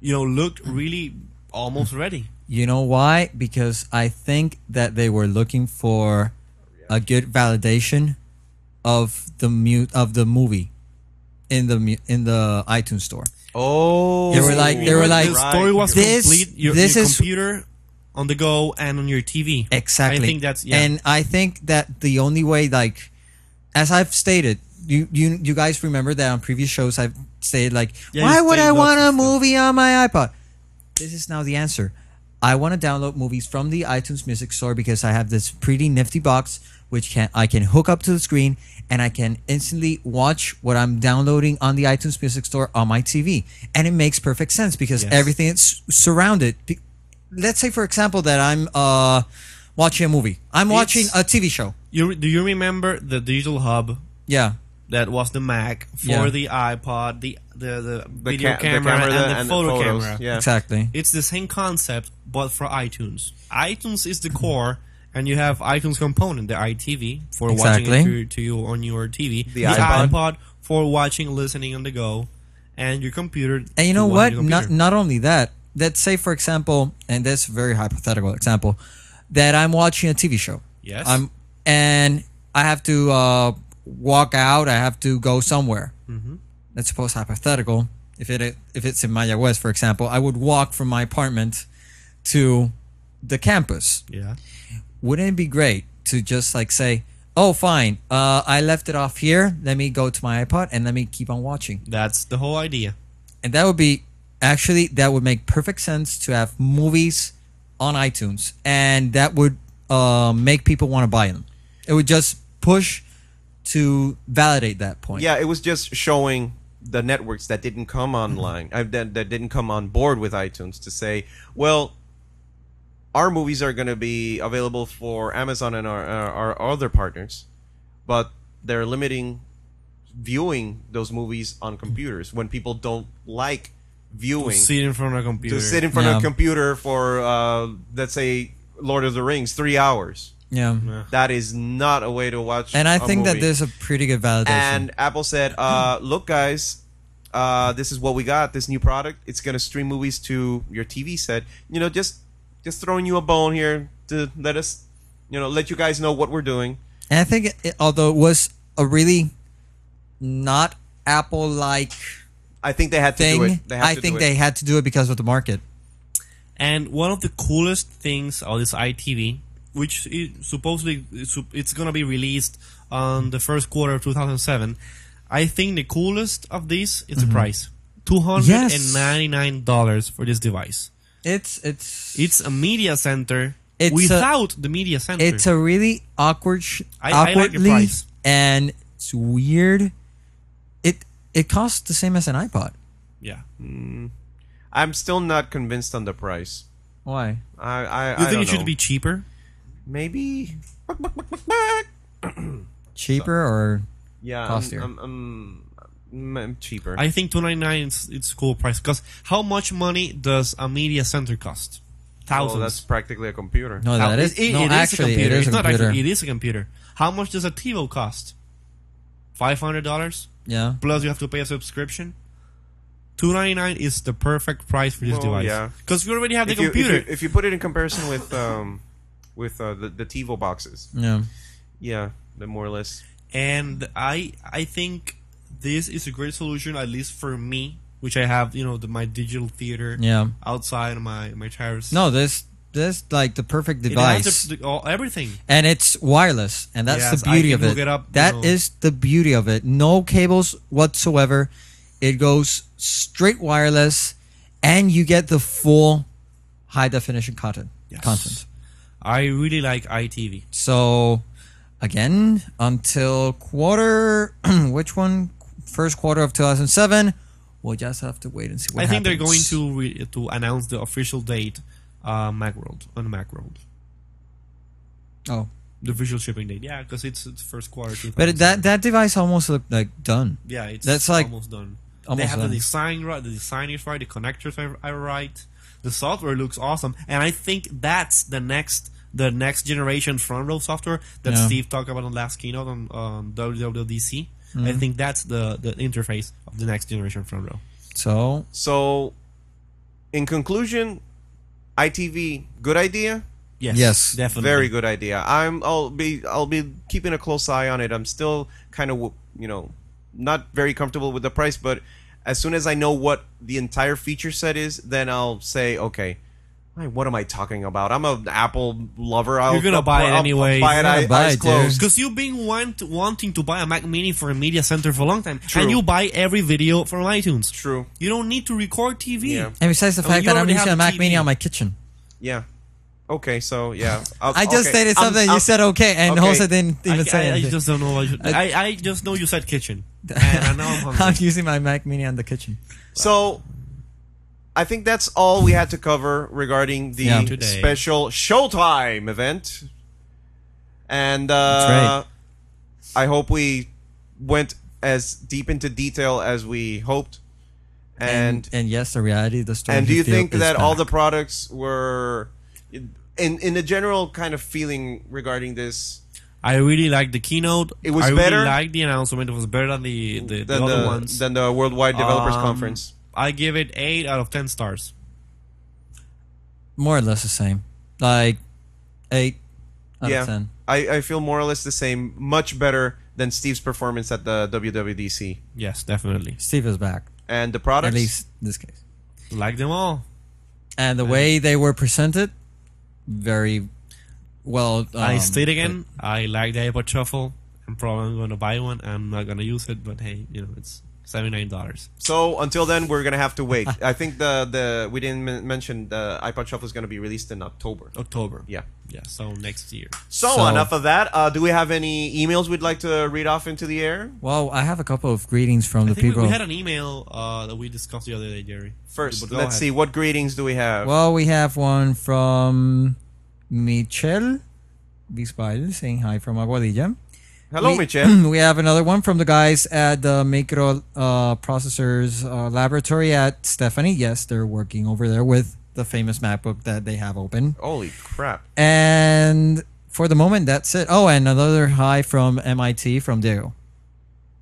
Speaker 5: you know, looked really almost ready.
Speaker 6: You know why? Because I think that they were looking for a good validation of the mute of the movie in the mu- in the iTunes store.
Speaker 1: Oh,
Speaker 6: They were like- they were like-
Speaker 5: the story was
Speaker 6: This-
Speaker 5: complete. Your,
Speaker 6: this
Speaker 5: your
Speaker 6: is-
Speaker 5: computer on the go and on your TV.
Speaker 6: Exactly.
Speaker 5: I think that's yeah.
Speaker 6: And I think that the only way, like, as I've stated, you you you guys remember that on previous shows I've stated like,
Speaker 5: Yeah,
Speaker 6: why
Speaker 5: you
Speaker 6: would
Speaker 5: played
Speaker 6: I
Speaker 5: lots
Speaker 6: want a
Speaker 5: of stuff.
Speaker 6: movie on my iPod? This is now the answer. I want to download movies from the iTunes Music Store because I have this pretty nifty box which can I can hook up to the screen and I can instantly watch what I'm downloading on the iTunes Music Store on my TV. And it makes perfect sense because
Speaker 5: Yes.
Speaker 6: everything is surrounded. Be- Let's say, for example, that I'm uh, watching a movie. I'm watching a TV show.
Speaker 5: you, do you remember the digital hub
Speaker 6: Yeah.
Speaker 5: that was the Mac for
Speaker 6: Yeah.
Speaker 5: the iPod, the the, the
Speaker 1: The
Speaker 5: video
Speaker 1: ca- the
Speaker 5: camera, and,
Speaker 1: that-
Speaker 5: the photo
Speaker 1: photos,
Speaker 5: camera.
Speaker 1: Yeah.
Speaker 6: Exactly.
Speaker 5: It's the same concept, but for iTunes. iTunes is the core, and you have iTunes component, the iTV for watching
Speaker 6: Exactly.
Speaker 5: it to, to you on your TV, the,
Speaker 1: iPod.
Speaker 5: iPod. for watching, listening on the go, and your computer.
Speaker 6: And you know
Speaker 5: to watch
Speaker 6: what?
Speaker 5: your
Speaker 6: Not
Speaker 5: computer.
Speaker 6: not only that. Let's say, for example, and that's a very hypothetical example, that I'm watching a TV show.
Speaker 5: Yes.
Speaker 6: I'm and I have to uh, walk out. I have to go somewhere.
Speaker 5: Mm-hmm.
Speaker 6: Let's suppose hypothetical. If it if it's in Maya West, for example, I would walk from my apartment to the campus.
Speaker 5: yeah.
Speaker 6: wouldn't it be great to just like say, "Oh, fine, uh, I left it off here. Let me go to my iPod and let me keep on watching."
Speaker 5: That's the whole idea.
Speaker 6: And that would be actually that would make perfect sense to have movies on iTunes, and that would uh, make people want to buy them. It would just push to validate that point.
Speaker 1: Yeah, it was just showing the networks that didn't come online, uh, that, that didn't come on board with iTunes to say, well, our movies are going to be available for Amazon and our, our, our other partners, but they're limiting viewing those movies on computers when people don't like viewing
Speaker 5: Sit in front of a computer.
Speaker 1: to sit in front of
Speaker 6: Yeah.
Speaker 1: a computer for, uh, let's say, Lord of the Rings, three hours.
Speaker 6: yeah.
Speaker 1: That is not a way to watch.
Speaker 6: And I
Speaker 1: a
Speaker 6: think that
Speaker 1: movie
Speaker 6: there's a pretty good validation.
Speaker 1: and Apple said, uh, "Look, guys, uh, this is what we got. This new product. It's gonna stream movies to your TV set. You know, just just throwing you a bone here to let us, you know, let you guys know what we're doing.
Speaker 6: And I think, it, although it was a really not Apple-like
Speaker 1: I think they had to do
Speaker 6: thing.
Speaker 1: it. They had
Speaker 6: I
Speaker 1: to
Speaker 6: think
Speaker 1: do it.
Speaker 6: they had to do it because of the market.
Speaker 5: And one of the coolest things of this ITV, which is supposedly it's sup- it's gonna be released on the first quarter of 2007, I think the coolest of these is the price, two hundred and ninety nine dollars for this device.
Speaker 6: It's it's
Speaker 5: It's a media center
Speaker 6: It's a-
Speaker 5: without the media center.
Speaker 6: it's a really awkward, sh-
Speaker 5: I- I like the
Speaker 6: awkwardly,
Speaker 5: price.
Speaker 6: and it's weird. It it costs the same as an iPod.
Speaker 5: yeah.
Speaker 1: I'm still not convinced on the price.
Speaker 6: Why?
Speaker 1: I, I,
Speaker 5: You
Speaker 1: I
Speaker 5: think
Speaker 1: don't
Speaker 5: it should
Speaker 1: know.
Speaker 5: be cheaper?
Speaker 1: maybe?
Speaker 6: Cheaper or
Speaker 1: Yeah,
Speaker 6: Costier.
Speaker 1: I'm, I'm, I'm, I'm cheaper.
Speaker 5: I think two ninety nine is it's a cool price because how much money does a media center cost?
Speaker 1: oh,
Speaker 5: Thousands.
Speaker 1: that's practically a computer.
Speaker 6: Oh, no? That
Speaker 5: Now,
Speaker 6: is
Speaker 5: it- it-
Speaker 6: no.
Speaker 5: it is a
Speaker 6: actually, it
Speaker 5: computer.
Speaker 6: is a
Speaker 5: It's not
Speaker 6: computer.
Speaker 5: actually- it is a computer. How much does a TiVo cost? Five hundred dollars
Speaker 6: yeah.
Speaker 5: plus you have to pay a subscription. Two ninety nine is the perfect price for this
Speaker 1: Well,
Speaker 5: device.
Speaker 1: yeah.
Speaker 5: because you already have the
Speaker 1: If you, if,
Speaker 5: computer.
Speaker 1: you, if you put it in comparison with um, with uh, the the TiVo boxes,
Speaker 6: Yeah.
Speaker 1: yeah, then more or less
Speaker 5: and I I think this is a great solution at least for me, which I have you know the, my digital theater
Speaker 6: Yeah.
Speaker 5: outside my my terrace.
Speaker 6: No, this this like the perfect
Speaker 5: it has
Speaker 6: device,
Speaker 5: the, the, all, everything.
Speaker 6: and it's wireless, and that's
Speaker 5: Yes,
Speaker 6: the
Speaker 5: I
Speaker 6: beauty
Speaker 5: can
Speaker 6: of it.
Speaker 5: hook it up,
Speaker 6: That
Speaker 5: you
Speaker 6: is
Speaker 5: know.
Speaker 6: the beauty of it. No cables whatsoever. It goes straight wireless, and you get the full high definition content. Content.
Speaker 5: I really like ITV.
Speaker 6: So again, until quarter, which one? First quarter of 2007, We'll just have to wait and see what
Speaker 5: I think they're going
Speaker 6: happens.
Speaker 5: to re- to announce the official date, uh, Macworld on Macworld,
Speaker 6: Oh,
Speaker 5: the official shipping date. Yeah, because it's, it's first quarter.
Speaker 6: but
Speaker 5: 2000.
Speaker 6: that that device almost looked like done.
Speaker 5: yeah, it's
Speaker 6: that's like-
Speaker 5: almost done. they
Speaker 6: almost
Speaker 5: have
Speaker 6: done.
Speaker 5: the design right. The design is right. The connectors are, are right. The software looks awesome, and I think that's the next the next generation front row software that
Speaker 6: Yeah.
Speaker 5: Steve talked about on last keynote on um, WWDC.
Speaker 6: Mm-hmm.
Speaker 5: I think that's the the interface of the next generation front row.
Speaker 6: So
Speaker 1: So, in conclusion, ITV, good idea.
Speaker 5: Yes,
Speaker 6: Yes.
Speaker 5: definitely.
Speaker 1: Very good idea. I'm. I'll be. I'll be keeping a close eye on it. I'm still kind of, you know, not very comfortable with the price. But as soon as I know what the entire feature set is, then I'll say, okay, I- what am I talking about? I'm an Apple lover. I'll,
Speaker 5: gonna buy it
Speaker 1: I'll
Speaker 5: anyway.
Speaker 1: Buy it.
Speaker 6: You're gonna
Speaker 1: eye-
Speaker 6: buy
Speaker 1: eyes
Speaker 6: it, dude.
Speaker 1: closed.
Speaker 5: Because you've been want, wanting to buy a Mac Mini for a media center for a long time,
Speaker 1: True.
Speaker 5: and you buy every video from iTunes.
Speaker 1: True.
Speaker 5: You don't need to record TV.
Speaker 1: Yeah.
Speaker 6: and besides the
Speaker 5: I mean, Oh,
Speaker 6: fact
Speaker 5: you
Speaker 6: that I'm
Speaker 5: already
Speaker 6: using
Speaker 5: have
Speaker 6: a Mac
Speaker 5: TV.
Speaker 6: Mini on my kitchen.
Speaker 1: Yeah. Okay. So yeah. I'll-
Speaker 6: I just
Speaker 1: okay.
Speaker 6: stated
Speaker 1: I'm-
Speaker 6: something. you
Speaker 1: I'm-
Speaker 6: said okay, and
Speaker 1: okay.
Speaker 6: Jose didn't even
Speaker 5: I,
Speaker 6: say
Speaker 5: I, I
Speaker 6: anything.
Speaker 5: just don't know. What you,
Speaker 6: I-
Speaker 5: I, I just know you said kitchen, and I know I'm hungry.
Speaker 6: I'm using my Mac Mini on the kitchen.
Speaker 1: So I think that's all we had to cover regarding the
Speaker 6: Yeah.
Speaker 5: Today.
Speaker 1: special Showtime event. And uh,
Speaker 6: That's
Speaker 1: I hope we went as deep into detail as we hoped. And
Speaker 6: and, yes, the reality of the story.
Speaker 1: and do you
Speaker 6: feel
Speaker 1: think
Speaker 6: is
Speaker 1: that all the
Speaker 6: back.
Speaker 1: products were in in the general kind of feeling regarding this
Speaker 5: I really liked the keynote.
Speaker 1: It was
Speaker 5: I
Speaker 1: better-
Speaker 5: Really liked the announcement. It was better than the the, the,
Speaker 1: than
Speaker 5: other
Speaker 1: the,
Speaker 5: ones.
Speaker 1: than the Worldwide Developers
Speaker 5: Um,
Speaker 1: Conference?
Speaker 5: I give it eight out of ten stars.
Speaker 6: more or less the same, like eight out
Speaker 1: yeah,
Speaker 6: of ten.
Speaker 1: I, I feel more or less the same. Much better than Steve's performance at the WWDC.
Speaker 5: Yes, definitely.
Speaker 6: Steve is back,
Speaker 1: and the products.
Speaker 6: at least in this case.
Speaker 5: Like them all.
Speaker 6: And
Speaker 5: Uh,
Speaker 6: the way they were presented, very well. Um,
Speaker 5: I state again. I like the iPod Shuffle. I'm probably going to buy one. I'm not going to use it, but hey, you know it's seventy nine dollars.
Speaker 1: So until then, we're gonna have to wait. I think the the we didn't men- mention the iPod Shuffle is gonna be released in October.
Speaker 5: October.
Speaker 1: Yeah.
Speaker 5: Yeah. So next year.
Speaker 1: So,
Speaker 6: So-
Speaker 1: enough of that. Uh, do we have any emails we'd like to read off into the air?
Speaker 6: Well, I have a couple of greetings from
Speaker 5: I
Speaker 6: the
Speaker 5: think we-
Speaker 6: people.
Speaker 5: we, had an email uh, that we discussed the other day, Jerry.
Speaker 1: First,
Speaker 5: But go
Speaker 1: let's see
Speaker 5: ahead.
Speaker 1: what greetings do we have.
Speaker 6: well, we have one from Michelle Bisbal saying hi from Aguadilla.
Speaker 1: Hello,
Speaker 6: we,
Speaker 1: Michelle.
Speaker 6: we have another one from the guys at the micro uh, processors uh, laboratory at Stephanie. Yes, they're working over there with the famous MacBook that they have open.
Speaker 1: Holy crap!
Speaker 6: And for the moment, that's it. Oh, and another hi from MIT from Daryl.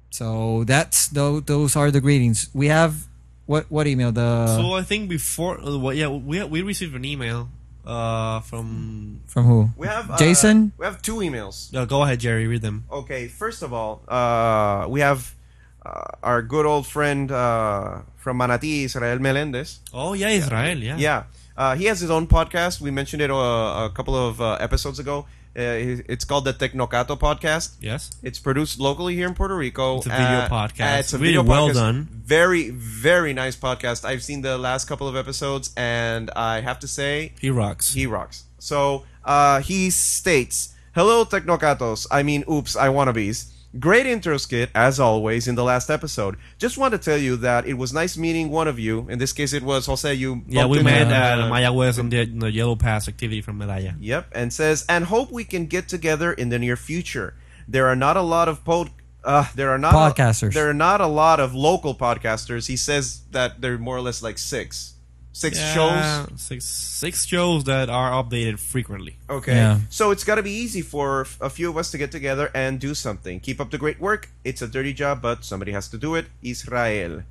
Speaker 6: So that's tho- those are the greetings. We have what what email the
Speaker 5: so I think before, uh, well, yeah, we we received an email uh, from.
Speaker 6: from who?
Speaker 1: We have uh,
Speaker 6: Jason?
Speaker 1: We have two emails.
Speaker 5: No, go ahead, Jerry. Read them.
Speaker 1: Okay, first of all, uh, we have uh, our good old friend uh, from Manatee, Israel Melendez.
Speaker 5: Oh yeah, Israel. Yeah.
Speaker 1: Yeah. Uh, he has his own podcast. We mentioned it uh, a couple of uh, episodes ago. Uh, it's called the Tecnocato Podcast.
Speaker 5: Yes.
Speaker 1: It's produced locally here in Puerto Rico. Uh,
Speaker 5: It's a video podcast.
Speaker 1: it's a
Speaker 5: Really
Speaker 1: video
Speaker 5: well
Speaker 1: podcast.
Speaker 5: done.
Speaker 1: Very, very nice podcast. I've seen the last couple of episodes, and I have to say,
Speaker 5: He rocks.
Speaker 1: he rocks. So uh, he states, "Hello, Technocatos. I mean, oops, I wannabes. Great intro skit as always in the last episode. Just want to tell you that it was nice meeting one of you. In this case, it was Jose. You
Speaker 5: yeah,
Speaker 1: bumped
Speaker 5: we
Speaker 1: into-
Speaker 5: met at uh, Maya West on the, the Yellow Pass activity from Medalla.
Speaker 1: Yep, and says, and hope we can get together in the near future. There are not a lot of pod. Uh, there are not
Speaker 6: Podcasters.
Speaker 1: there are not a lot of local podcasters. He says that they're more or less like six, six shows.
Speaker 5: Six six shows that are updated frequently.
Speaker 1: Okay,
Speaker 6: Yeah.
Speaker 1: so it's got to be easy for f- a few of us to get together and do something. Keep up the great work. It's a dirty job, but somebody has to do it. Israel.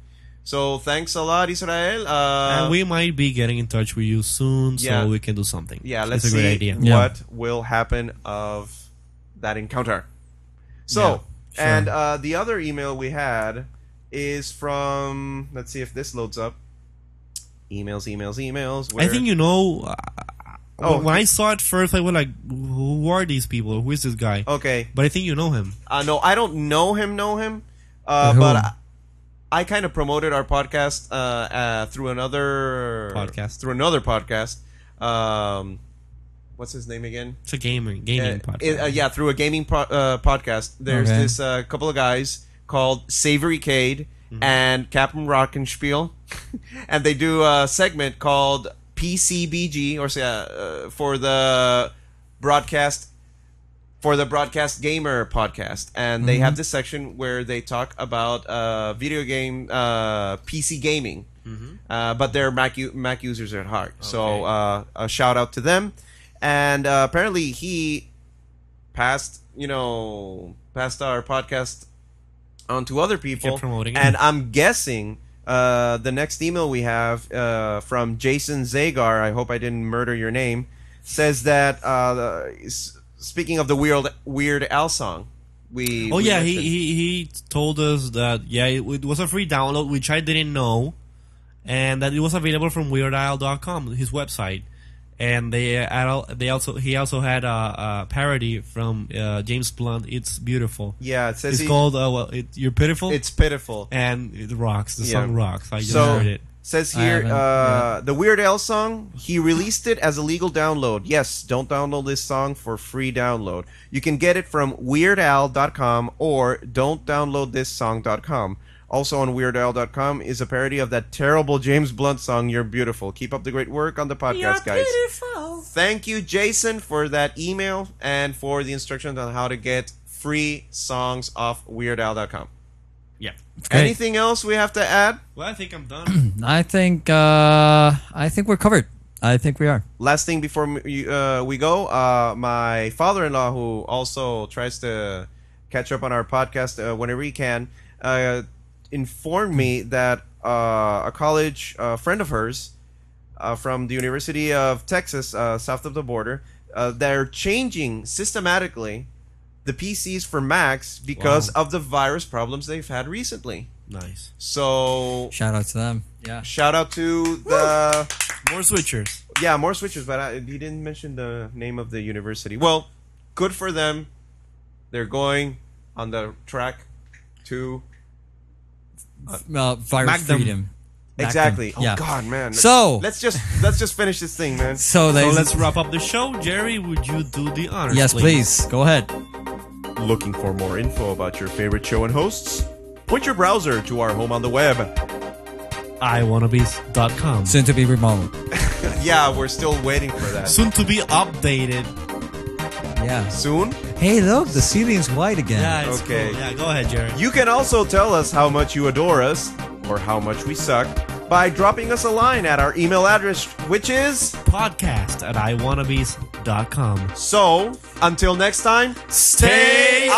Speaker 1: So thanks a lot, Israel. Uh,
Speaker 5: and we might be getting in touch with you soon,
Speaker 1: Yeah.
Speaker 5: so we can do something.
Speaker 1: yeah, let's
Speaker 5: it's a great
Speaker 1: see
Speaker 5: idea.
Speaker 6: Yeah.
Speaker 1: what will happen of that encounter. So,
Speaker 5: Yeah, sure.
Speaker 1: and uh, the other email we had is from. Let's see if this loads up. Emails, emails, emails.
Speaker 5: I
Speaker 1: where-
Speaker 5: think you know. Uh,
Speaker 1: Oh.
Speaker 5: when I saw it first, I was like, "Who are these people? Who is this guy?"
Speaker 1: Okay.
Speaker 5: But I think you know him.
Speaker 1: Uh, no, I don't know him. Know him, uh,
Speaker 6: Who?
Speaker 1: but I, I kind of promoted our podcast uh, uh, through another
Speaker 5: Podcast.
Speaker 1: through another podcast. Um, what's his name again?
Speaker 5: It's a gaming gaming
Speaker 1: Uh,
Speaker 5: podcast.
Speaker 1: it- uh, yeah, through a gaming pro- uh, podcast. There's
Speaker 6: Okay.
Speaker 1: this uh, couple of guys called Savory Cade and Captain Rockenspiel, and they do a segment called PCBG or say, uh, uh, for the broadcast for the broadcast gamer podcast, and they
Speaker 5: Mm-hmm.
Speaker 1: have this section where they talk about uh, video game uh, PC gaming. Uh, but they're Mac, u- Mac users at heart. So uh, a shout out to them. And uh, apparently he passed, you know, passed our podcast on to other people.
Speaker 5: promoting it.
Speaker 1: and I'm guessing uh, the next email we have uh, from Jason Zagar, I hope I didn't murder your name, says that uh, the- s- speaking of the Weird, Weird Al song, we.
Speaker 5: Oh
Speaker 1: we
Speaker 5: yeah, he,
Speaker 1: mentioned-
Speaker 5: he he told us that yeah, it, it was a free download, which I didn't know, and that it was available from WeirdIsle.com, his website, and they uh, al- they also he also had a, a parody from uh, James Blunt. It's beautiful.
Speaker 1: Yeah, it says
Speaker 5: It's
Speaker 1: he-
Speaker 5: called uh, well, it, "You're Pitiful,"
Speaker 1: It's pitiful.
Speaker 5: and it rocks. The
Speaker 1: Yeah.
Speaker 5: song rocks. I just
Speaker 1: so
Speaker 5: heard it.
Speaker 1: says
Speaker 6: I
Speaker 1: here uh,
Speaker 6: haven't, yeah.
Speaker 1: the Weird Al song. He released it as a legal download. Yes, don't download this song for free download. You can get it from WeirdAl.com or don't download this song.com. Also on WeirdAl.com is a parody of that terrible James Blunt song "You're Beautiful." Keep up the great work on the podcast, guys. Thank you, Jason, for that email and for the instructions on how to get free songs off WeirdAl.com.
Speaker 5: Yeah.
Speaker 6: Great.
Speaker 1: Anything else we have to add?
Speaker 5: Well, I think I'm done.
Speaker 6: I think uh, I think we're covered. I think we are.
Speaker 1: last thing before m- you- uh, we go, uh, my father-in-law, who also tries to catch up on our podcast uh, whenever he can, uh, informed me that uh, a college uh, friend of hers uh, from the University of Texas, uh, south of the border, uh, they're changing systematically the PCs for Macs because of the virus problems they've had recently.
Speaker 5: nice.
Speaker 1: So
Speaker 6: Shout out to them. Yeah.
Speaker 1: shout out to the.
Speaker 5: More switchers.
Speaker 1: Yeah, more switches, but I, he didn't mention the name of the university. Well, good for them. They're going on the track to
Speaker 6: Uh, virus
Speaker 5: Magnum.
Speaker 6: freedom. Magnum.
Speaker 1: exactly.
Speaker 6: yeah.
Speaker 1: Oh God, man.
Speaker 6: So-
Speaker 1: let's just let's just finish this thing, man.
Speaker 6: So,
Speaker 5: So
Speaker 6: ladies,
Speaker 5: let's wrap up the show. Jerry, would you do the honors?
Speaker 6: yes, please go ahead.
Speaker 1: Looking for more info about your favorite show and hosts? Point your browser to our home on the web.
Speaker 5: I wanna be.com.
Speaker 6: Soon to be remote.
Speaker 1: Yeah, we're still waiting for that.
Speaker 5: Soon to be updated.
Speaker 6: Yeah.
Speaker 1: Soon,
Speaker 6: Hey, look, the ceiling's white again.
Speaker 5: Yeah, it's
Speaker 1: Okay.
Speaker 5: cool. Yeah, go ahead, Jerry.
Speaker 1: you can also tell us how much you adore us or how much we suck by dropping us a line at our email address, which is
Speaker 5: Podcast at iwannabes.com.
Speaker 1: so. Until next time.
Speaker 5: Stay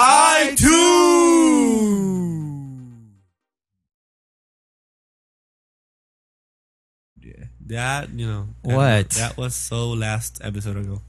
Speaker 5: That, you know.
Speaker 6: What?
Speaker 5: That was so last episode ago.